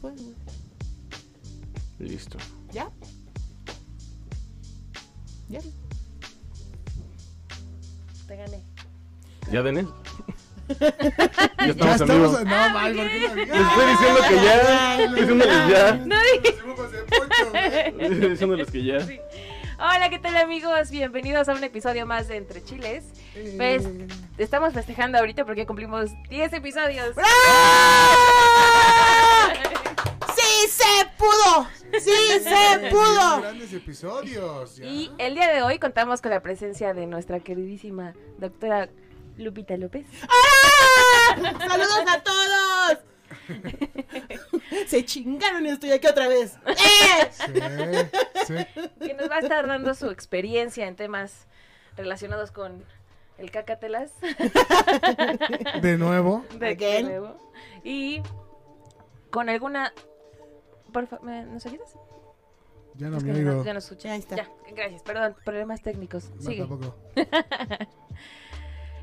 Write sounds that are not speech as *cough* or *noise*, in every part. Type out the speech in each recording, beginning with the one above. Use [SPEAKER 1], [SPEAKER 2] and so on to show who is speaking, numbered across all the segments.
[SPEAKER 1] bueno.
[SPEAKER 2] Listo.
[SPEAKER 1] Pues, ¿Ya? ¿Ya?
[SPEAKER 3] Te gané.
[SPEAKER 2] ¿Ya, Denis? ya
[SPEAKER 4] Ya
[SPEAKER 2] estamos
[SPEAKER 4] estamos.
[SPEAKER 2] amigos.
[SPEAKER 4] No, mal, ¿por qué no?
[SPEAKER 2] Les estoy diciendo que ya.
[SPEAKER 4] Ay,
[SPEAKER 2] Estoy diciéndoles ya.
[SPEAKER 3] *laughs* No dije.
[SPEAKER 2] Estoy diciéndoles que ya.
[SPEAKER 3] Sí. Hola, ¿qué tal amigos? Bienvenidos a un episodio más de Entre Chiles. Pues estamos festejando ahorita porque cumplimos 10 episodios.
[SPEAKER 1] ¡Ah! ¡Sí se pudo! ¡Sí se pudo!
[SPEAKER 4] Grandes episodios.
[SPEAKER 3] *laughs*
[SPEAKER 4] ya.
[SPEAKER 3] Y el día de hoy contamos con la presencia de nuestra queridísima doctora Lupita López.
[SPEAKER 1] ¡Ah! ¡Saludos a todos! Se chingaron y estoy aquí otra vez. ¡Eh!
[SPEAKER 4] Sí, sí.
[SPEAKER 3] que nos va a estar dando su experiencia en temas relacionados con el cacatelas. *laughs*
[SPEAKER 4] De nuevo.
[SPEAKER 3] De
[SPEAKER 1] Again.
[SPEAKER 3] nuevo. Y con alguna... Por favor, ¿nos ayudas?
[SPEAKER 4] Ya no
[SPEAKER 3] Es
[SPEAKER 4] me
[SPEAKER 3] que no-
[SPEAKER 4] oigo.
[SPEAKER 3] ya no escucho.
[SPEAKER 1] Ya está.
[SPEAKER 3] Ya, gracias, perdón, problemas técnicos.
[SPEAKER 4] No,
[SPEAKER 3] Sigue.
[SPEAKER 4] tampoco.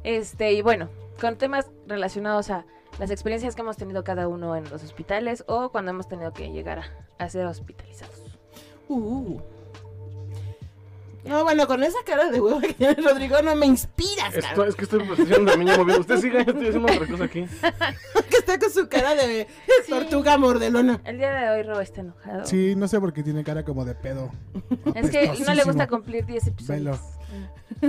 [SPEAKER 3] Este, y bueno, con temas relacionados a las experiencias que hemos tenido cada uno en los hospitales o cuando hemos tenido que llegar a, a ser hospitalizados.
[SPEAKER 1] Uh. No, bueno, con esa cara de huevo que tiene Rodrigo no me inspiras,
[SPEAKER 2] Esto-
[SPEAKER 1] cabrón.
[SPEAKER 2] es que estoy haciendo también ya moviendo. Usted siga, yo estoy haciendo otra cosa aquí.
[SPEAKER 1] Que está con su cara de
[SPEAKER 3] Sí.
[SPEAKER 1] tortuga mordelona.
[SPEAKER 3] El día de hoy Ro está enojado.
[SPEAKER 4] Sí, pues no sé por qué tiene cara como de pedo.
[SPEAKER 3] Es que no le gusta
[SPEAKER 4] Apestosísimo.
[SPEAKER 3] cumplir 10 episodios. Mm.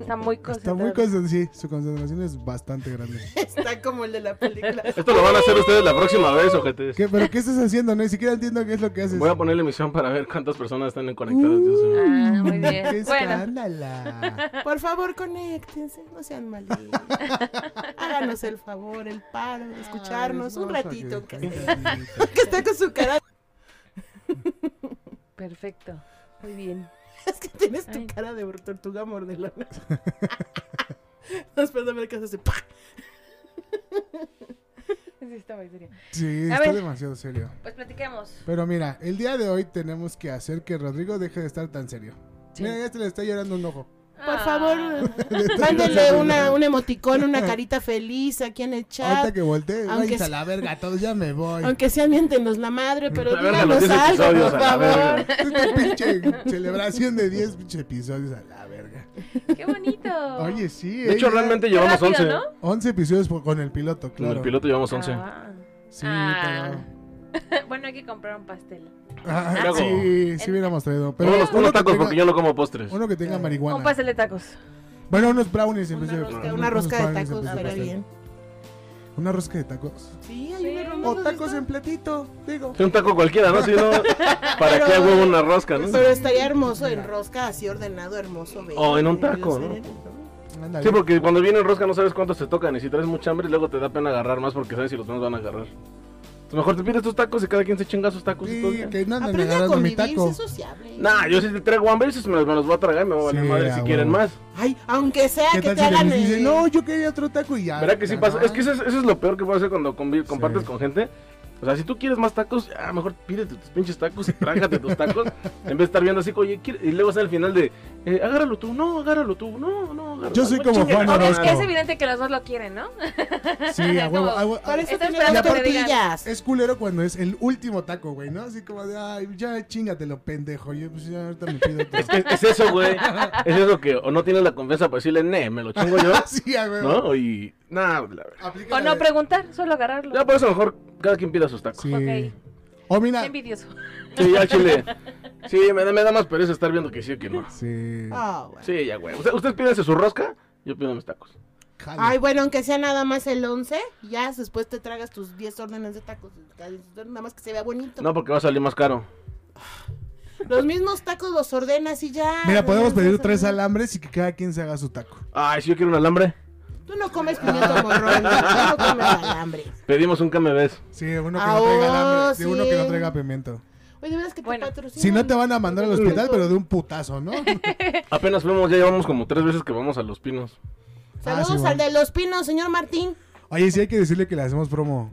[SPEAKER 3] Está muy
[SPEAKER 4] Está
[SPEAKER 3] concentrado.
[SPEAKER 4] muy concentrado. Sí, su concentración es bastante grande.
[SPEAKER 1] Está como el de la película.
[SPEAKER 2] Esto lo van a hacer ustedes la próxima vez, ojetes.
[SPEAKER 4] ¿Qué, ¿Pero qué estás haciendo? Ni siquiera entiendo qué es lo que haces.
[SPEAKER 2] Voy a poner la emisión para ver cuántas personas están conectadas. Dios mío.
[SPEAKER 3] Ah, muy
[SPEAKER 4] ¡Qué
[SPEAKER 3] bien. Bueno,
[SPEAKER 4] escándala!
[SPEAKER 1] Por favor, conéctense, no sean malitos. Háganos el favor, el paro, de escucharnos
[SPEAKER 4] Ay,
[SPEAKER 1] un
[SPEAKER 4] hermosa,
[SPEAKER 1] ratito.
[SPEAKER 4] qué
[SPEAKER 1] Que,
[SPEAKER 4] cariñito.
[SPEAKER 1] que está con su cara.
[SPEAKER 3] perfecto. Muy bien.
[SPEAKER 1] Es que tienes tu
[SPEAKER 3] Ay.
[SPEAKER 1] cara de tortuga
[SPEAKER 3] *laughs*
[SPEAKER 1] mordelona. No, espera, a ver qué haces. ¡Pah!
[SPEAKER 3] Sí, está muy serio.
[SPEAKER 4] Sí,
[SPEAKER 3] A
[SPEAKER 4] está
[SPEAKER 3] ver.
[SPEAKER 4] demasiado serio.
[SPEAKER 3] Pues platiquemos.
[SPEAKER 4] Pero mira, el día de hoy tenemos que hacer que Rodrigo deje de estar tan serio.
[SPEAKER 3] Sí.
[SPEAKER 4] Mira, ya se le está llorando un ojo.
[SPEAKER 1] Por
[SPEAKER 3] Ah.
[SPEAKER 1] favor, *laughs* mándenle una, un emoticón, una carita feliz aquí en el
[SPEAKER 4] Ahorita
[SPEAKER 1] chat.
[SPEAKER 4] que voltee,
[SPEAKER 1] aunque
[SPEAKER 4] váyanse a
[SPEAKER 1] sí-
[SPEAKER 4] la verga, todos ya me voy.
[SPEAKER 1] Aunque sea miéntenos la madre, pero
[SPEAKER 2] La verga, los
[SPEAKER 1] díganos
[SPEAKER 2] 10
[SPEAKER 1] Uh, algo,
[SPEAKER 2] episodios,
[SPEAKER 1] por
[SPEAKER 2] a la
[SPEAKER 1] favor.
[SPEAKER 2] verga.
[SPEAKER 4] Esta pinche celebración de 10 pinche episodios a la verga.
[SPEAKER 3] ¡Qué bonito!
[SPEAKER 1] Oh.
[SPEAKER 4] Oye, sí.
[SPEAKER 2] De hecho,
[SPEAKER 4] ella-
[SPEAKER 2] realmente
[SPEAKER 3] Qué
[SPEAKER 2] llevamos
[SPEAKER 3] rápido,
[SPEAKER 2] 11.
[SPEAKER 3] ¿no?
[SPEAKER 2] Con
[SPEAKER 4] 11 episodios por- con el piloto, claro.
[SPEAKER 2] el piloto llevamos 11.
[SPEAKER 3] Ah.
[SPEAKER 4] Sí,
[SPEAKER 3] Ah.
[SPEAKER 4] pero-
[SPEAKER 3] Bueno, hay que comprar un pastel.
[SPEAKER 4] Ah,
[SPEAKER 2] Luego-
[SPEAKER 4] sí, sí hubiéramos traído. Pero
[SPEAKER 2] unos, unos tacos,
[SPEAKER 4] que
[SPEAKER 2] porque
[SPEAKER 4] tenga,
[SPEAKER 2] yo no como postres.
[SPEAKER 4] uno que tenga marihuana.
[SPEAKER 3] Un pastel de tacos.
[SPEAKER 4] Bueno, unos brownies en vez
[SPEAKER 1] Ah. Una
[SPEAKER 4] de-
[SPEAKER 1] rosca,
[SPEAKER 4] unos
[SPEAKER 1] una rosca de
[SPEAKER 4] brownies en
[SPEAKER 1] tacos
[SPEAKER 4] vez de
[SPEAKER 1] estaría
[SPEAKER 4] pastel.
[SPEAKER 1] bien.
[SPEAKER 4] Una rosca de tacos.
[SPEAKER 1] Sí,
[SPEAKER 3] Sí.
[SPEAKER 1] hay una ronda
[SPEAKER 4] O
[SPEAKER 1] de
[SPEAKER 4] tacos
[SPEAKER 1] esto.
[SPEAKER 4] en platito, digo.
[SPEAKER 2] Sí, un taco cualquiera, ¿no? Si no, ¿para
[SPEAKER 1] Pero-
[SPEAKER 2] qué a huevo una rosca, no?
[SPEAKER 1] Pero estaría hermoso en rosca, así ordenado, hermoso. bello,
[SPEAKER 2] O en un
[SPEAKER 1] con los
[SPEAKER 2] taco, ¿no?
[SPEAKER 1] cereales.
[SPEAKER 4] Ándale.
[SPEAKER 2] Sí, porque cuando viene en rosca no sabes cuántos te tocan. Y si traes mucha hambre, luego te da pena agarrar más porque sabes si los demás van a agarrar. Entonces, mejor te pides tus tacos y cada quien se chinga sus tacos y todo.
[SPEAKER 4] Sí,
[SPEAKER 2] ya.
[SPEAKER 4] que no anden
[SPEAKER 1] Aprende a
[SPEAKER 4] agarrando mi
[SPEAKER 1] convivir,
[SPEAKER 4] taco.
[SPEAKER 1] sé sociable.
[SPEAKER 2] Nah, yo si te traigo hambre, esos me los, me los voy a tragar y me voy a valer
[SPEAKER 4] Sí,
[SPEAKER 2] madre
[SPEAKER 4] a
[SPEAKER 2] si
[SPEAKER 4] huevo.
[SPEAKER 2] quieren más.
[SPEAKER 1] Ay, aunque sea
[SPEAKER 4] ¿Qué
[SPEAKER 1] que
[SPEAKER 4] tal
[SPEAKER 1] te
[SPEAKER 4] si
[SPEAKER 1] hagan.
[SPEAKER 4] les dice,
[SPEAKER 1] eh,
[SPEAKER 4] no, yo quería otro taco y ya?
[SPEAKER 2] ¿Verdad que sí
[SPEAKER 4] ya,
[SPEAKER 2] pasa?
[SPEAKER 4] ¿no?
[SPEAKER 2] Es que eso es, eso es lo peor que puedes hacer cuando convi- compartes
[SPEAKER 4] Ah, Sí.
[SPEAKER 2] con gente. O sea, si tú quieres más tacos, ya mejor pídete tus pinches tacos y trágate tus
[SPEAKER 4] *laughs*
[SPEAKER 2] tacos. En vez de estar viendo así, oye, ¿quiere-?" y luego sale al final de, eh, agárralo tú, no, agárralo tú, no, no, agárralo.
[SPEAKER 4] Yo soy
[SPEAKER 2] Pues
[SPEAKER 4] como
[SPEAKER 2] chinga,
[SPEAKER 4] Juan
[SPEAKER 2] no,
[SPEAKER 3] Obvio,
[SPEAKER 2] no,
[SPEAKER 3] es
[SPEAKER 2] no.
[SPEAKER 3] que
[SPEAKER 4] claro.
[SPEAKER 3] es evidente que los dos lo quieren, ¿no?
[SPEAKER 4] Sí, a huevo. a huevo.
[SPEAKER 1] Para eso
[SPEAKER 3] Está
[SPEAKER 1] tiene
[SPEAKER 3] esperando
[SPEAKER 1] las
[SPEAKER 4] que le
[SPEAKER 3] digan.
[SPEAKER 1] tortillas.
[SPEAKER 4] Es culero cuando es el último taco, güey, ¿no? Así como de, ay, ya chingatelo, pendejo. Yo, pues ya ahorita me
[SPEAKER 1] *laughs*
[SPEAKER 4] pido otro.
[SPEAKER 2] Es, es eso, güey. Es eso que o no tienes la confianza para decirle, ne, me lo chingo yo,
[SPEAKER 4] *laughs* Ah, sí, a huevo.
[SPEAKER 2] ¿no? Y nada, la verdad.
[SPEAKER 4] Aplica
[SPEAKER 3] O
[SPEAKER 4] la
[SPEAKER 3] no
[SPEAKER 4] de-
[SPEAKER 3] preguntar, solo agarrarlo.
[SPEAKER 2] Ya por eso mejor cada quien pida sus tacos.
[SPEAKER 4] Sí.
[SPEAKER 3] Ok.
[SPEAKER 4] O
[SPEAKER 3] Qué
[SPEAKER 4] mira.
[SPEAKER 3] envidioso.
[SPEAKER 2] Sí, ya, chile. Sí, me, da- me da más pereza estar viendo que sí o que no.
[SPEAKER 4] Sí.
[SPEAKER 1] Ah, bueno.
[SPEAKER 2] Sí, ya, güey. Usted- Ustedes pídense su rosca, yo pido mis tacos.
[SPEAKER 4] jalo.
[SPEAKER 1] Ay, bueno, aunque sea nada más el 11, ya después te tragas tus 10 órdenes de tacos. Nada más que se vea bonito.
[SPEAKER 2] No, porque va a salir más caro.
[SPEAKER 1] Los mismos tacos los ordenas y ya.
[SPEAKER 4] Mira, podemos
[SPEAKER 1] Ordenas,
[SPEAKER 4] pedir
[SPEAKER 1] ordenas.
[SPEAKER 4] tres alambres y que cada quien se haga su taco.
[SPEAKER 2] Ay, si yo quiero un alambre,
[SPEAKER 1] Tú no comes piñata morrón, tú no comes alambre.
[SPEAKER 2] pedimos un camebés.
[SPEAKER 4] Sí, uno que
[SPEAKER 1] Ah,
[SPEAKER 4] no traiga
[SPEAKER 1] oh,
[SPEAKER 4] alambre. Sí, uno que no
[SPEAKER 1] sí.
[SPEAKER 4] traiga pimiento.
[SPEAKER 1] Oye, de veras que te
[SPEAKER 3] Bueno.
[SPEAKER 1] patrocinan.
[SPEAKER 4] Si no, te van a mandar al hospital, pero de un
[SPEAKER 1] *laughs*
[SPEAKER 4] putazo, ¿no?
[SPEAKER 2] Apenas fuimos, ya llevamos como tres veces que vamos a Los Pinos.
[SPEAKER 1] Saludos
[SPEAKER 4] Ah, sí,
[SPEAKER 1] al
[SPEAKER 4] bueno.
[SPEAKER 1] de Los Pinos, señor Martín.
[SPEAKER 4] Oye, sí hay que decirle que le hacemos promo.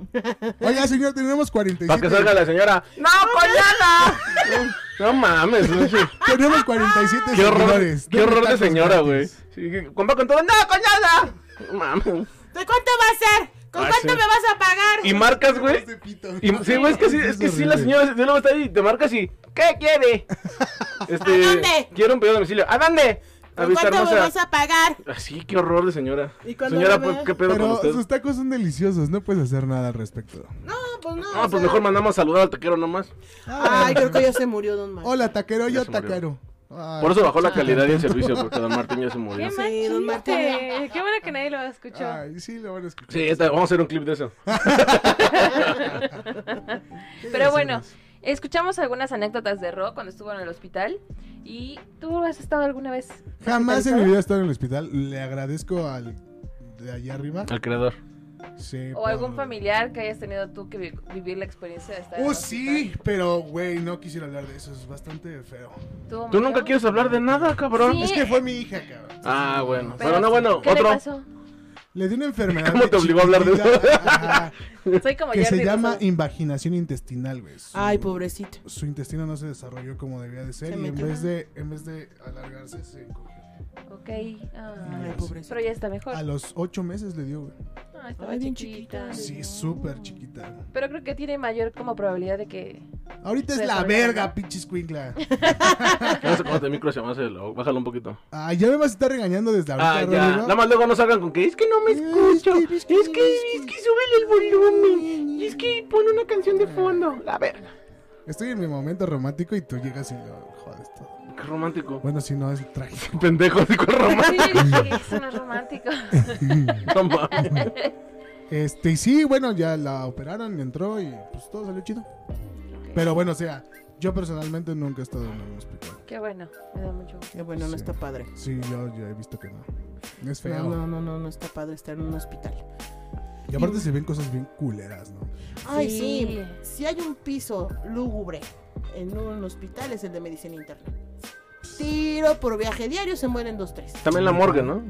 [SPEAKER 4] Oiga, señor, tenemos
[SPEAKER 2] Para que
[SPEAKER 4] 47.
[SPEAKER 2] salga la señora. ¡No,
[SPEAKER 1] pues
[SPEAKER 2] coñada! No mames, no sé.
[SPEAKER 4] Tenemos 47
[SPEAKER 2] *laughs* qué horror,
[SPEAKER 4] seguidores.
[SPEAKER 2] qué horror de
[SPEAKER 4] Tacos
[SPEAKER 2] señora, güey.
[SPEAKER 4] gratis.
[SPEAKER 2] Sí, que- compra con todo. ¡No, coñada! No mames.
[SPEAKER 1] ¿De cuánto va a ser? ¿Con
[SPEAKER 2] Ah,
[SPEAKER 1] cuánto
[SPEAKER 2] sí.
[SPEAKER 1] me vas a pagar?
[SPEAKER 2] Y marcas, güey.
[SPEAKER 4] Este pito.
[SPEAKER 2] Y, sí, güey, es que sí, es que sí, la señora de luego está ahí, te marcas y, ¿qué quiere? *laughs* Este,
[SPEAKER 1] ¿A dónde?
[SPEAKER 2] Quiero un pedido de domicilio. ¿A dónde? A
[SPEAKER 1] ¿Con
[SPEAKER 2] Vista
[SPEAKER 1] cuánto me
[SPEAKER 2] Hermosa.
[SPEAKER 1] vas a pagar?
[SPEAKER 2] Ah, sí, qué horror de señora.
[SPEAKER 1] ¿Y cuando
[SPEAKER 2] Señora,
[SPEAKER 1] me
[SPEAKER 2] pues,
[SPEAKER 1] ve?
[SPEAKER 2] ¿qué pedo con
[SPEAKER 4] Pero
[SPEAKER 2] usted?
[SPEAKER 4] sus tacos son deliciosos, no puedes hacer nada al respecto.
[SPEAKER 1] No, pues no. o
[SPEAKER 2] Ah, pues
[SPEAKER 1] sea-
[SPEAKER 2] mejor Ah, mandamos a saludar al taquero nomás.
[SPEAKER 1] Ay, creo que ya se murió Don Martín.
[SPEAKER 4] Hola, taquero,
[SPEAKER 2] Ya
[SPEAKER 4] yo
[SPEAKER 2] se murió.
[SPEAKER 4] taquero. Ay,
[SPEAKER 2] Por eso bajó la calidad y el servicio, porque Don Martín ya se
[SPEAKER 3] Qué
[SPEAKER 2] murió.
[SPEAKER 1] Sí,
[SPEAKER 3] mal
[SPEAKER 1] don
[SPEAKER 3] chiste.
[SPEAKER 1] Martín.
[SPEAKER 3] Qué bueno que nadie lo escuchó.
[SPEAKER 4] Ay, sí, lo van a escuchar.
[SPEAKER 2] Sí, esta- vamos a hacer un clip de eso.
[SPEAKER 3] Pero bueno, escuchamos algunas anécdotas de Ro cuando estuvo en el hospital. ¿Y tú has estado alguna vez?
[SPEAKER 4] Jamás en mi vida he estado en el hospital. Le agradezco al de allá arriba.
[SPEAKER 2] Al creador.
[SPEAKER 4] Sí,
[SPEAKER 3] ¿O algún
[SPEAKER 4] por-
[SPEAKER 3] familiar que hayas tenido tú que vi- vivir la experiencia de estar en
[SPEAKER 4] Oh,
[SPEAKER 3] el
[SPEAKER 4] sí,
[SPEAKER 3] hospital?
[SPEAKER 4] pero güey, no quisiera hablar de eso, es bastante feo.
[SPEAKER 2] Tú
[SPEAKER 3] Mateo?
[SPEAKER 2] nunca quieres hablar de nada, cabrón. *laughs*
[SPEAKER 3] Sí.
[SPEAKER 4] Es que fue mi hija, cabrón.
[SPEAKER 2] Ah, bueno.
[SPEAKER 3] Pero
[SPEAKER 2] Pero no, bueno,
[SPEAKER 3] ¿Qué le
[SPEAKER 2] otro.
[SPEAKER 3] pasó?
[SPEAKER 4] Le
[SPEAKER 2] *laughs*
[SPEAKER 4] di una enfermedad.
[SPEAKER 2] ¿Cómo
[SPEAKER 4] de
[SPEAKER 2] te obligó a hablar de eso?
[SPEAKER 4] chiquitita,
[SPEAKER 3] *laughs*
[SPEAKER 4] ajá,
[SPEAKER 3] Soy como
[SPEAKER 4] que se
[SPEAKER 3] Jordi
[SPEAKER 4] llama
[SPEAKER 3] Rosado.
[SPEAKER 4] invaginación intestinal, güey. Su-
[SPEAKER 1] Ay, pobrecito.
[SPEAKER 4] Su intestino no se desarrolló como debía de ser
[SPEAKER 1] Se
[SPEAKER 4] y en
[SPEAKER 1] metió.
[SPEAKER 4] vez de, en vez de alargarse se encogió.
[SPEAKER 3] Ok. ah,
[SPEAKER 1] Ay, pobrecito.
[SPEAKER 3] pero ya está mejor.
[SPEAKER 4] A los ocho meses le dio, güey.
[SPEAKER 3] Ah, estaba
[SPEAKER 1] Ay, bien
[SPEAKER 3] chiquita.
[SPEAKER 1] chiquita.
[SPEAKER 4] Sí,
[SPEAKER 3] no.
[SPEAKER 4] súper chiquita. güey.
[SPEAKER 3] Pero creo que tiene mayor como probabilidad de que...
[SPEAKER 4] Ahorita es
[SPEAKER 3] Se
[SPEAKER 4] la
[SPEAKER 3] desarrolló.
[SPEAKER 4] verga, pinche escuincla.
[SPEAKER 2] No sé cómo te micro se llama, se lo- bájalo un poquito.
[SPEAKER 4] Ah, ya me vas a estar regañando desde ahorita,
[SPEAKER 2] Ah, ya.
[SPEAKER 4] Rodrigo.
[SPEAKER 2] Nada más luego no salgan con que es que no me escucho. Es que, es que, súbele el volumen. Y es que pone una canción de fondo. La verga.
[SPEAKER 4] Estoy en mi momento romántico y tú llegas y lo jodes todo.
[SPEAKER 2] Qué romántico.
[SPEAKER 4] Bueno, si no, es
[SPEAKER 2] *laughs*
[SPEAKER 4] trágico.
[SPEAKER 2] Pendejo, digo romántico.
[SPEAKER 3] *laughs* Sí, sí, eso no es romántico.
[SPEAKER 2] No mames.
[SPEAKER 4] Este, y sí, bueno, ya la operaron, entró y pues todo salió chido. Pero bueno, o sea, yo personalmente nunca he estado en un hospital.
[SPEAKER 3] Qué bueno. Me da mucho gusto.
[SPEAKER 1] Qué bueno, no
[SPEAKER 4] Sí.
[SPEAKER 1] está padre.
[SPEAKER 4] Sí, yo ya he visto que no. Es feo.
[SPEAKER 1] No, no, no, no, no está padre estar en un hospital.
[SPEAKER 4] Y aparte se ven cosas bien culeras, ¿no?
[SPEAKER 1] Ay,
[SPEAKER 3] Sí.
[SPEAKER 1] sí. Si hay un piso lúgubre en un hospital, es el de medicina interna. Tiro por viaje diario, se mueren dos, tres.
[SPEAKER 2] También la morgue, ¿no?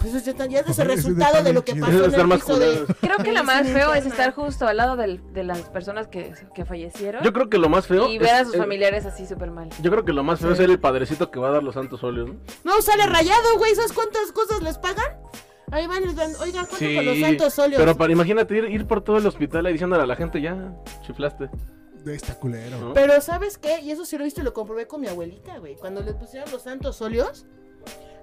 [SPEAKER 1] Pues eso ya, está- ya es el
[SPEAKER 4] Ese
[SPEAKER 1] resultado
[SPEAKER 4] detalle
[SPEAKER 1] de lo que
[SPEAKER 4] chido.
[SPEAKER 1] pasó en
[SPEAKER 2] Estar
[SPEAKER 1] el
[SPEAKER 2] más
[SPEAKER 1] piso de...
[SPEAKER 2] culeros.
[SPEAKER 3] Creo que
[SPEAKER 1] Medicina
[SPEAKER 3] lo más feo es
[SPEAKER 1] interna.
[SPEAKER 3] estar justo al lado del- de las personas que, que fallecieron
[SPEAKER 2] Yo creo que lo más feo.
[SPEAKER 3] y ver a
[SPEAKER 2] es
[SPEAKER 3] sus
[SPEAKER 2] el-
[SPEAKER 3] familiares así súper mal.
[SPEAKER 2] Yo creo que lo más feo es ser el padrecito que va a dar los santos óleos, ¿no?
[SPEAKER 1] No, sale rayado, güey. ¿Sabes cuántas cosas les pagan? Ahí van y les dan, oiga, ¿cuánto por los santos óleos?
[SPEAKER 2] pero para, imagínate ir, ir por todo el hospital ahí diciéndole a la gente, ya, chiflaste.
[SPEAKER 4] De esta culero.
[SPEAKER 2] ¿No?
[SPEAKER 1] Pero ¿sabes qué? Y eso sí lo he visto y lo comprobé con mi abuelita, güey. Cuando le pusieron los santos óleos,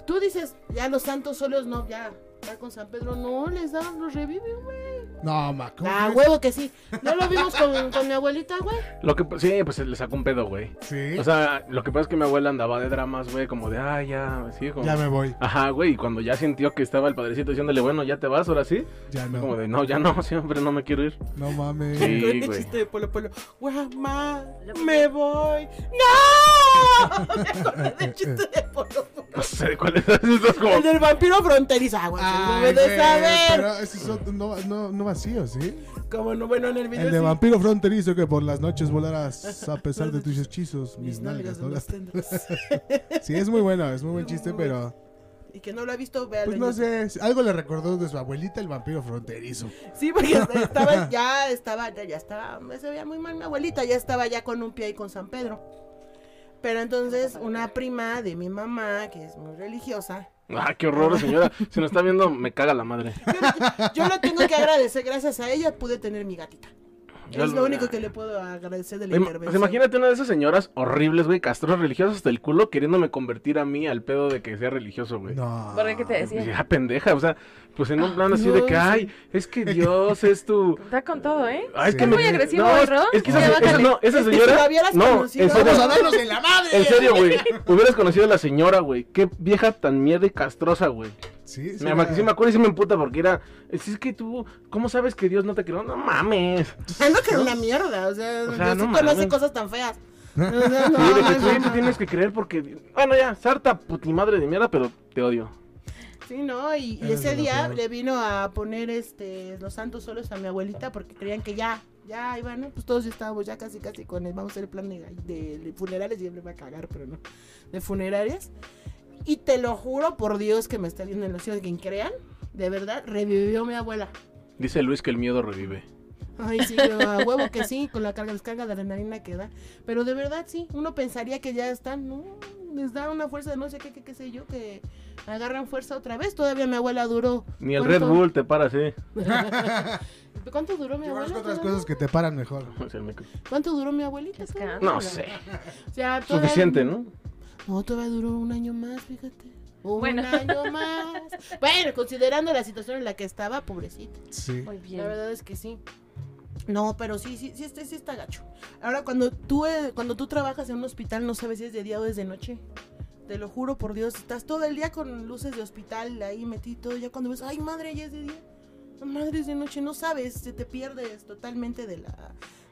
[SPEAKER 1] tú dices, ya los santos óleos no, ya, está con San Pedro. No, les daban, los reviven, güey.
[SPEAKER 4] No, ma, ¿cómo
[SPEAKER 1] Ah,
[SPEAKER 4] crees?
[SPEAKER 1] huevo que sí. No lo vimos con, con mi abuelita, güey.
[SPEAKER 2] Lo que, sí, pues le sacó un pedo, güey.
[SPEAKER 4] Sí.
[SPEAKER 2] O sea, lo que pasa es que mi abuela andaba de dramas, güey, como de, ah, ya, sí, como...
[SPEAKER 4] ya me voy.
[SPEAKER 2] Ajá, güey, y cuando ya sintió que estaba el padrecito diciéndole, bueno, ya te vas, ahora sí,
[SPEAKER 4] Ya
[SPEAKER 2] fue como
[SPEAKER 4] no.
[SPEAKER 2] de, no, ya no, *laughs* siempre no me quiero ir.
[SPEAKER 4] No mames.
[SPEAKER 2] Sí,
[SPEAKER 1] Con el
[SPEAKER 2] güey.
[SPEAKER 1] chiste de Polo Polo. Güey, ma, me voy. *laughs* ¡No! Me acordé del chiste de Polo Polo.
[SPEAKER 2] No sé cuál es, *laughs* estás como...
[SPEAKER 1] El del vampiro fronterizo. Ah, güey,
[SPEAKER 4] Ay,
[SPEAKER 1] no me de
[SPEAKER 4] güey,
[SPEAKER 1] saber.
[SPEAKER 4] Pero esos son no, no, no vacíos, ¿sí?
[SPEAKER 1] Como no, bueno, en el video.
[SPEAKER 4] El de
[SPEAKER 1] sí.
[SPEAKER 4] vampiro fronterizo que por las noches volarás a pesar de *laughs* tus hechizos, mis nalgas,
[SPEAKER 1] no
[SPEAKER 4] ¿no?
[SPEAKER 1] las
[SPEAKER 4] *laughs*
[SPEAKER 1] tendrás.
[SPEAKER 4] Sí, es muy bueno, es muy *laughs* buen chiste,
[SPEAKER 1] Muy bueno.
[SPEAKER 4] pero...
[SPEAKER 1] Y que no lo ha visto, véalo.
[SPEAKER 4] Pues
[SPEAKER 1] en
[SPEAKER 4] no
[SPEAKER 1] YouTube.
[SPEAKER 4] sé, algo le recordó de su abuelita el vampiro fronterizo.
[SPEAKER 1] Sí, porque
[SPEAKER 4] *laughs*
[SPEAKER 1] estaba, ya estaba, ya, ya estaba, se veía muy mal mi abuelita, ya estaba ya con un pie ahí con San Pedro. Pero entonces una prima de mi mamá, que es muy religiosa,
[SPEAKER 2] Ah, qué horror, señora, si no está viendo, me caga la madre.
[SPEAKER 1] yo lo tengo que agradecer, gracias a ella pude tener mi gatita. *laughs*
[SPEAKER 2] Ya
[SPEAKER 1] Es
[SPEAKER 2] lo-
[SPEAKER 1] lo único que le puedo agradecer de la
[SPEAKER 2] Ima-
[SPEAKER 1] intervención.
[SPEAKER 2] pues imagínate una de esas señoras horribles, güey, castros religiosos hasta el culo, queriéndome convertir a mí al pedo de que sea religioso, güey.
[SPEAKER 4] No.
[SPEAKER 3] ¿Por qué te decía?
[SPEAKER 2] Ya, pendeja, o sea, pues en un plan así de que,
[SPEAKER 1] Ah, Dios.
[SPEAKER 2] ay, es que Dios es tu...
[SPEAKER 3] Está con todo, ¿eh?
[SPEAKER 2] Ay, es
[SPEAKER 4] Sí.
[SPEAKER 2] que
[SPEAKER 4] Muy
[SPEAKER 2] me-
[SPEAKER 3] agresivo,
[SPEAKER 2] no, es-
[SPEAKER 3] ¿no?
[SPEAKER 2] Es que esa,
[SPEAKER 4] Ya,
[SPEAKER 2] esa-
[SPEAKER 3] bájale.
[SPEAKER 2] no, esa
[SPEAKER 1] Es que si
[SPEAKER 2] señora.
[SPEAKER 1] la hubieras
[SPEAKER 2] no, en
[SPEAKER 1] conocido-
[SPEAKER 2] serio,
[SPEAKER 4] ¡Vamos a darnos en la madre!
[SPEAKER 2] en serio, *laughs* güey. Hubieras conocido a la señora, güey. Qué vieja tan mierda y castrosa, güey.
[SPEAKER 4] Sí, sí.
[SPEAKER 2] Me ama- sí me acuerdo y sí me emputa porque era. Es es que tú, ¿cómo sabes que Dios no te creó? No mames.
[SPEAKER 1] Algo Ah, que era una mierda, o sea,
[SPEAKER 2] O sea, no
[SPEAKER 1] Diosito no,
[SPEAKER 2] mames.
[SPEAKER 1] hace cosas tan
[SPEAKER 4] *laughs*
[SPEAKER 1] feas. O sea,
[SPEAKER 2] Sí,
[SPEAKER 1] no,
[SPEAKER 2] de que
[SPEAKER 1] no,
[SPEAKER 2] tú
[SPEAKER 1] no,
[SPEAKER 2] te
[SPEAKER 1] no.
[SPEAKER 2] tienes que creer porque. Bueno, ya, sarta puti madre de mierda, pero te odio.
[SPEAKER 1] Sí, no, y, y
[SPEAKER 4] Eres
[SPEAKER 1] ese
[SPEAKER 4] lo
[SPEAKER 1] día
[SPEAKER 4] peor.
[SPEAKER 1] le vino a poner este los santos solos a mi abuelita porque creían que ya, ya iban, ¿no? pues todos ya estábamos ya casi casi con el, vamos a hacer el plan de, de- de funerales, siempre me va a cagar, pero no, de funerarias. Y te lo juro por Dios que me está viendo en los cielos, quien crean, de verdad, revivió mi abuela.
[SPEAKER 2] Dice Luis que el miedo revive.
[SPEAKER 1] Ay, sí, pero a huevo que sí, con la carga, descarga de adrenalina que da. Pero de verdad, sí, uno pensaría que ya están, ¿no? Les da una fuerza, no sé qué, qué, qué sé yo, que agarran fuerza otra vez. Todavía mi abuela duró.
[SPEAKER 2] Ni el Red
[SPEAKER 1] ¿cuánto?
[SPEAKER 2] Bull te para *laughs* así.
[SPEAKER 1] ¿Cuánto duró mi
[SPEAKER 4] Yo
[SPEAKER 1] abuela?
[SPEAKER 4] conozco otras
[SPEAKER 1] todavía?
[SPEAKER 4] cosas que te paran mejor.
[SPEAKER 2] O sea, me-
[SPEAKER 1] ¿Cuánto duró mi abuelita? todavía?
[SPEAKER 3] Escándalo.
[SPEAKER 2] No sé.
[SPEAKER 1] O sea, todavía-
[SPEAKER 2] Suficiente, ¿no?
[SPEAKER 1] No, todavía duró un año más, fíjate. Un
[SPEAKER 3] Bueno.
[SPEAKER 1] año más. Bueno, considerando la situación en la que estaba, pobrecita.
[SPEAKER 4] Sí.
[SPEAKER 3] Muy bien.
[SPEAKER 1] La verdad es que sí. No, pero sí, sí, sí, este, sí está gacho. Ahora, cuando tú, eh, cuando tú trabajas en un hospital, no sabes si es de día o es de noche. Te lo juro por Dios, estás todo el día con luces de hospital ahí metido. Ya cuando ves, ay madre, ya es de día. "No, Madre, es de noche, no sabes, se te pierdes totalmente de la,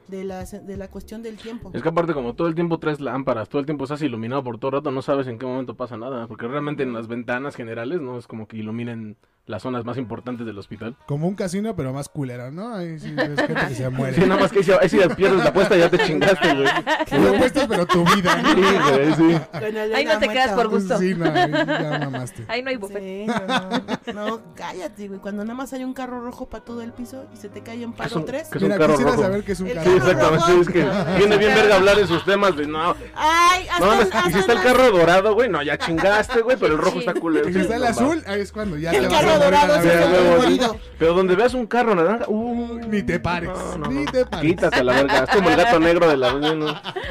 [SPEAKER 1] de la, de la cuestión del tiempo.
[SPEAKER 2] Es que aparte como todo el tiempo traes lámparas, todo el tiempo estás iluminado por todo rato, no sabes en qué momento pasa nada, porque realmente en las ventanas generales no es como que iluminen las zonas más importantes del hospital.
[SPEAKER 4] Como un casino, pero más culero, ¿no? Ahí sí ves gente
[SPEAKER 2] *laughs*
[SPEAKER 4] que se
[SPEAKER 2] Sí,
[SPEAKER 4] muere.
[SPEAKER 2] nada más que ahí si, ahí si pierdes la apuesta ya te chingaste, güey.
[SPEAKER 4] No apuestas, pero tu vida. Pues,
[SPEAKER 2] Sí, güey, sí.
[SPEAKER 1] Con el de
[SPEAKER 3] Ahí no
[SPEAKER 1] la
[SPEAKER 3] te
[SPEAKER 1] Ah, muerta,
[SPEAKER 3] quedas por
[SPEAKER 1] güey.
[SPEAKER 3] gusto.
[SPEAKER 4] Sí, no, ahí ya mamaste.
[SPEAKER 3] Ahí no hay buffet.
[SPEAKER 1] Sí, no, no, no, cállate, güey. Cuando nada más hay un carro rojo para todo el piso y se te cae en
[SPEAKER 2] Es un-
[SPEAKER 1] paro tres.
[SPEAKER 2] que es un
[SPEAKER 4] Mira,
[SPEAKER 2] carro
[SPEAKER 4] quisiera
[SPEAKER 2] rojo.
[SPEAKER 4] saber que es un
[SPEAKER 1] El
[SPEAKER 2] Sí,
[SPEAKER 4] carro.
[SPEAKER 2] exactamente, sí, es que viene bien verga hablar en sus temas de no,
[SPEAKER 1] Ay, hasta,
[SPEAKER 2] no,
[SPEAKER 1] hasta
[SPEAKER 2] y si está el
[SPEAKER 1] las-
[SPEAKER 2] carro dorado, güey, no, ya chingaste, güey, pero el rojo está culero.
[SPEAKER 4] Y si está el
[SPEAKER 2] No,
[SPEAKER 4] azul, ahí es cuando ya
[SPEAKER 1] El
[SPEAKER 4] te vas
[SPEAKER 1] carro
[SPEAKER 4] a morir a
[SPEAKER 1] dorado
[SPEAKER 4] la
[SPEAKER 1] sí,
[SPEAKER 2] Sí, a
[SPEAKER 4] verga.
[SPEAKER 1] güey.
[SPEAKER 2] huevo,
[SPEAKER 1] Morido.
[SPEAKER 2] sí. Pero donde veas un carro naranja, uh,
[SPEAKER 4] Ni te pares,
[SPEAKER 2] no, no,
[SPEAKER 4] ni
[SPEAKER 2] no.
[SPEAKER 4] te pares.
[SPEAKER 2] Quítate a la verga, es como el gato negro de la no.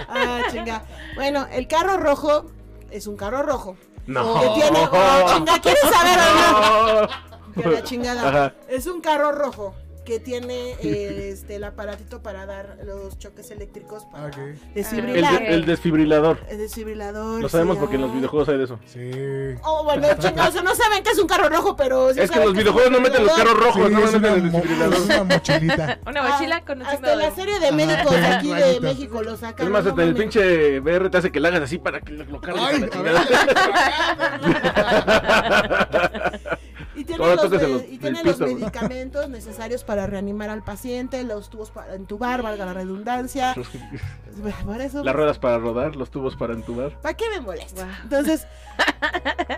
[SPEAKER 1] Ah, chinga. Bueno, el carro rojo es un carro rojo.
[SPEAKER 2] No.
[SPEAKER 1] Que tiene. oh, chinga, ¿quieres saber o
[SPEAKER 2] *laughs*
[SPEAKER 1] no? Que la chingada.
[SPEAKER 2] Ajá.
[SPEAKER 1] Es un carro rojo que tiene eh, este, el aparatito para dar los choques eléctricos para
[SPEAKER 4] Ah, Ok.
[SPEAKER 2] El,
[SPEAKER 1] desfibrilar.
[SPEAKER 3] Ah.
[SPEAKER 2] de- el desfibrilador.
[SPEAKER 1] El desfibrilador.
[SPEAKER 2] Lo sabemos
[SPEAKER 1] sí,
[SPEAKER 2] porque en los
[SPEAKER 1] ah.
[SPEAKER 2] videojuegos hay de eso.
[SPEAKER 4] Sí.
[SPEAKER 1] Oh, bueno, chingados, no saben que es un carro rojo,
[SPEAKER 4] Pues
[SPEAKER 1] pero... sí
[SPEAKER 2] Es que
[SPEAKER 1] saben
[SPEAKER 2] en
[SPEAKER 1] es
[SPEAKER 2] los
[SPEAKER 1] un
[SPEAKER 2] videojuegos no meten los carros
[SPEAKER 1] desfibrilador.
[SPEAKER 2] rojos,
[SPEAKER 4] Sí,
[SPEAKER 2] no
[SPEAKER 4] es,
[SPEAKER 2] meten
[SPEAKER 4] una
[SPEAKER 2] el
[SPEAKER 4] mo- es
[SPEAKER 2] desfibrilador.
[SPEAKER 4] una mochilita.
[SPEAKER 3] Una mochila
[SPEAKER 1] Ah,
[SPEAKER 3] con un
[SPEAKER 1] Hasta
[SPEAKER 3] signo de-
[SPEAKER 1] la serie de médicos
[SPEAKER 4] Ajá.
[SPEAKER 1] aquí de
[SPEAKER 4] Rayitas.
[SPEAKER 1] México lo sacan.
[SPEAKER 2] Es más,
[SPEAKER 1] no
[SPEAKER 2] hasta en el
[SPEAKER 1] mames.
[SPEAKER 2] pinche VR te hace que la hagas así para que lo, lo cargues a
[SPEAKER 4] Ay,
[SPEAKER 2] la
[SPEAKER 4] a
[SPEAKER 2] chingada.
[SPEAKER 1] *laughs* Y tienen
[SPEAKER 2] Ahora
[SPEAKER 1] los,
[SPEAKER 2] tócate
[SPEAKER 1] me-
[SPEAKER 2] los-
[SPEAKER 1] y
[SPEAKER 2] el
[SPEAKER 1] tienen los
[SPEAKER 2] piso, güey.
[SPEAKER 1] medicamentos necesarios para reanimar al paciente, los tubos para entubar, valga la
[SPEAKER 2] *laughs*
[SPEAKER 1] redundancia. Pues, Por eso,
[SPEAKER 2] Las ruedas para rodar, los tubos para entubar.
[SPEAKER 1] ¿Para qué me molesta?
[SPEAKER 3] Guau.
[SPEAKER 1] Entonces,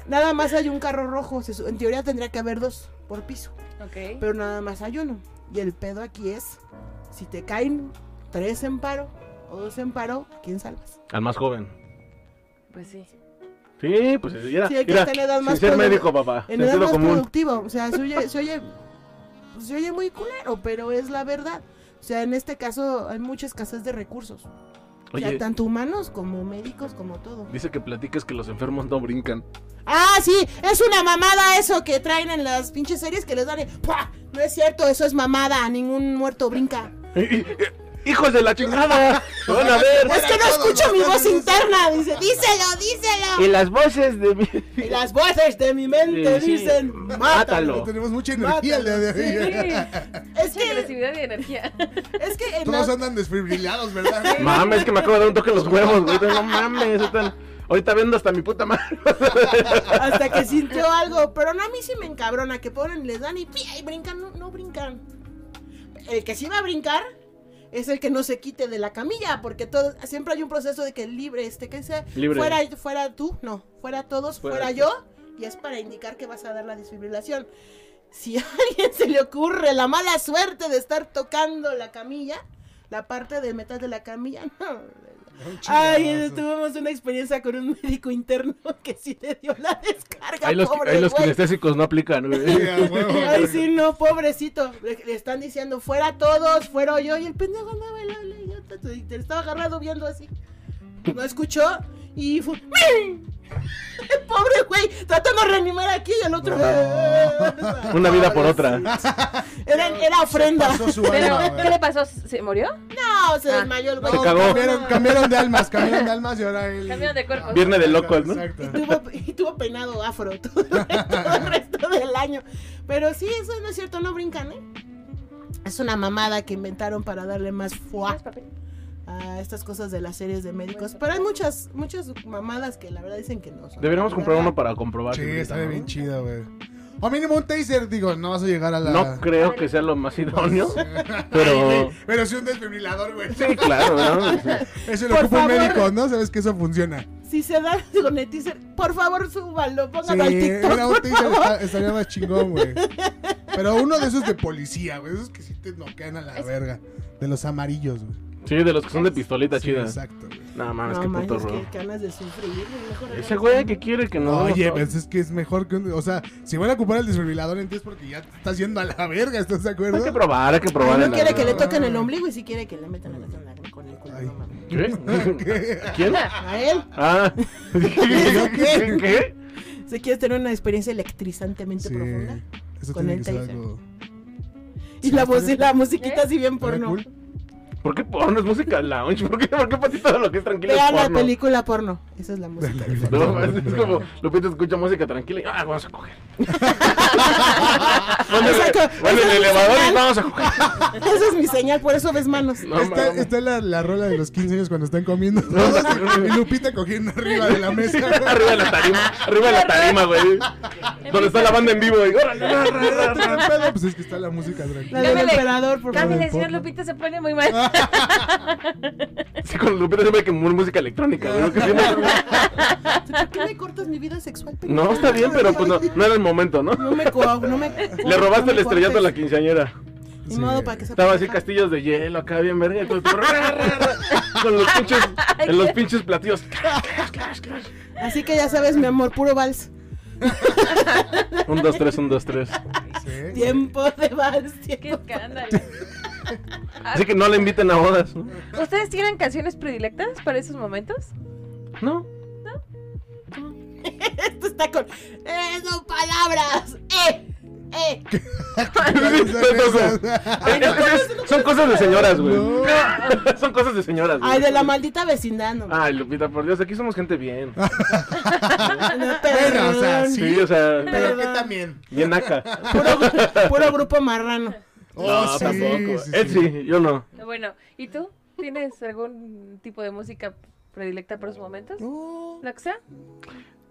[SPEAKER 1] nada más hay un carro rojo. se su- En teoría tendría que haber dos por piso,
[SPEAKER 3] Ok.
[SPEAKER 1] pero nada más hay uno. Y el pedo aquí es, si te caen tres en paro o dos en paro, ¿a quién salvas?
[SPEAKER 2] Al más joven.
[SPEAKER 3] Pues sí.
[SPEAKER 2] Sí, pues era.
[SPEAKER 1] Sí, hay que
[SPEAKER 2] era,
[SPEAKER 1] estar en edad
[SPEAKER 2] sin
[SPEAKER 1] más
[SPEAKER 2] ser
[SPEAKER 1] produ-
[SPEAKER 2] médico, papá.
[SPEAKER 1] En edad
[SPEAKER 2] Sentido
[SPEAKER 1] más
[SPEAKER 2] común.
[SPEAKER 1] productivo. O sea, se
[SPEAKER 2] *laughs*
[SPEAKER 1] oye, se oye, se oye muy culero, pero es la verdad. O sea, en este caso hay mucha escasez de recursos. O sea,
[SPEAKER 2] Oye,
[SPEAKER 1] tanto humanos como médicos, como todo.
[SPEAKER 2] dice que platiques que los enfermos no *laughs* brincan.
[SPEAKER 1] Ah, sí, es una mamada eso que traen en las pinches series que les dan. el ¡pua! No es cierto, eso es mamada. Ningún muerto brinca.
[SPEAKER 2] ¡Hijos de la chingada!
[SPEAKER 1] *laughs*
[SPEAKER 2] Van a ver.
[SPEAKER 1] Es que no escucho mi voz interna. Dice, díselo, díselo.
[SPEAKER 2] Y las voces de mi.
[SPEAKER 1] Y las voces de mi mente
[SPEAKER 2] Sí, sí.
[SPEAKER 1] dicen,
[SPEAKER 2] Mátalo.
[SPEAKER 1] mátalo.
[SPEAKER 4] No tenemos mucha energía el día de
[SPEAKER 3] Sí.
[SPEAKER 4] hoy.
[SPEAKER 1] Es
[SPEAKER 3] Mucha
[SPEAKER 1] que,
[SPEAKER 3] agresividad y energía.
[SPEAKER 1] es que en
[SPEAKER 4] *laughs* Todos
[SPEAKER 1] la-
[SPEAKER 4] andan desfibrilados, ¿verdad?
[SPEAKER 2] Mames, es que me acabo de dar un toque en los huevos, güey. No mames, están... ahorita vendo hasta mi puta madre. *laughs*
[SPEAKER 1] hasta que sintió algo. Pero no, a mí sí me encabrona que ponen, les dan y, ¡pia! y brincan, no, no brincan. El que sí va a brincar es el que no se quite de la camilla, porque todo, siempre hay un proceso de que libre, este, que sea,
[SPEAKER 2] Libre.
[SPEAKER 1] Fuera, fuera tú, no, fuera todos,
[SPEAKER 2] Fuera
[SPEAKER 1] fuera,
[SPEAKER 2] tú.
[SPEAKER 1] yo, y es para indicar que vas a dar la desfibrilación. Si a alguien se le ocurre la mala suerte de estar tocando la camilla, la parte de metal de la camilla, no,
[SPEAKER 4] Un
[SPEAKER 1] Ay,
[SPEAKER 4] chingazo.
[SPEAKER 1] tuvimos una experiencia con un médico interno *laughs* que sí le dio la descarga,
[SPEAKER 2] *laughs* Ahí los,
[SPEAKER 1] pobre
[SPEAKER 2] ahí los
[SPEAKER 1] güey.
[SPEAKER 2] kinestésicos no aplican, *laughs*
[SPEAKER 4] Sí,
[SPEAKER 2] güey.
[SPEAKER 4] a huevo.
[SPEAKER 1] Ay, sí, no, pobrecito. Le, le están diciendo, fuera todos, fuera yo. Y el pendejo andaba y le- le- yo te- te estaba agarrado viendo así. No escuchó y *laughs* fue... ¡Ming! El pobre güey, tratando de reanimar aquí y el otro... *laughs*
[SPEAKER 2] Una vida por otra.
[SPEAKER 1] Era, era ofrenda.
[SPEAKER 4] Pasó su
[SPEAKER 3] Pero,
[SPEAKER 4] alma,
[SPEAKER 3] ¿qué
[SPEAKER 4] güey.
[SPEAKER 3] le pasó? ¿Se murió?
[SPEAKER 1] *laughs* No, se
[SPEAKER 3] Ah.
[SPEAKER 1] desmayó el güey.
[SPEAKER 2] Se cagó.
[SPEAKER 4] Cambiaron, cambiaron de almas, cambiaron de almas y ahora él.
[SPEAKER 3] Cambiaron de cuerpo.
[SPEAKER 2] Viernes de locos, ¿no?
[SPEAKER 1] Y
[SPEAKER 4] Exacto.
[SPEAKER 1] tuvo, *laughs* y tuvo peinado afro *laughs* todo el, resto, todo el resto del año. Pero sí, eso no es cierto, no brincan, ¿eh? Es una mamada que inventaron para darle más
[SPEAKER 2] Ah,
[SPEAKER 1] fuá
[SPEAKER 3] ¿Tienes papel?
[SPEAKER 1] a estas cosas de las series de médicos. Pero hay muchas, muchas mamadas que la verdad dicen que no son.
[SPEAKER 2] Deberíamos comprar uno para comprobar.
[SPEAKER 4] Sí,
[SPEAKER 2] que
[SPEAKER 4] está
[SPEAKER 2] brincan,
[SPEAKER 4] bien
[SPEAKER 2] ¿no?
[SPEAKER 4] chido, güey. O mínimo un taser, digo, no vas a llegar a la.
[SPEAKER 2] No creo que sea lo más idóneo, *laughs* pero.
[SPEAKER 4] Pero sí un desfibrilador, güey.
[SPEAKER 2] Sí, claro, ¿no?
[SPEAKER 4] Eso *laughs*
[SPEAKER 1] Por
[SPEAKER 4] lo ocupa un
[SPEAKER 1] favor.
[SPEAKER 4] médico, ¿no? Sabes que eso funciona.
[SPEAKER 1] Sí, si se dan *laughs* con el teaser, por favor súbanlo,
[SPEAKER 4] Sí,
[SPEAKER 1] pónganlo al TikTok.
[SPEAKER 4] era un teaser, está- estaría más chingón, güey. Pero uno de esos de policía, güey. Esos que sí te noquean a la
[SPEAKER 3] Es-
[SPEAKER 4] verga. De los amarillos, güey.
[SPEAKER 2] Sí, de los que son de pistolita
[SPEAKER 4] Sí,
[SPEAKER 2] chida.
[SPEAKER 4] Exacto, güey.
[SPEAKER 2] No mames,
[SPEAKER 1] no
[SPEAKER 2] qué
[SPEAKER 1] manches,
[SPEAKER 2] puto
[SPEAKER 1] qué
[SPEAKER 2] robo.
[SPEAKER 1] ganas de sufrir. güey, mejor
[SPEAKER 2] Ese
[SPEAKER 1] agarra-
[SPEAKER 2] güey que quiere que no.
[SPEAKER 4] Oye, pues es que es mejor que un. O sea, si van a ocupar el desfibrilador en ti es porque ya te estás yendo a la verga, ¿estás de
[SPEAKER 2] Hay
[SPEAKER 4] acuerdo?
[SPEAKER 2] que probar, hay que probar.
[SPEAKER 1] Ay,
[SPEAKER 2] en
[SPEAKER 1] no
[SPEAKER 2] la-
[SPEAKER 1] quiere que le toquen el ombligo y si quiere que le metan la lata con el culo.
[SPEAKER 4] Ay.
[SPEAKER 1] no mames.
[SPEAKER 2] ¿Qué?
[SPEAKER 4] *laughs* ¿Qué?
[SPEAKER 2] ¿Quién?
[SPEAKER 1] A él,
[SPEAKER 4] *laughs*
[SPEAKER 2] Ah. ¿Qué? ¿Qué?
[SPEAKER 1] si quieres tener una experiencia electrizantemente
[SPEAKER 4] Sí.
[SPEAKER 1] profunda.
[SPEAKER 4] Eso
[SPEAKER 1] Con
[SPEAKER 4] tiene
[SPEAKER 1] el
[SPEAKER 4] que ser
[SPEAKER 1] taser.
[SPEAKER 4] algo.
[SPEAKER 1] Y la voz y la musiquita
[SPEAKER 3] ¿Qué?
[SPEAKER 2] ¿Eh?
[SPEAKER 1] así bien
[SPEAKER 4] ¿Era
[SPEAKER 1] porno.
[SPEAKER 4] cool?
[SPEAKER 2] ¿Por qué porno es música lounge? ¿Por qué, por qué para ti todo lo que es tranquilo es
[SPEAKER 1] Vean la
[SPEAKER 2] porno?
[SPEAKER 1] película porno. Esa es la música. de fondo.
[SPEAKER 2] No, pues es es como Lupita escucha música tranquila y ah, vamos a coger. Bueno,
[SPEAKER 1] Esa co- esa
[SPEAKER 2] bueno, el
[SPEAKER 1] es mi
[SPEAKER 2] elevador y
[SPEAKER 1] señal.
[SPEAKER 2] vamos a coger.
[SPEAKER 1] Esa es mi señal, por eso ves manos.
[SPEAKER 2] No,
[SPEAKER 4] Está,
[SPEAKER 2] mames.
[SPEAKER 4] está la, la rola de los 15 años cuando están comiendo. *laughs*
[SPEAKER 2] no.
[SPEAKER 4] y Lupita cogiendo arriba de la
[SPEAKER 2] *laughs*
[SPEAKER 4] mesa.
[SPEAKER 2] arriba
[SPEAKER 4] *laughs*
[SPEAKER 2] de la tarima, arriba de la tarima, güey. Donde está la banda en vivo, y órale, ra, ra, ra, ra.
[SPEAKER 4] Pero, pero, pues es que está la música
[SPEAKER 1] La
[SPEAKER 4] tranquila.
[SPEAKER 1] del
[SPEAKER 3] Cámbiale.
[SPEAKER 1] emperador, por favor.
[SPEAKER 3] Cámbiale, señor Lupita, se pone muy mal.
[SPEAKER 2] Sí, con Lupita siempre hay que mu- música electrónica, güey. que sí, no-
[SPEAKER 1] ¿Por qué me cortas mi vida sexual? pendejo?
[SPEAKER 2] No, está bien, pero pues no, no era el momento, ¿no?
[SPEAKER 1] No me co- no me
[SPEAKER 2] Le robaste el estrellato a la
[SPEAKER 1] que.
[SPEAKER 2] quinceañera.
[SPEAKER 1] Ni
[SPEAKER 4] Sí.
[SPEAKER 1] modo para que se
[SPEAKER 2] Estaba así
[SPEAKER 1] pendeja.
[SPEAKER 2] castillos de hielo acá bien verga y todo el perro, ra, ra, ra, con los pinches en los pinches platillos.
[SPEAKER 1] Así que ya sabes, mi amor, puro vals.
[SPEAKER 2] Un, dos, tres, un, dos, tres.
[SPEAKER 4] Sí.
[SPEAKER 1] Tiempo de vals.
[SPEAKER 3] Qué
[SPEAKER 1] tiempo-
[SPEAKER 3] escándalo.
[SPEAKER 2] Así que no le inviten a bodas, ¿no?
[SPEAKER 3] ¿Ustedes tienen canciones predilectas para esos momentos?
[SPEAKER 4] *laughs*
[SPEAKER 2] No.
[SPEAKER 1] Esto está con. ¡Eh, son palabras! ¡Eh! ¡Eh!
[SPEAKER 2] *laughs*
[SPEAKER 1] *laughs*
[SPEAKER 2] Es- es- Son cosas de señoras, güey.
[SPEAKER 4] No.
[SPEAKER 2] Son cosas de señoras, güey.
[SPEAKER 1] Ay, de la maldita vecindad, no.
[SPEAKER 2] Ay, Lupita, por Dios, aquí somos gente bien.
[SPEAKER 1] No,
[SPEAKER 4] Bueno, o sea,
[SPEAKER 1] perdón.
[SPEAKER 4] Ah, sí.
[SPEAKER 2] Sí, o sea,
[SPEAKER 4] Pero que también.
[SPEAKER 2] bien
[SPEAKER 4] *laughs*
[SPEAKER 2] acá.
[SPEAKER 1] Puro, gru- puro grupo marrano.
[SPEAKER 4] Oh,
[SPEAKER 2] no,
[SPEAKER 4] sí,
[SPEAKER 2] tampoco.
[SPEAKER 4] sí,
[SPEAKER 2] Él
[SPEAKER 4] sí.
[SPEAKER 2] Eh, sí, yo no.
[SPEAKER 3] Bueno, ¿y tú? ¿Tienes algún tipo de música predilecta para esos momentos?
[SPEAKER 1] Oh.
[SPEAKER 4] No.
[SPEAKER 3] ¿Lo que sea?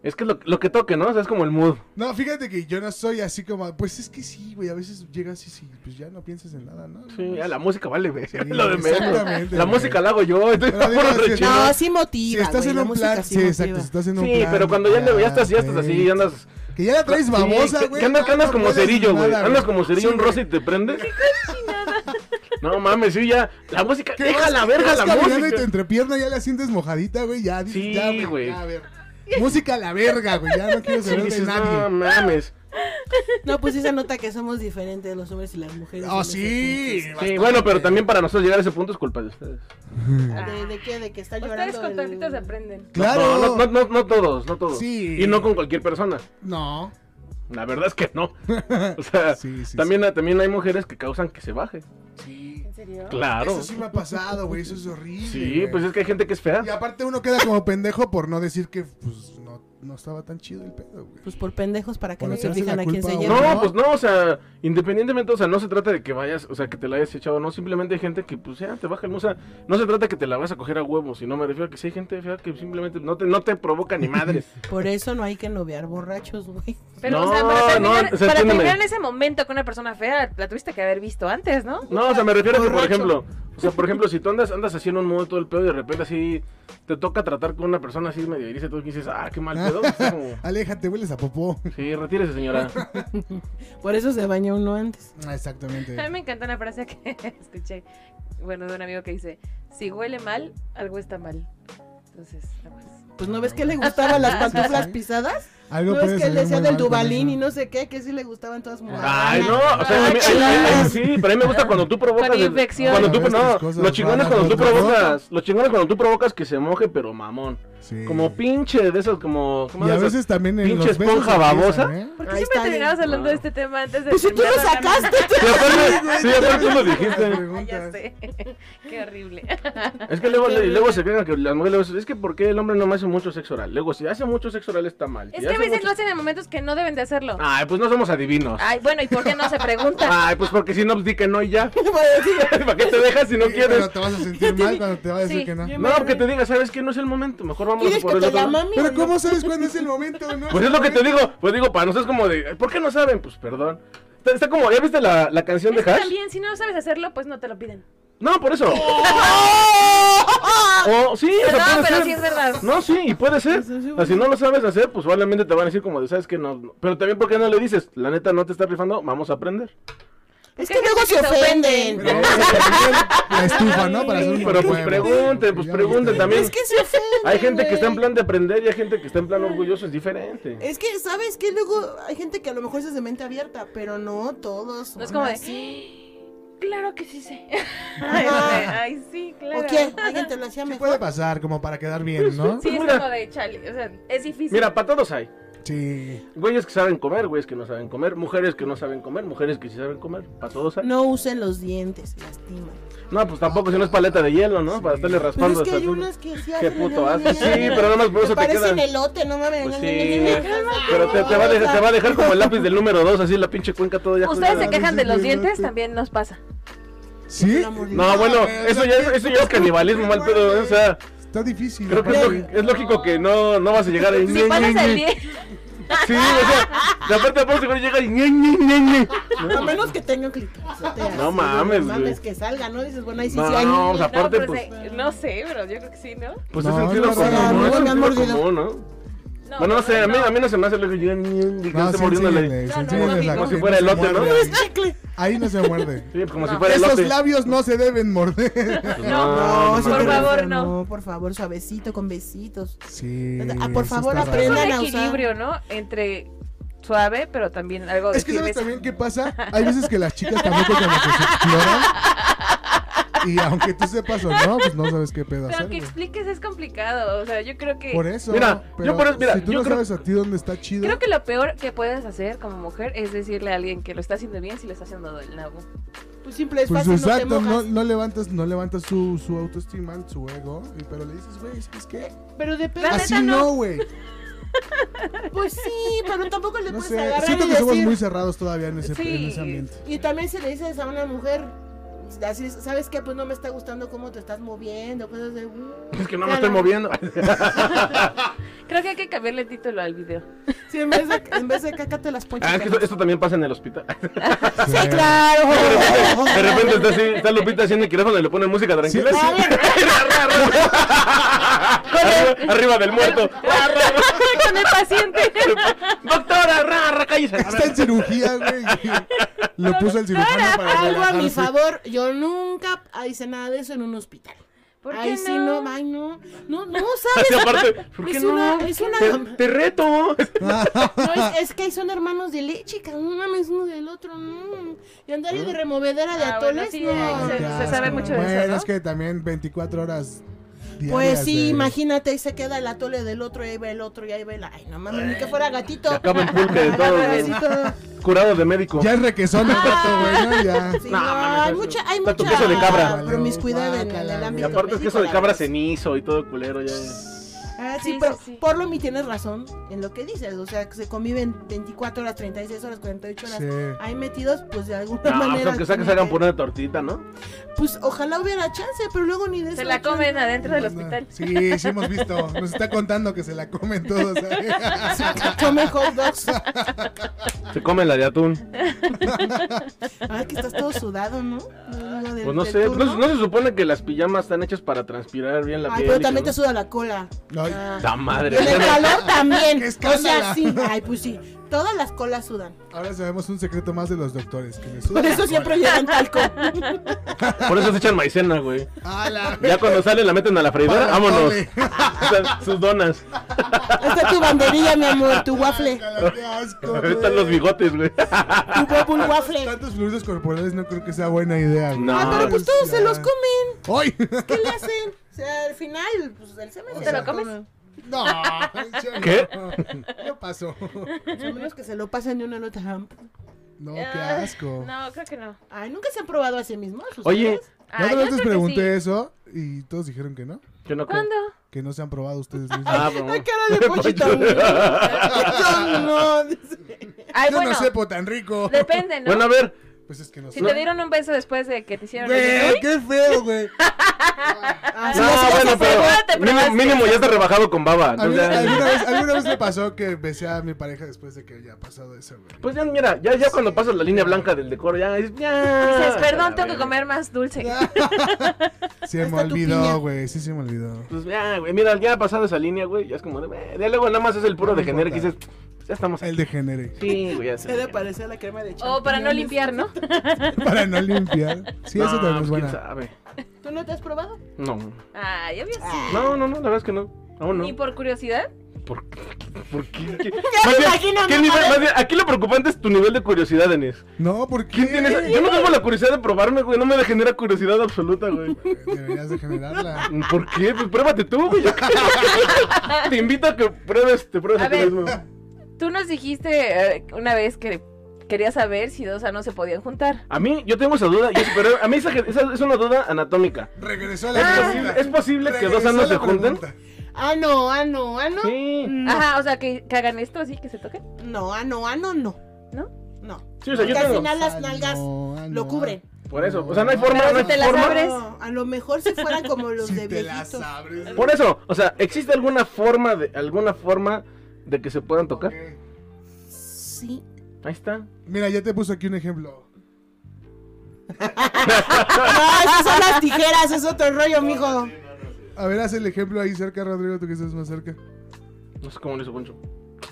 [SPEAKER 2] Es que lo, lo que toque, ¿no? O sea, es como el mood.
[SPEAKER 4] No, fíjate que yo no soy así como. Pues es que sí, güey. A veces llegas y sí, pues ya no piensas en nada, ¿no?
[SPEAKER 2] Sí, ya la música vale, güey.
[SPEAKER 4] Sí,
[SPEAKER 2] *laughs* lo de menos.
[SPEAKER 4] exactamente,
[SPEAKER 2] La
[SPEAKER 4] güey.
[SPEAKER 2] música la hago yo. *laughs* Estoy
[SPEAKER 4] Pero digo,
[SPEAKER 2] puro
[SPEAKER 4] si
[SPEAKER 2] rechino.
[SPEAKER 4] está-
[SPEAKER 1] No, sí
[SPEAKER 4] Si
[SPEAKER 1] motiva.
[SPEAKER 4] estás
[SPEAKER 1] güey,
[SPEAKER 4] en
[SPEAKER 1] la
[SPEAKER 4] un
[SPEAKER 1] música
[SPEAKER 4] plan. Sí,
[SPEAKER 1] motiva.
[SPEAKER 4] exacto. Si estás en un
[SPEAKER 2] Sí,
[SPEAKER 4] plan.
[SPEAKER 2] pero cuando ya, le- ya estás, ya estás
[SPEAKER 4] güey.
[SPEAKER 2] así, ya andas.
[SPEAKER 4] Que ya la traes babosa,
[SPEAKER 2] Sí,
[SPEAKER 4] güey.
[SPEAKER 2] que andas, que andas
[SPEAKER 4] no
[SPEAKER 2] como
[SPEAKER 4] puedes
[SPEAKER 2] cerillo, güey.
[SPEAKER 4] nada,
[SPEAKER 2] Andas como cerillo,
[SPEAKER 4] Sí,
[SPEAKER 2] un rosa y te prende. No mames, sí, ya. La música,
[SPEAKER 4] ¿Qué
[SPEAKER 2] deja
[SPEAKER 4] vas-
[SPEAKER 2] la verga
[SPEAKER 4] vas
[SPEAKER 2] la
[SPEAKER 4] caminando y tu
[SPEAKER 2] música.
[SPEAKER 4] entrepierna ya la sientes mojadita, güey. Ya, dices,
[SPEAKER 2] Sí,
[SPEAKER 4] ya, ya,
[SPEAKER 2] güey.
[SPEAKER 4] a ver. Música a la verga, güey. Ya no quiero
[SPEAKER 2] Sí,
[SPEAKER 4] saber de
[SPEAKER 2] dices, no
[SPEAKER 4] nadie.
[SPEAKER 2] mames.
[SPEAKER 1] No, pues sí se nota que somos diferentes los hombres y las mujeres.
[SPEAKER 4] Oh,
[SPEAKER 1] en ese
[SPEAKER 4] sí.
[SPEAKER 1] punto.
[SPEAKER 2] Sí, bueno, pero también para nosotros llegar a ese punto es culpa de ustedes.
[SPEAKER 4] Ah.
[SPEAKER 1] ¿De, de qué? ¿De que está llorando?
[SPEAKER 3] Ustedes con
[SPEAKER 1] el-
[SPEAKER 3] tantitos aprenden.
[SPEAKER 4] Claro.
[SPEAKER 2] No, no, no, no, no todos, no todos.
[SPEAKER 4] Sí.
[SPEAKER 2] Y no con cualquier persona.
[SPEAKER 4] No.
[SPEAKER 2] La verdad es que
[SPEAKER 4] *laughs*
[SPEAKER 2] no. O sea,
[SPEAKER 4] Sí, sí,
[SPEAKER 2] también, también hay mujeres que causan que se baje.
[SPEAKER 4] Sí.
[SPEAKER 3] ¿En serio?
[SPEAKER 2] Claro.
[SPEAKER 4] Eso sí me ha pasado, güey. Eso es horrible.
[SPEAKER 2] Sí,
[SPEAKER 4] güey.
[SPEAKER 2] pues es que hay gente que es fea.
[SPEAKER 4] Y aparte uno queda como pendejo por no decir que pues no, no estaba tan chido el pedo, güey.
[SPEAKER 1] Pues por pendejos para que
[SPEAKER 4] Por
[SPEAKER 1] no se
[SPEAKER 4] echarse
[SPEAKER 1] fijan
[SPEAKER 4] la
[SPEAKER 1] a quién se
[SPEAKER 4] culpa a
[SPEAKER 1] lleva.
[SPEAKER 4] uno.
[SPEAKER 2] No, pues no, o sea, independientemente, o sea, no se trata de que vayas, o sea, que te la hayas echado, no, simplemente hay gente que, pues, ya, te baja el, o sea, no se trata que te la vas a coger a huevos, sino me refiero a que si hay gente fea que simplemente no te, no te provoca ni madres.
[SPEAKER 1] Por eso no hay que noviar borrachos, güey.
[SPEAKER 3] Pero,
[SPEAKER 2] No,
[SPEAKER 3] o sea, para terminar,
[SPEAKER 2] no, o sea,
[SPEAKER 3] para
[SPEAKER 2] entiéndeme.
[SPEAKER 3] terminar en ese momento con una persona fea, la tuviste que haber visto antes, ¿no?
[SPEAKER 2] No, o sea, me refiero a que, por
[SPEAKER 1] Borracho.
[SPEAKER 2] ejemplo, o sea, por ejemplo, si tú andas, andas así en un modo todo el pedo y de repente así te toca tratar con una persona así medio iris y tú dices, ah, qué mal pedo. es como,
[SPEAKER 4] Aléjate, hueles a popó.
[SPEAKER 2] sí, retírese, señora.
[SPEAKER 1] Por eso se baña uno antes.
[SPEAKER 4] Ah, Exactamente.
[SPEAKER 3] A mí me encanta una frase que *laughs* escuché, bueno, de un amigo que dice, si huele mal, algo está mal. Entonces, nada más.
[SPEAKER 1] Pues no ves que le gustaban las pantuflas
[SPEAKER 4] Sí.
[SPEAKER 1] pisadas.
[SPEAKER 4] Algo
[SPEAKER 1] No ves
[SPEAKER 4] puede
[SPEAKER 1] que
[SPEAKER 4] salir
[SPEAKER 1] le decía
[SPEAKER 4] muy
[SPEAKER 1] del
[SPEAKER 4] mal con
[SPEAKER 1] Dubalín
[SPEAKER 4] eso.
[SPEAKER 1] y no sé qué, que sí le gustaban todas mujeres.
[SPEAKER 2] Ay, no, o sea, a mí- a mí- a mí- sí, pero a mí me gusta cuando tú provocas.
[SPEAKER 3] Ah, Con
[SPEAKER 2] el-
[SPEAKER 3] infección.
[SPEAKER 2] Cuando tú,
[SPEAKER 4] Estas
[SPEAKER 2] no,
[SPEAKER 4] cosas
[SPEAKER 2] lo chingón es
[SPEAKER 4] raras,
[SPEAKER 2] cuando tú
[SPEAKER 4] ¿no?
[SPEAKER 2] provocas, lo chingón es cuando tú provocas que se moje, pero mamón.
[SPEAKER 4] Sí.
[SPEAKER 2] Como pinche de esas, como. ¿cómo
[SPEAKER 4] y a
[SPEAKER 2] de esas?
[SPEAKER 4] veces también en
[SPEAKER 2] pinche
[SPEAKER 4] los besos
[SPEAKER 2] esponja
[SPEAKER 4] empiezan,
[SPEAKER 2] babosa.
[SPEAKER 4] ¿eh?
[SPEAKER 3] ¿Por qué
[SPEAKER 1] Ahí
[SPEAKER 3] siempre
[SPEAKER 1] está,
[SPEAKER 3] terminamos
[SPEAKER 1] bien.
[SPEAKER 3] hablando de este tema antes de
[SPEAKER 1] Pues si tú
[SPEAKER 3] terminar
[SPEAKER 1] lo
[SPEAKER 3] la gana?
[SPEAKER 1] sacaste, *laughs*
[SPEAKER 2] Sí, aparte, sí, aparte tú lo
[SPEAKER 4] *laughs*
[SPEAKER 2] dijiste.
[SPEAKER 3] Ah, ya
[SPEAKER 4] Preguntas.
[SPEAKER 3] sé. *laughs* Qué horrible.
[SPEAKER 2] Es que luego, y luego se quejan que las mujeres. luego dicen, Es que porque el hombre no me hace mucho sexo oral. Luego, si hace mucho sexo oral está mal. Si
[SPEAKER 3] Es que a
[SPEAKER 2] hace
[SPEAKER 3] veces
[SPEAKER 2] mucho-
[SPEAKER 3] lo hacen en momentos que no deben de hacerlo.
[SPEAKER 2] Ay, pues no somos adivinos.
[SPEAKER 3] Ay, bueno, ¿y por qué no se pregunta?
[SPEAKER 2] Ay, pues porque si no, pues di que no y ya. *laughs*
[SPEAKER 1] Pues
[SPEAKER 2] ¿Para qué te dejas si no
[SPEAKER 4] Sí, Pero
[SPEAKER 2] quieres?
[SPEAKER 4] te vas a sentir mal cuando te va a decir
[SPEAKER 3] Sí.
[SPEAKER 4] que no.
[SPEAKER 2] No, que te diga, ¿sabes qué? No es el momento. Mejor vamos
[SPEAKER 1] ¿Quieres
[SPEAKER 2] por
[SPEAKER 1] que
[SPEAKER 2] el
[SPEAKER 1] te
[SPEAKER 2] otro.
[SPEAKER 1] la
[SPEAKER 2] lado.
[SPEAKER 1] mami?
[SPEAKER 4] Pero ¿cómo sabes cuándo es el momento? No
[SPEAKER 2] Pues es lo que te digo, pues digo, para nosotros es como de, ¿por qué no saben? Pues perdón. Está, está como, ¿ya viste la, la canción
[SPEAKER 3] Es
[SPEAKER 2] de
[SPEAKER 3] que
[SPEAKER 2] Hash?
[SPEAKER 3] *laughs* también, si no sabes hacerlo, pues no te lo piden.
[SPEAKER 2] No, por eso. O sí, o sea,
[SPEAKER 3] No,
[SPEAKER 2] puede
[SPEAKER 3] pero
[SPEAKER 2] ser.
[SPEAKER 3] sí es verdad.
[SPEAKER 2] No, sí, y puede ser.
[SPEAKER 1] Sí, sí,
[SPEAKER 2] O sea, si no lo sabes hacer, pues probablemente te van a decir como de, ¿sabes que No, no. Pero también, ¿por qué no le dices? La neta, no te está rifando, vamos a aprender.
[SPEAKER 1] *laughs* Es
[SPEAKER 3] Hay
[SPEAKER 1] que
[SPEAKER 3] gente
[SPEAKER 1] luego
[SPEAKER 3] que
[SPEAKER 1] se
[SPEAKER 3] se ofenden.
[SPEAKER 1] ofenden.
[SPEAKER 4] Pero vamos a poner *laughs* la estufa, ¿no? Para hacer un
[SPEAKER 2] Pero pues
[SPEAKER 4] huevo.
[SPEAKER 2] pregunten, pues
[SPEAKER 4] Ya
[SPEAKER 2] pregunten
[SPEAKER 4] viste.
[SPEAKER 2] también.
[SPEAKER 1] Es que se ofenden.
[SPEAKER 2] Hay gente que está en
[SPEAKER 1] güey.
[SPEAKER 2] plan de aprender y hay gente que está en plan orgulloso, es diferente.
[SPEAKER 1] Es que, ¿sabes qué? Luego hay gente que a lo mejor es de mente abierta, pero no todos.
[SPEAKER 3] No es
[SPEAKER 1] son
[SPEAKER 3] como de.
[SPEAKER 1] así.
[SPEAKER 3] Claro que sí sé. *laughs* Ay, no sé. Ay, sí, claro.
[SPEAKER 1] ¿O qué? Alguien te lo
[SPEAKER 3] *laughs*
[SPEAKER 1] hacía
[SPEAKER 4] Sí
[SPEAKER 1] mejor.
[SPEAKER 4] puede pasar, como para quedar bien, ¿no?
[SPEAKER 3] Sí, es
[SPEAKER 2] Mira.
[SPEAKER 3] como de chale. O sea, es difícil.
[SPEAKER 2] Mira, para todos hay.
[SPEAKER 4] Sí.
[SPEAKER 2] Güeyes que saben comer, güeyes que no saben comer, mujeres que no saben comer, mujeres que sí saben comer. Para todos hay.
[SPEAKER 1] No usen los dientes, lastiman.
[SPEAKER 2] No, pues tampoco si no es paleta de hielo, ¿no? Para estarle
[SPEAKER 1] Pero
[SPEAKER 2] raspando.
[SPEAKER 1] Pues es que hay
[SPEAKER 2] hasta el-
[SPEAKER 1] unas que sí
[SPEAKER 2] Qué
[SPEAKER 1] hacen
[SPEAKER 2] puto
[SPEAKER 1] así,
[SPEAKER 2] asco. Sí, pero nada más por eso te
[SPEAKER 1] Parecen
[SPEAKER 2] quedan.
[SPEAKER 1] elote, no mames. *laughs*
[SPEAKER 2] Pues sí, pero te, te va a dejar, te va a dejar como el lápiz del número 2, así la pinche cuenca todo ya.
[SPEAKER 3] Ustedes
[SPEAKER 2] colgada.
[SPEAKER 3] se quejan de los dientes,
[SPEAKER 4] Sí.
[SPEAKER 3] también nos pasa.
[SPEAKER 4] ¿Sí?
[SPEAKER 2] No, bueno, eso ya, eso ya es canibalismo mal pedo, ¿eh? o sea,
[SPEAKER 4] Está difícil.
[SPEAKER 2] creo que es,
[SPEAKER 4] aparte.
[SPEAKER 2] lo- es lógico que no, no vas a llegar ahí.
[SPEAKER 3] Si pones el 10,
[SPEAKER 2] Sí, o sea, de aparte aparte seguro llega y ñe, ñe, ñe, ñe.
[SPEAKER 1] A menos que tengan clitoris.
[SPEAKER 2] No mames, güey.
[SPEAKER 1] mames que salga, ¿no? Dices, bueno, ahí sí,
[SPEAKER 2] No,
[SPEAKER 1] sí hay.
[SPEAKER 2] no, o sea,
[SPEAKER 3] no,
[SPEAKER 2] aparte,
[SPEAKER 3] pues,
[SPEAKER 2] pues,
[SPEAKER 3] eh, no sé, bro. Yo creo que sí, ¿no?
[SPEAKER 2] pues
[SPEAKER 4] No,
[SPEAKER 2] es sentido
[SPEAKER 4] no,
[SPEAKER 2] común,
[SPEAKER 4] no,
[SPEAKER 2] ¿no? Es
[SPEAKER 1] no, me han
[SPEAKER 2] sentido
[SPEAKER 1] mordido.
[SPEAKER 2] común, ¿no? Bueno,
[SPEAKER 3] pues,
[SPEAKER 2] no sé, a mí, a mí no se me hace lo que yo ni que
[SPEAKER 4] No,
[SPEAKER 2] esté
[SPEAKER 4] sí,
[SPEAKER 2] mordiéndole.
[SPEAKER 4] enséñales,
[SPEAKER 3] No, no,
[SPEAKER 4] enséñales la
[SPEAKER 2] como
[SPEAKER 4] que
[SPEAKER 2] si fuera
[SPEAKER 4] se
[SPEAKER 2] elote, ¿no?
[SPEAKER 4] muerde.
[SPEAKER 1] *laughs* Chicle.
[SPEAKER 4] Ahí no se muerde.
[SPEAKER 2] Sí, pues como si
[SPEAKER 3] No.
[SPEAKER 2] fuera
[SPEAKER 4] Esos
[SPEAKER 2] elote.
[SPEAKER 4] labios no se deben
[SPEAKER 1] *laughs*
[SPEAKER 4] morder.
[SPEAKER 2] Pues
[SPEAKER 3] No,
[SPEAKER 1] No,
[SPEAKER 2] no
[SPEAKER 1] sí,
[SPEAKER 3] por
[SPEAKER 1] pero-
[SPEAKER 2] mames.
[SPEAKER 3] favor, no.
[SPEAKER 1] por favor, suavecito, con besitos.
[SPEAKER 4] Sí.
[SPEAKER 1] Ah, por
[SPEAKER 4] eso
[SPEAKER 1] favor,
[SPEAKER 4] está raro.
[SPEAKER 3] Es
[SPEAKER 1] aprendan.
[SPEAKER 3] un
[SPEAKER 1] Aprendan a usar.
[SPEAKER 3] equilibrio, ¿no? Entre suave, pero también algo de
[SPEAKER 4] Es que sabes
[SPEAKER 3] firmeza.
[SPEAKER 4] también qué pasa. Hay veces que las chicas tampoco como que se exploran. Y aunque tú sepas o no, pues no sabes qué pedo
[SPEAKER 3] Pero
[SPEAKER 4] hacer.
[SPEAKER 3] que
[SPEAKER 4] güey.
[SPEAKER 3] expliques es complicado. O sea, yo creo que.
[SPEAKER 4] Por eso.
[SPEAKER 2] Mira, yo
[SPEAKER 4] pero
[SPEAKER 2] por eso- mira,
[SPEAKER 4] si tú
[SPEAKER 2] yo
[SPEAKER 4] no
[SPEAKER 2] creo-
[SPEAKER 4] sabes a ti dónde está chido.
[SPEAKER 3] Creo que lo peor que puedes hacer como mujer es decirle a alguien que lo está haciendo bien si lo está haciendo del nabo.
[SPEAKER 1] Pues simple, es
[SPEAKER 4] Pues
[SPEAKER 1] fácil, no
[SPEAKER 4] exacto,
[SPEAKER 1] te
[SPEAKER 4] no,
[SPEAKER 1] mojas.
[SPEAKER 4] no levantas, no levantas su, su autoestima, su ego, y- pero le dices, güey, ¿sabes qué?
[SPEAKER 1] Pero depende.
[SPEAKER 3] La
[SPEAKER 4] Así
[SPEAKER 3] neta, no.
[SPEAKER 4] no, güey.
[SPEAKER 1] Pues sí, pero tampoco le
[SPEAKER 4] No
[SPEAKER 1] puedes
[SPEAKER 4] sé,
[SPEAKER 1] agarrar
[SPEAKER 4] siento
[SPEAKER 1] y
[SPEAKER 4] que somos
[SPEAKER 1] decir-
[SPEAKER 4] muy cerrados todavía en ese, en
[SPEAKER 3] Sí.
[SPEAKER 4] ese ambiente.
[SPEAKER 1] Y también si le dices a una mujer, así, ¿sabes qué? Pues no me está gustando cómo te estás moviendo, cosas de... "Uh".
[SPEAKER 2] Es que no me estoy moviendo.
[SPEAKER 3] Creo que hay que cambiarle el título al *laughs* video.
[SPEAKER 1] Sí, en vez de, en vez de caca te las ponchas.
[SPEAKER 2] *laughs* Ah, es que esto, esto también pasa en el hospital. *laughs*
[SPEAKER 1] Sí, claro.
[SPEAKER 2] De repente está así, está Lupita haciendo el quirófano y le pone música tranquila.
[SPEAKER 4] Sí.
[SPEAKER 1] A ver,
[SPEAKER 2] *laughs* arriba, arriba del muerto. Ra, ra, ra.
[SPEAKER 3] Con el paciente.
[SPEAKER 2] Doctora, ra, ra, cállese. A
[SPEAKER 4] Está
[SPEAKER 2] ver,
[SPEAKER 4] en cirugía, güey. Lo puso el cirujano
[SPEAKER 1] *laughs*
[SPEAKER 4] para
[SPEAKER 1] algo a mi
[SPEAKER 4] relajarse.
[SPEAKER 1] favor, yo nunca hice nada de eso en un hospital.
[SPEAKER 3] ¿Por qué
[SPEAKER 1] ay,
[SPEAKER 3] no?
[SPEAKER 1] sí, no, ay, no. No, no,
[SPEAKER 2] así
[SPEAKER 1] ¿sabes?
[SPEAKER 2] aparte, *laughs* ¿por qué
[SPEAKER 1] Es
[SPEAKER 2] no?
[SPEAKER 1] una- es una- *laughs*
[SPEAKER 2] Te, te reto.
[SPEAKER 1] No, es, es que son hermanos de leche, cada uno mames uno del otro, no. Y andar
[SPEAKER 2] ¿Eh?
[SPEAKER 1] y de removedera de
[SPEAKER 3] Ah, bueno,
[SPEAKER 1] atoles,
[SPEAKER 3] sí, ahí
[SPEAKER 1] no.
[SPEAKER 3] se-
[SPEAKER 4] Qué
[SPEAKER 3] se sabe
[SPEAKER 4] asco.
[SPEAKER 3] mucho de eso,
[SPEAKER 4] bueno,
[SPEAKER 3] ¿no?
[SPEAKER 4] es que también 24 horas diarias.
[SPEAKER 1] Pues sí,
[SPEAKER 4] de-
[SPEAKER 1] imagínate, ahí se queda el atole del otro, y ahí va el otro, y ahí va el... Ay, no mames, ni que fuera gatito.
[SPEAKER 2] Y acaba en pulque
[SPEAKER 1] *laughs*
[SPEAKER 2] de todo,
[SPEAKER 1] Ay,
[SPEAKER 2] güey. *laughs*
[SPEAKER 1] gatito.
[SPEAKER 2] Curado de médico.
[SPEAKER 4] Ya es requesón el pato, güey, ¿no? Ya.
[SPEAKER 1] Ah, Sí,
[SPEAKER 2] No,
[SPEAKER 1] no,
[SPEAKER 2] mames,
[SPEAKER 1] hay
[SPEAKER 2] eso-
[SPEAKER 1] mucha, hay
[SPEAKER 2] está tu
[SPEAKER 1] mucha
[SPEAKER 2] queso de cabra.
[SPEAKER 1] promiscuidad en el,
[SPEAKER 4] Y
[SPEAKER 2] Y
[SPEAKER 1] ámbito
[SPEAKER 2] aparte es
[SPEAKER 1] médico,
[SPEAKER 2] queso de
[SPEAKER 1] la
[SPEAKER 2] cabra
[SPEAKER 1] verdad.
[SPEAKER 2] cenizo y todo culero. Ya.
[SPEAKER 1] Ah, sí,
[SPEAKER 3] Sí,
[SPEAKER 1] pero
[SPEAKER 3] sí, sí.
[SPEAKER 1] por lo mi tienes razón en lo que dices, o sea, que se conviven 24 horas, 36 horas, 48 horas.
[SPEAKER 4] Sí.
[SPEAKER 1] Ahí metidos, pues de alguna
[SPEAKER 2] No,
[SPEAKER 1] manera.
[SPEAKER 2] pues que sacas
[SPEAKER 1] como
[SPEAKER 2] hagan
[SPEAKER 1] que-
[SPEAKER 2] por una tortita, ¿no?
[SPEAKER 1] Pues ojalá hubiera chance, pero luego ni de eso.
[SPEAKER 3] Se la comen adentro del hospital.
[SPEAKER 4] Sí, sí hemos visto. Nos está contando que se la comen todos. ¿eh?
[SPEAKER 1] *laughs* Come hot dogs.
[SPEAKER 2] Se comen la de atún.
[SPEAKER 1] Ah, que estás todo sudado, ¿no? Luego del-
[SPEAKER 2] Pues no
[SPEAKER 1] del
[SPEAKER 2] sé,
[SPEAKER 1] turno.
[SPEAKER 2] no, no se supone que las pijamas están hechas para transpirar bien la
[SPEAKER 1] Ay,
[SPEAKER 2] piel.
[SPEAKER 1] pero
[SPEAKER 2] y
[SPEAKER 1] también
[SPEAKER 2] que-
[SPEAKER 1] te suda la cola.
[SPEAKER 4] Ay.
[SPEAKER 1] Ah.
[SPEAKER 2] ¡Ta
[SPEAKER 1] Y
[SPEAKER 2] madre!
[SPEAKER 1] en el calor también. *laughs*
[SPEAKER 4] ¡Qué
[SPEAKER 1] o sea,
[SPEAKER 4] escándala!
[SPEAKER 1] sí. Ay, pues sí. Todas las colas sudan.
[SPEAKER 4] Ahora sabemos un secreto más de los doctores. Que les
[SPEAKER 1] Por
[SPEAKER 4] sudan
[SPEAKER 1] eso
[SPEAKER 4] la
[SPEAKER 1] siempre llevan talco.
[SPEAKER 2] *laughs* Por eso se echan maicena, güey.
[SPEAKER 4] cola. ¡Hala!
[SPEAKER 2] Ya cuando sale la meten a la freidora,
[SPEAKER 4] Para
[SPEAKER 2] vámonos.
[SPEAKER 4] el
[SPEAKER 2] *laughs* O sea, Sus donas.
[SPEAKER 1] Está tu banderilla, mi amor, tu waffle.
[SPEAKER 4] ¡Hala, qué asco, güey!
[SPEAKER 2] Están los bigotes, güey.
[SPEAKER 1] Tu bubble waffle.
[SPEAKER 4] Tantos fluidos corporales no creo que sea buena idea. güey.
[SPEAKER 2] No.
[SPEAKER 1] Ah, pero pues todos se los comen.
[SPEAKER 4] ¡Ay!
[SPEAKER 1] ¿Qué le hacen? O sea, al final, pues el semen.
[SPEAKER 4] ¿Te
[SPEAKER 1] se
[SPEAKER 4] lo
[SPEAKER 3] comes? *laughs*
[SPEAKER 1] comen.
[SPEAKER 4] No, yo no.
[SPEAKER 2] ¿Qué?
[SPEAKER 4] ¿Qué pasó?
[SPEAKER 1] A menos que se lo pasen de una nota
[SPEAKER 4] No, Oh, qué asco.
[SPEAKER 3] Ah, No, creo que no.
[SPEAKER 1] Ay, nunca se han probado a sí mismos. ¿Ustedes?
[SPEAKER 2] Oye,
[SPEAKER 4] La
[SPEAKER 3] Ah,
[SPEAKER 4] otra
[SPEAKER 3] yo
[SPEAKER 4] vez les
[SPEAKER 3] creo que
[SPEAKER 4] pregunté
[SPEAKER 3] sí.
[SPEAKER 4] eso y todos dijeron que no.
[SPEAKER 2] yo no creo.
[SPEAKER 3] ¿Cuándo?
[SPEAKER 4] Que no se han probado ustedes mismos.
[SPEAKER 2] Ah,
[SPEAKER 4] *laughs*
[SPEAKER 2] Pues, pero
[SPEAKER 1] La cara
[SPEAKER 2] *laughs*
[SPEAKER 1] de pochito. Yo no. dice.
[SPEAKER 3] Ay,
[SPEAKER 4] yo
[SPEAKER 3] bueno.
[SPEAKER 4] no sepo tan rico.
[SPEAKER 3] Depende, ¿no?
[SPEAKER 2] Bueno, a ver,
[SPEAKER 4] Pues es que no
[SPEAKER 3] si
[SPEAKER 4] sé.
[SPEAKER 3] te dieron un beso después de que te hicieron el
[SPEAKER 4] Güey,
[SPEAKER 3] beso.
[SPEAKER 2] *laughs*
[SPEAKER 4] qué feo, güey.
[SPEAKER 1] Ah,
[SPEAKER 2] No,
[SPEAKER 1] sí, sí,
[SPEAKER 2] bueno,
[SPEAKER 1] sí,
[SPEAKER 2] pero-
[SPEAKER 1] sí,
[SPEAKER 3] te
[SPEAKER 2] mínimo,
[SPEAKER 3] probaste.
[SPEAKER 2] mínimo ya está rebajado con baba.
[SPEAKER 4] A mí-
[SPEAKER 2] entonces ya-
[SPEAKER 4] ¿Alguna vez, alguna vez le pasó que besé a mi pareja después de que haya pasado eso, güey?
[SPEAKER 2] Pues ya, mira, ya, ya cuando pasas la línea blanca del decoro, ya es. Ya,
[SPEAKER 3] Dices,
[SPEAKER 2] A
[SPEAKER 3] perdón, tengo
[SPEAKER 2] ver,
[SPEAKER 3] que comer más dulce. Pues,
[SPEAKER 4] Se me
[SPEAKER 1] está tu piña.
[SPEAKER 4] olvidó, güey. Sí, se me olvidó.
[SPEAKER 2] Pues ya, güey, mira, ya ha pasado esa línea, güey. Ya es como de. "Eh", Ya luego nada más es el puro
[SPEAKER 4] No me
[SPEAKER 2] de genere que
[SPEAKER 4] importa.
[SPEAKER 2] dices, pues ya estamos
[SPEAKER 4] El
[SPEAKER 2] aquí.
[SPEAKER 4] degenere. *laughs*
[SPEAKER 2] Sí, güey, ya
[SPEAKER 1] Se le
[SPEAKER 2] sé.
[SPEAKER 1] parece a la crema de
[SPEAKER 3] O Oh, para no
[SPEAKER 1] champiñones.
[SPEAKER 3] limpiar, ¿no?
[SPEAKER 4] Para no limpiar. Sí, eso
[SPEAKER 2] No,
[SPEAKER 4] también es
[SPEAKER 2] pues, quién
[SPEAKER 4] buena.
[SPEAKER 2] sabe.
[SPEAKER 1] ¿Tú no te has probado?
[SPEAKER 2] No.
[SPEAKER 3] Ay, obvio
[SPEAKER 4] Ah.
[SPEAKER 3] sí.
[SPEAKER 2] No, no, no, la verdad es que no. Aún no.
[SPEAKER 3] Ni por curiosidad.
[SPEAKER 2] ¿Por qué? ¿Por
[SPEAKER 1] *laughs*
[SPEAKER 2] qué? ¿Qué-
[SPEAKER 1] me
[SPEAKER 2] más bien,
[SPEAKER 1] imagino,
[SPEAKER 2] ¿qué
[SPEAKER 1] ¿no?
[SPEAKER 2] nivel-
[SPEAKER 1] A ver.
[SPEAKER 2] más bien, aquí lo preocupante es tu nivel de curiosidad, Denis.
[SPEAKER 4] No, ¿por qué?
[SPEAKER 2] ¿Quién tienes? Yo no tengo la curiosidad de probarme, güey. No me genera curiosidad absoluta, güey.
[SPEAKER 4] Deberías de generarla.
[SPEAKER 2] ¿Por qué? Pues pruébate tú, güey. Yo qué- te invito a que *laughs* pruebes, te pruebes
[SPEAKER 3] A
[SPEAKER 2] a, ti
[SPEAKER 3] ver.
[SPEAKER 2] mismo.
[SPEAKER 3] Tú nos dijiste eh, una vez que querías saber si dos no se podían juntar.
[SPEAKER 2] A mí, yo tengo esa duda, y es- pero a mí esa, esa es una duda anatómica.
[SPEAKER 4] Regresó a
[SPEAKER 2] ¿Es
[SPEAKER 4] la
[SPEAKER 2] posible,
[SPEAKER 4] pregunta.
[SPEAKER 2] es posible que dos
[SPEAKER 4] Regresó
[SPEAKER 2] anos
[SPEAKER 4] la
[SPEAKER 2] se junten?
[SPEAKER 4] pregunta.
[SPEAKER 1] Ah, no, ah, no, ah, no.
[SPEAKER 2] Sí.
[SPEAKER 1] No,
[SPEAKER 3] Ajá, o sea, que, que hagan esto así, que se toquen.
[SPEAKER 1] no, ah, no, ah, no, no.
[SPEAKER 3] ¿No?
[SPEAKER 1] No.
[SPEAKER 2] Sí, o sea, yo
[SPEAKER 1] Porque al
[SPEAKER 2] tengo.
[SPEAKER 1] final las
[SPEAKER 4] Ay,
[SPEAKER 1] nalgas
[SPEAKER 4] no, ay,
[SPEAKER 1] lo
[SPEAKER 4] no.
[SPEAKER 1] cubren.
[SPEAKER 2] Por eso, o sea, no hay
[SPEAKER 4] Pero
[SPEAKER 2] forma,
[SPEAKER 3] si
[SPEAKER 2] no hay
[SPEAKER 3] te las
[SPEAKER 2] forma.
[SPEAKER 3] abres.
[SPEAKER 1] No, a lo mejor si fueran como los
[SPEAKER 4] *laughs* Si
[SPEAKER 1] de
[SPEAKER 4] te las
[SPEAKER 1] viejitos.
[SPEAKER 4] abres.
[SPEAKER 2] Por eso, o sea, ¿existe alguna forma de alguna forma de que se puedan tocar?
[SPEAKER 4] Ok.
[SPEAKER 1] Sí.
[SPEAKER 2] Ahí está.
[SPEAKER 4] Mira, ya te puso aquí un ejemplo.
[SPEAKER 1] No, esas son las tijeras, es otro rollo, mijo.
[SPEAKER 4] A ver, haz el ejemplo ahí cerca, Rodrigo, tú que estás más cerca.
[SPEAKER 2] No sé cómo lo hizo Poncho.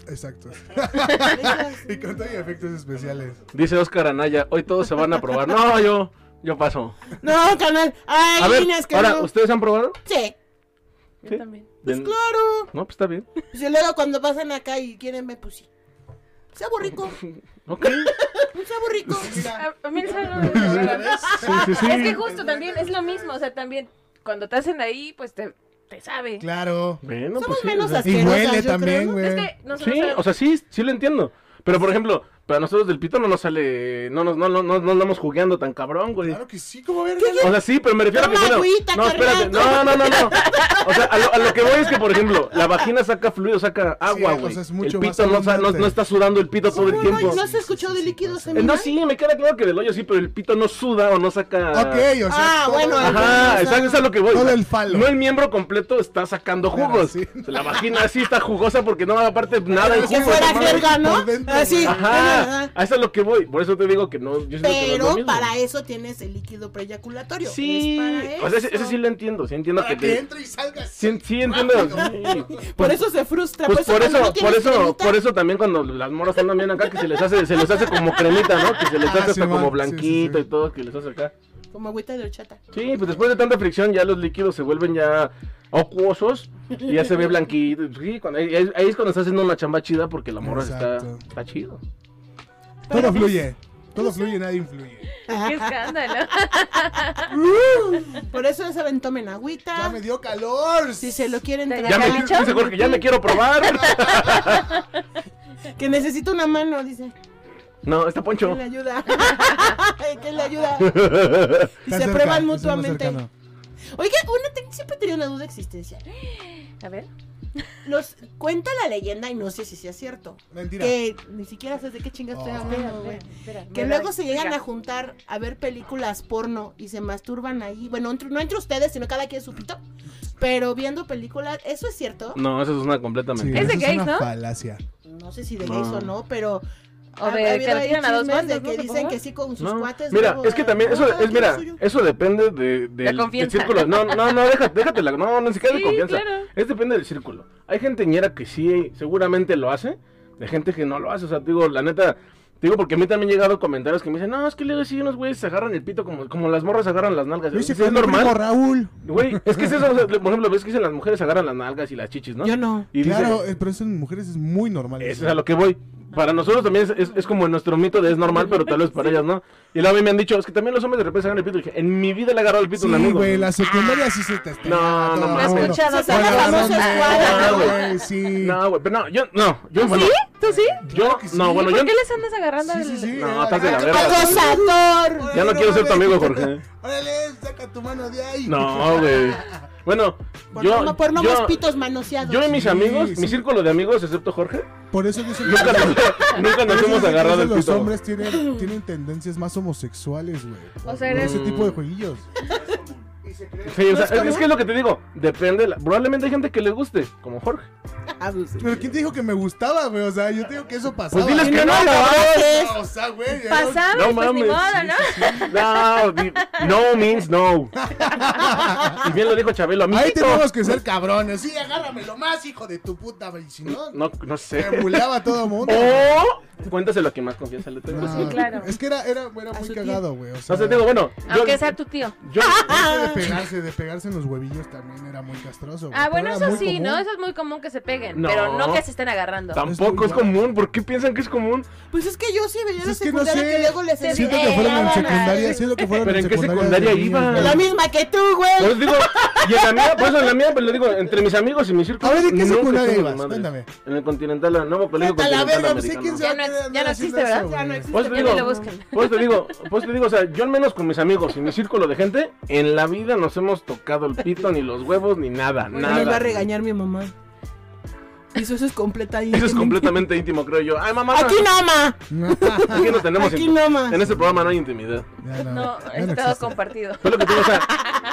[SPEAKER 4] Exacto. *laughs*
[SPEAKER 1] Esas-
[SPEAKER 4] Y con todo y efectos especiales.
[SPEAKER 2] Dice Oscar Anaya, hoy todos se van a probar. No, yo, yo paso.
[SPEAKER 1] *laughs* No, canal. Hay
[SPEAKER 2] A ver,
[SPEAKER 1] líneas que
[SPEAKER 2] ahora,
[SPEAKER 1] no.
[SPEAKER 2] ¿ustedes han probado?
[SPEAKER 1] Sí,
[SPEAKER 2] Sí.
[SPEAKER 3] Yo también.
[SPEAKER 1] pues
[SPEAKER 2] De-
[SPEAKER 1] claro.
[SPEAKER 2] No, pues está bien.
[SPEAKER 1] Pues, y luego cuando pasan acá y quieren ver, pues sí. Sabo rico, *laughs*
[SPEAKER 2] Ok.
[SPEAKER 1] sabo rico.
[SPEAKER 4] *laughs*
[SPEAKER 3] A, a mí eso
[SPEAKER 2] *laughs*
[SPEAKER 3] no me-
[SPEAKER 2] Sí, sí, sí.
[SPEAKER 3] Es que justo también es lo mismo, o sea, también cuando te hacen ahí, pues te, te sabe.
[SPEAKER 4] Claro.
[SPEAKER 2] Bueno,
[SPEAKER 1] Somos
[SPEAKER 2] pues sí,
[SPEAKER 1] menos
[SPEAKER 2] o sea,
[SPEAKER 1] así.
[SPEAKER 4] Y
[SPEAKER 1] Asquerosas,
[SPEAKER 4] huele
[SPEAKER 1] yo
[SPEAKER 4] también,
[SPEAKER 1] creo,
[SPEAKER 4] güey.
[SPEAKER 3] Es que nosotros
[SPEAKER 2] Sí, o sea, sí, sí lo entiendo. Pero por ejemplo, para nosotros del pito no nos sale, no nos, no, no, no, no andamos jugueando tan cabrón, güey.
[SPEAKER 4] Claro que sí, como ver.
[SPEAKER 2] O sea, sí, pero me refiero a que
[SPEAKER 1] Toma
[SPEAKER 2] bueno,
[SPEAKER 1] agüita,
[SPEAKER 2] No, espérate, no,
[SPEAKER 1] carnal.
[SPEAKER 2] no, no, no. O sea, a lo, a lo que voy es que, por ejemplo, la vagina saca fluido, saca agua,
[SPEAKER 4] o
[SPEAKER 2] güey.
[SPEAKER 4] sea, es mucho
[SPEAKER 2] el
[SPEAKER 4] más
[SPEAKER 2] pito no, sa- no,
[SPEAKER 4] abundante.
[SPEAKER 2] no está sudando el pito todo el
[SPEAKER 1] No,
[SPEAKER 2] tiempo.
[SPEAKER 1] no, ¿no has escuchado de líquido
[SPEAKER 2] Eh,
[SPEAKER 1] seminal?
[SPEAKER 2] No, sí, me queda claro que del hoyo sí, pero el pito no suda o no saca.
[SPEAKER 4] Ok, o sea.
[SPEAKER 1] Ah,
[SPEAKER 4] todo-
[SPEAKER 1] bueno,
[SPEAKER 2] Ajá,
[SPEAKER 1] Ajá,
[SPEAKER 2] exacto, eso es a lo que voy.
[SPEAKER 4] Todo el falo.
[SPEAKER 2] No el miembro completo está sacando
[SPEAKER 4] Claro,
[SPEAKER 2] jugos.
[SPEAKER 4] sí.
[SPEAKER 2] O sea, La vagina sí está jugosa porque no, aparte nada en
[SPEAKER 1] Que
[SPEAKER 2] jugo.
[SPEAKER 1] fuera
[SPEAKER 2] no mames.
[SPEAKER 1] jerga, ¿no?
[SPEAKER 4] por dentro,
[SPEAKER 1] Así.
[SPEAKER 4] güey.
[SPEAKER 2] Ajá,
[SPEAKER 1] ajá.
[SPEAKER 2] a eso es lo que voy. Por eso te digo que no. Yo siento que no es lo
[SPEAKER 1] Pero
[SPEAKER 2] mismo.
[SPEAKER 1] para eso tienes el líquido preyaculatorio.
[SPEAKER 2] Sí,
[SPEAKER 1] Es para
[SPEAKER 2] o sea, ese, ese
[SPEAKER 1] eso.
[SPEAKER 2] sí lo entiendo. Sí, entiendo
[SPEAKER 4] Para
[SPEAKER 2] que.
[SPEAKER 4] que
[SPEAKER 2] te-
[SPEAKER 4] entre y salga. así.
[SPEAKER 2] Sí, sí, entiendo.
[SPEAKER 4] Ah,
[SPEAKER 2] sí.
[SPEAKER 1] Por eso se frustra.
[SPEAKER 2] Pues por
[SPEAKER 1] cuando
[SPEAKER 2] eso,
[SPEAKER 1] no
[SPEAKER 2] por
[SPEAKER 1] tienes
[SPEAKER 2] eso,
[SPEAKER 1] cremita-
[SPEAKER 2] por eso también cuando las moras andan bien acá que se les hace, se les hace como cremita, ¿no? Que se les
[SPEAKER 4] Ah,
[SPEAKER 2] hace hasta
[SPEAKER 4] Simón,
[SPEAKER 2] como
[SPEAKER 4] sí, sí,
[SPEAKER 2] blanquito
[SPEAKER 4] sí.
[SPEAKER 2] y todo, que les hace acá.
[SPEAKER 1] Como agüita de horchata.
[SPEAKER 2] Sí, pues después de tanta fricción ya los líquidos se vuelven ya acuosos y ya se ve blanquito. Sí, cuando- ahí, ahí es cuando estás haciendo una chamba chida porque la morra está,
[SPEAKER 4] Exacto.
[SPEAKER 2] está chido.
[SPEAKER 4] Todo fluye. Todo fluye, nadie influye.
[SPEAKER 3] qué escándalo.
[SPEAKER 1] *laughs* Por eso saben, tomen agüita.
[SPEAKER 4] Ya me dio calor.
[SPEAKER 1] Si se lo quieren
[SPEAKER 3] Ya
[SPEAKER 2] Ya me
[SPEAKER 1] tragar.
[SPEAKER 3] Gacho.
[SPEAKER 2] dice Jorge, ya me quiero probar.
[SPEAKER 1] Que necesito una mano, dice.
[SPEAKER 2] No, está
[SPEAKER 1] ¿Quién
[SPEAKER 2] Poncho.
[SPEAKER 1] le ayuda? *laughs* ¿Quién le
[SPEAKER 2] *laughs*
[SPEAKER 1] ayuda? Y
[SPEAKER 4] Está
[SPEAKER 1] se
[SPEAKER 4] cerca,
[SPEAKER 1] prueban
[SPEAKER 4] es lo
[SPEAKER 1] mutuamente.
[SPEAKER 4] cercano.
[SPEAKER 1] Oiga, una te- siempre tenía una duda existencial. *laughs*
[SPEAKER 3] A ver.
[SPEAKER 1] Los cuenta la leyenda y no sé si sea cierto.
[SPEAKER 4] Mentira.
[SPEAKER 1] Que ni siquiera sé de qué chingas estoy
[SPEAKER 4] Oh.
[SPEAKER 1] hablando, güey.
[SPEAKER 3] espera,
[SPEAKER 1] Que
[SPEAKER 3] me
[SPEAKER 1] luego
[SPEAKER 3] da-
[SPEAKER 1] se llegan
[SPEAKER 3] Venga.
[SPEAKER 1] a juntar a ver películas porno y se masturban ahí. Bueno, entre- no entre ustedes, sino cada quien su pito. Pero viendo películas, eso es cierto.
[SPEAKER 2] No, eso es una completa
[SPEAKER 4] Sí,
[SPEAKER 2] mentira.
[SPEAKER 3] Es de
[SPEAKER 4] eso
[SPEAKER 3] gays,
[SPEAKER 4] una
[SPEAKER 3] ¿no?
[SPEAKER 4] falacia.
[SPEAKER 1] No sé si de
[SPEAKER 2] No.
[SPEAKER 1] gays o no, pero.
[SPEAKER 3] O
[SPEAKER 1] ha-
[SPEAKER 3] de
[SPEAKER 1] ha
[SPEAKER 3] que
[SPEAKER 1] habido
[SPEAKER 3] lo
[SPEAKER 1] ahí
[SPEAKER 3] tiran a dos
[SPEAKER 1] chismes de
[SPEAKER 3] bandos, ¿no?
[SPEAKER 1] que dicen
[SPEAKER 3] Supongo.
[SPEAKER 1] que sí con sus
[SPEAKER 2] No,
[SPEAKER 1] cuates.
[SPEAKER 2] Mira,
[SPEAKER 1] luego,
[SPEAKER 2] es que
[SPEAKER 1] ah,
[SPEAKER 2] también
[SPEAKER 1] no,
[SPEAKER 2] eso
[SPEAKER 1] cada
[SPEAKER 2] es
[SPEAKER 1] quien
[SPEAKER 2] mira,
[SPEAKER 1] lo suyo.
[SPEAKER 2] eso depende de, del- del
[SPEAKER 3] confianza.
[SPEAKER 2] círculo. No, no, no, déjate, déjate la, no, no ni siquiera de
[SPEAKER 3] Sí,
[SPEAKER 2] confianza.
[SPEAKER 3] claro.
[SPEAKER 2] Es depende del círculo. Hay gente ñera que sí seguramente lo hace, de gente que no lo hace, o sea, te digo, la neta te Digo, porque a mí también han llegado comentarios que me dicen, no, es que luego sí unos güeyes se agarran el pito como, como las morras agarran las nalgas.
[SPEAKER 4] Dice
[SPEAKER 2] Sí,
[SPEAKER 4] que
[SPEAKER 2] es
[SPEAKER 4] mi primo
[SPEAKER 2] normal.
[SPEAKER 4] Raúl.
[SPEAKER 2] Güey, es que es eso, o sea, por ejemplo, ves que dicen las mujeres agarran las nalgas y las chichis, ¿no?
[SPEAKER 1] Yo no.
[SPEAKER 2] Y dicen,
[SPEAKER 4] Claro, eh, pero eso en mujeres es muy normal.
[SPEAKER 2] eso es a lo que voy. Para nosotros también es, es- es como nuestro mito de es normal, pero tal vez para ellas no. Y luego a mí me han dicho, es que también los hombres de repente se agarran el pito. Y dije, en mi vida le he agarrado el pito a un
[SPEAKER 4] Sí,
[SPEAKER 2] amigo. Ah.
[SPEAKER 4] güey, la secundaria sí se te está.
[SPEAKER 2] No, no mames.
[SPEAKER 3] Lo he escuchado,
[SPEAKER 1] Se son las famosas
[SPEAKER 2] cuadras, ¿no?
[SPEAKER 4] Sí.
[SPEAKER 2] No, güey, pero no, yo, no, yo, Ah, bueno,
[SPEAKER 3] ¿Ah, ¿Sí? ¿Tú sí?
[SPEAKER 2] yo,
[SPEAKER 4] que sí.
[SPEAKER 2] no, bueno,
[SPEAKER 3] ¿Por
[SPEAKER 2] yo,
[SPEAKER 3] qué les andas agarrando
[SPEAKER 4] Sí,
[SPEAKER 3] el-
[SPEAKER 4] sí, sí.
[SPEAKER 2] No, estás de la verga.
[SPEAKER 1] ¡Acosador!
[SPEAKER 2] ya no quiero ser tu amigo, Jorge.
[SPEAKER 4] Órale, saca tu mano de ahí.
[SPEAKER 2] No, güey. Bueno,
[SPEAKER 1] Por
[SPEAKER 2] yo,
[SPEAKER 1] no, por no más
[SPEAKER 2] yo,
[SPEAKER 1] pitos manoseados.
[SPEAKER 2] yo y mis
[SPEAKER 4] Sí,
[SPEAKER 2] amigos,
[SPEAKER 4] sí.
[SPEAKER 2] mi círculo de amigos, excepto Jorge,
[SPEAKER 4] Por eso dicen que-
[SPEAKER 2] nunca nos, nunca
[SPEAKER 4] por
[SPEAKER 2] nos
[SPEAKER 4] eso
[SPEAKER 2] hemos
[SPEAKER 4] dicen que
[SPEAKER 2] agarrado el
[SPEAKER 4] Los
[SPEAKER 2] pito.
[SPEAKER 4] hombres tienen, tienen tendencias más homosexuales, güey.
[SPEAKER 3] O sea,
[SPEAKER 4] Por
[SPEAKER 3] eres-
[SPEAKER 4] Ese tipo de jueguillos.
[SPEAKER 5] y se cree.
[SPEAKER 2] Sí, o sea,
[SPEAKER 1] ¿No es
[SPEAKER 2] es, que es lo que te digo, depende, la- probablemente hay gente que le guste, como Jorge.
[SPEAKER 1] Ah, pues, sí.
[SPEAKER 4] Pero ¿quién te dijo que me gustaba, güey? O sea, yo te digo que eso pasaba.
[SPEAKER 2] Pues diles
[SPEAKER 1] no,
[SPEAKER 2] que no,
[SPEAKER 1] no,
[SPEAKER 2] no,
[SPEAKER 4] O sea, güey. ya-
[SPEAKER 3] Pasaba,
[SPEAKER 2] No
[SPEAKER 3] y pues ni
[SPEAKER 2] mames,
[SPEAKER 3] modo, ¿no?
[SPEAKER 2] no, di- no means no. Y bien lo dijo Chabelo,
[SPEAKER 4] Ahí
[SPEAKER 2] amiguito.
[SPEAKER 4] tenemos que ser cabrones. Sí,
[SPEAKER 5] Agárramelo más, hijo de tu puta, güey. Si no,
[SPEAKER 2] No, Oh. no sé.
[SPEAKER 4] embuleaba a todo mundo.
[SPEAKER 2] O cuéntaselo a quien más confianza le tengo.
[SPEAKER 4] Ah,
[SPEAKER 3] sí, claro.
[SPEAKER 4] Es que era, era, era muy
[SPEAKER 1] su tío.
[SPEAKER 4] cagado, güey. O sea,
[SPEAKER 2] No sé, digo, bueno, yo,
[SPEAKER 3] Aunque sea Ah, tu tío. *laughs*
[SPEAKER 2] yo-
[SPEAKER 4] eso de pegarse, de pegarse en los huevillos también era muy castroso. güey,
[SPEAKER 3] Ah,
[SPEAKER 4] pero
[SPEAKER 3] bueno,
[SPEAKER 4] era
[SPEAKER 3] eso
[SPEAKER 4] muy
[SPEAKER 3] sí,
[SPEAKER 4] común.
[SPEAKER 3] ¿no? Eso es muy común que se peguen,
[SPEAKER 2] No.
[SPEAKER 3] pero no que se estén agarrando.
[SPEAKER 2] tampoco es
[SPEAKER 4] Es muy
[SPEAKER 2] común. ¿Por qué piensan que es común?
[SPEAKER 1] Pues es que yo sí veía la
[SPEAKER 4] Es que no
[SPEAKER 1] secundaria
[SPEAKER 4] sé.
[SPEAKER 1] que luego les
[SPEAKER 3] Se
[SPEAKER 4] Siento
[SPEAKER 1] enseñaba.
[SPEAKER 4] que fueron en
[SPEAKER 3] pegaban a-
[SPEAKER 4] secundaria, siento que fueron
[SPEAKER 2] ¿Pero en qué secundaria
[SPEAKER 4] de niños,
[SPEAKER 2] iban?
[SPEAKER 4] güey.
[SPEAKER 1] La misma que tú,
[SPEAKER 2] Por
[SPEAKER 1] güey.
[SPEAKER 2] eso digo, y en la mía, por eso en la mía, pero lo digo, entre mis amigos y mi círculo.
[SPEAKER 4] A ver, ¿en qué
[SPEAKER 2] nunca
[SPEAKER 4] secundaria
[SPEAKER 2] estuvo
[SPEAKER 4] ibas?
[SPEAKER 2] mi madre.
[SPEAKER 4] Cuéntame.
[SPEAKER 2] En el Continental, en el nuevo colegio
[SPEAKER 4] Vete a la
[SPEAKER 2] Continental
[SPEAKER 4] verga, pues, ¿sí?
[SPEAKER 2] Americano.
[SPEAKER 4] ¿Quién se va
[SPEAKER 3] Ya
[SPEAKER 4] a
[SPEAKER 3] no-
[SPEAKER 4] querer
[SPEAKER 3] ya no
[SPEAKER 4] andar
[SPEAKER 3] existe,
[SPEAKER 4] haciendo
[SPEAKER 3] ¿verdad?
[SPEAKER 4] eso,
[SPEAKER 1] Ya no
[SPEAKER 4] güey?
[SPEAKER 1] existe.
[SPEAKER 2] Pues te
[SPEAKER 3] Ya ni
[SPEAKER 2] digo,
[SPEAKER 3] lo buscan.
[SPEAKER 2] pues te digo, pues te digo, o sea, yo al menos con mis amigos y mi círculo de gente, en la vida nos hemos tocado el pito, ni los huevos, ni nada,
[SPEAKER 1] Bueno, Pues me va a
[SPEAKER 2] nada.
[SPEAKER 1] regañar mi mamá. Eso, eso es completa
[SPEAKER 2] Eso es completamente íntimo, creo yo. Ay, mamá, no,
[SPEAKER 1] Aquí no, ma.
[SPEAKER 2] aquí no tenemos
[SPEAKER 1] Aquí
[SPEAKER 2] intim-
[SPEAKER 1] no, ma.
[SPEAKER 2] En este programa no hay intimidad.
[SPEAKER 4] *laughs* Ya
[SPEAKER 3] No,
[SPEAKER 4] ya
[SPEAKER 3] es todo
[SPEAKER 4] existe.
[SPEAKER 3] compartido.
[SPEAKER 2] Pero lo que te digo, o sea,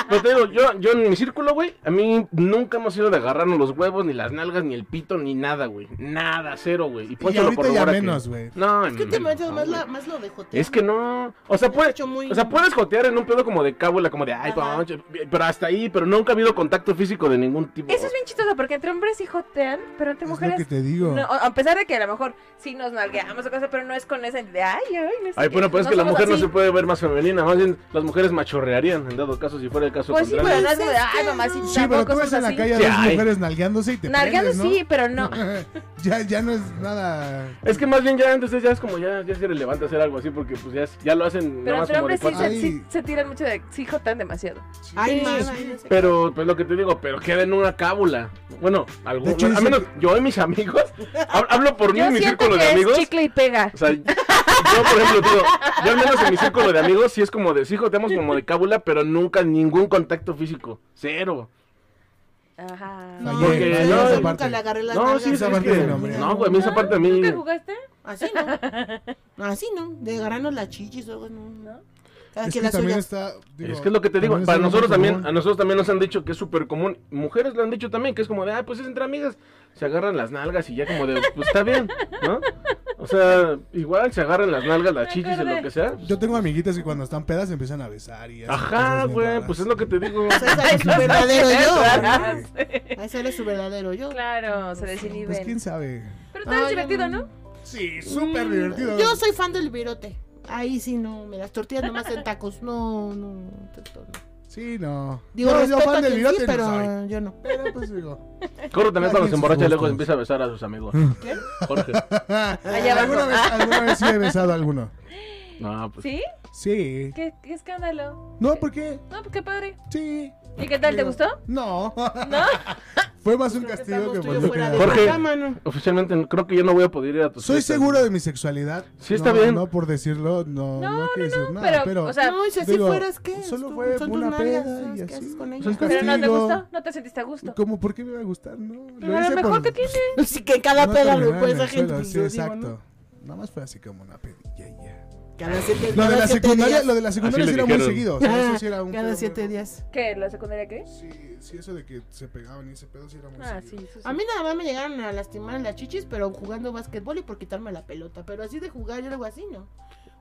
[SPEAKER 2] pero te digo, yo, yo en mi círculo, güey, a mí nunca hemos ido de agarrarnos los huevos, ni las nalgas, ni el pito, ni nada, güey. Nada, cero, güey. Y,
[SPEAKER 4] Y
[SPEAKER 2] Poncho lo
[SPEAKER 4] ahorita ya
[SPEAKER 2] corrobora que-
[SPEAKER 4] menos, güey.
[SPEAKER 2] No,
[SPEAKER 1] Es que te metes más, la,
[SPEAKER 2] güey.
[SPEAKER 1] más lo de joteo.
[SPEAKER 2] Es que no. O sea, puede-
[SPEAKER 1] hecho muy-
[SPEAKER 2] o sea, puedes jotear en un pedo como de cábula, como de ay,
[SPEAKER 1] Ajá.
[SPEAKER 2] Poncho, pero hasta ahí, pero nunca ha habido contacto físico de ningún tipo.
[SPEAKER 3] Eso es bien chistoso porque entre hombres sí jotean, pero entre
[SPEAKER 4] Es lo
[SPEAKER 3] mujeres.
[SPEAKER 4] que te digo.
[SPEAKER 3] no, a pesar de que a lo mejor sí nos nalgueamos o cosas, pero no es con esa de ay, ay, no sé
[SPEAKER 2] Ay,
[SPEAKER 3] qué".
[SPEAKER 2] bueno, pues es que la
[SPEAKER 3] somos
[SPEAKER 2] mujer no
[SPEAKER 3] así.
[SPEAKER 2] se puede ver más femenina, más bien las mujeres machorrearían, en dado caso, si fuera el caso
[SPEAKER 3] Pues sí, pero
[SPEAKER 2] contrario.
[SPEAKER 3] no es como de
[SPEAKER 1] Pues es
[SPEAKER 3] ay,
[SPEAKER 1] que
[SPEAKER 3] mamá, sí,
[SPEAKER 1] no.
[SPEAKER 4] Sí, pero tú ves en la calle a
[SPEAKER 2] Sí,
[SPEAKER 4] dos
[SPEAKER 2] hay.
[SPEAKER 4] mujeres nalgueándose y te
[SPEAKER 3] Nalgueando
[SPEAKER 4] prendes, ¿no?
[SPEAKER 3] sí, pero no.
[SPEAKER 4] *laughs* ya, ya no es nada.
[SPEAKER 2] Es que más bien ya entonces ya es como ya, ya es irrelevante hacer algo así porque pues ya, es- ya lo hacen
[SPEAKER 3] Pero
[SPEAKER 2] nada más
[SPEAKER 3] entre
[SPEAKER 2] como de
[SPEAKER 3] hombres sí,
[SPEAKER 2] cuatro.
[SPEAKER 3] se,
[SPEAKER 4] cuatro.
[SPEAKER 3] sí se tiran mucho de. Sí, jotean demasiado.
[SPEAKER 1] Ay,
[SPEAKER 2] Sí,
[SPEAKER 1] ma,
[SPEAKER 2] sí,
[SPEAKER 1] ay, no sé.
[SPEAKER 2] Pero pues lo que te digo, pero queda en una cábula. Bueno, algún,
[SPEAKER 4] De hecho,
[SPEAKER 2] al
[SPEAKER 4] dice
[SPEAKER 2] menos yo y mis amigos, *laughs* hab- hablo por mí
[SPEAKER 3] Yo
[SPEAKER 2] y mi
[SPEAKER 3] siento
[SPEAKER 2] círculo
[SPEAKER 3] que
[SPEAKER 2] de
[SPEAKER 3] es
[SPEAKER 2] amigos.
[SPEAKER 3] chicle y pega.
[SPEAKER 2] O sea, yo por ejemplo, te digo, yo al menos en mi círculo de amigos sí es como de sí joteamos como de cábula, pero nunca ningún contacto físico, cero.
[SPEAKER 3] Ajá.
[SPEAKER 1] No,
[SPEAKER 4] Fallé,
[SPEAKER 1] porque
[SPEAKER 2] fallé
[SPEAKER 1] yo
[SPEAKER 2] esa
[SPEAKER 1] nunca
[SPEAKER 4] parte.
[SPEAKER 1] le agarré las
[SPEAKER 2] No,
[SPEAKER 1] nalgas.
[SPEAKER 2] sí, sí,
[SPEAKER 4] Esa
[SPEAKER 2] es
[SPEAKER 4] parte
[SPEAKER 2] que-
[SPEAKER 4] del hombre.
[SPEAKER 2] no, güey, a mí esa parte a mí
[SPEAKER 3] ¿Nunca jugaste?
[SPEAKER 1] Así no. Así no. De agarrarnos las chichis o algo, no. Cada
[SPEAKER 4] Es
[SPEAKER 1] quien
[SPEAKER 4] que
[SPEAKER 1] Ah, la
[SPEAKER 4] también
[SPEAKER 1] suya.
[SPEAKER 4] está. digo,
[SPEAKER 2] es que es lo que te digo,
[SPEAKER 4] también
[SPEAKER 2] para
[SPEAKER 4] es algo
[SPEAKER 2] nosotros
[SPEAKER 4] muy
[SPEAKER 2] también,
[SPEAKER 4] común.
[SPEAKER 2] a nosotros también nos han dicho que es súper común, mujeres lo han dicho también, que es como de, ah, pues es entre amigas, se agarran las nalgas y ya como de, pues está bien, ¿no? O sea, igual se agarran las nalgas, las
[SPEAKER 3] Me
[SPEAKER 2] chichis o
[SPEAKER 3] acordé.
[SPEAKER 2] lo que sea.
[SPEAKER 4] Yo tengo amiguitas que cuando están pedas empiezan a besar y hacen
[SPEAKER 2] ah, Ajá,
[SPEAKER 4] cosas bien
[SPEAKER 2] güey,
[SPEAKER 4] raras.
[SPEAKER 2] pues es lo que te digo.
[SPEAKER 1] O sea, ese era su verdadero yo.
[SPEAKER 3] *laughs* Raras.
[SPEAKER 1] Ese era su verdadero yo.
[SPEAKER 3] Claro, se desinhiben.
[SPEAKER 4] Pues quién sabe.
[SPEAKER 3] Pero está bien
[SPEAKER 1] Ay,
[SPEAKER 3] divertido,
[SPEAKER 1] no.
[SPEAKER 3] ¿no?
[SPEAKER 4] Sí, súper divertido.
[SPEAKER 1] Mm, Yo soy fan del virote. Ahí sí no, me las tortillas nomás en tacos. No, no. tanto no.
[SPEAKER 4] Sí, no.
[SPEAKER 1] Digo,
[SPEAKER 4] no,
[SPEAKER 1] respeto a quien
[SPEAKER 4] del
[SPEAKER 1] sí,
[SPEAKER 4] virote no
[SPEAKER 1] pero
[SPEAKER 4] soy.
[SPEAKER 1] yo no.
[SPEAKER 4] Pero pues
[SPEAKER 1] *laughs*
[SPEAKER 4] digo.
[SPEAKER 2] Corro también cuando
[SPEAKER 4] Alguien
[SPEAKER 2] se emborracha y
[SPEAKER 4] sus
[SPEAKER 2] luego
[SPEAKER 4] gustos.
[SPEAKER 2] empieza a besar a sus amigos.
[SPEAKER 1] ¿Qué?
[SPEAKER 2] Jorge.
[SPEAKER 3] Allá abajo.
[SPEAKER 4] ¿Alguna, vez, alguna vez sí
[SPEAKER 1] *laughs*
[SPEAKER 4] he besado a alguno.
[SPEAKER 2] No, pues.
[SPEAKER 3] ¿Sí?
[SPEAKER 4] Sí.
[SPEAKER 3] ¿Qué, qué escándalo?
[SPEAKER 4] No, ¿por qué?
[SPEAKER 3] No, pues qué padre.
[SPEAKER 4] Sí.
[SPEAKER 3] ¿Y qué tal? ¿Te
[SPEAKER 4] Digo,
[SPEAKER 3] gustó?
[SPEAKER 4] No.
[SPEAKER 3] ¿No?
[SPEAKER 4] *laughs* Fue más un
[SPEAKER 1] Creo que
[SPEAKER 4] castigo que
[SPEAKER 1] estamos tú y yo
[SPEAKER 4] por lo
[SPEAKER 1] fuera
[SPEAKER 4] que-
[SPEAKER 1] de
[SPEAKER 2] Jorge.
[SPEAKER 1] la cama, ¿no?
[SPEAKER 2] Oficialmente no- creo que yo no voy a poder ir a tus
[SPEAKER 4] Soy
[SPEAKER 2] fiestas.
[SPEAKER 4] seguro de mi sexualidad.
[SPEAKER 2] pues, Sí, está
[SPEAKER 4] No,
[SPEAKER 2] bien.
[SPEAKER 4] No por decirlo, no, no, hay que decir nada.
[SPEAKER 3] pero,
[SPEAKER 4] Pero,
[SPEAKER 3] o sea,
[SPEAKER 1] no, y si así
[SPEAKER 4] digo, pues
[SPEAKER 1] fueras, ¿qué?
[SPEAKER 4] solo
[SPEAKER 1] Tú-
[SPEAKER 4] fue
[SPEAKER 1] son
[SPEAKER 4] una
[SPEAKER 1] tus nalgas,
[SPEAKER 4] peda
[SPEAKER 1] ¿sabes
[SPEAKER 4] y
[SPEAKER 1] ¿Qué
[SPEAKER 4] así.
[SPEAKER 1] haces con
[SPEAKER 2] Son
[SPEAKER 1] ellas?
[SPEAKER 3] ¿Pero no te
[SPEAKER 4] castigo.
[SPEAKER 3] gustó? ¿No te sentiste a gusto?
[SPEAKER 4] ¿Cómo por qué me va a gustar? No,
[SPEAKER 3] Pero a lo
[SPEAKER 4] hice
[SPEAKER 3] mejor
[SPEAKER 4] por-
[SPEAKER 3] que tiene.
[SPEAKER 1] Así que cada
[SPEAKER 4] no
[SPEAKER 1] peda
[SPEAKER 4] terminar
[SPEAKER 1] lo puedes
[SPEAKER 4] en el
[SPEAKER 1] hacer.
[SPEAKER 4] suelo, Sí,
[SPEAKER 1] yo digo, ¿no?
[SPEAKER 4] exacto. Nada más fue así como una pedilla y ya.
[SPEAKER 1] Cada siete
[SPEAKER 4] Lo
[SPEAKER 1] cada
[SPEAKER 4] de la
[SPEAKER 1] siete
[SPEAKER 4] secundaria,
[SPEAKER 1] días.
[SPEAKER 4] lo de la secundaria
[SPEAKER 2] Así
[SPEAKER 4] sí
[SPEAKER 2] le
[SPEAKER 4] era muy
[SPEAKER 2] dijeron.
[SPEAKER 4] seguido. O sea, eso
[SPEAKER 1] *laughs*
[SPEAKER 4] sí era un
[SPEAKER 1] Cada
[SPEAKER 4] pedo
[SPEAKER 1] siete
[SPEAKER 4] muy-
[SPEAKER 1] días.
[SPEAKER 3] ¿Qué? ¿La secundaria qué?
[SPEAKER 4] Sí, sí, eso de que se pegaban y ese pedo sí era muy
[SPEAKER 3] Ah, sí,
[SPEAKER 4] seguido.
[SPEAKER 3] eso sí.
[SPEAKER 1] A mí nada más me llegaron a lastimar en las chichis, pero jugando básquetbol y por quitarme la pelota. Pero así de jugar y algo así, ¿no?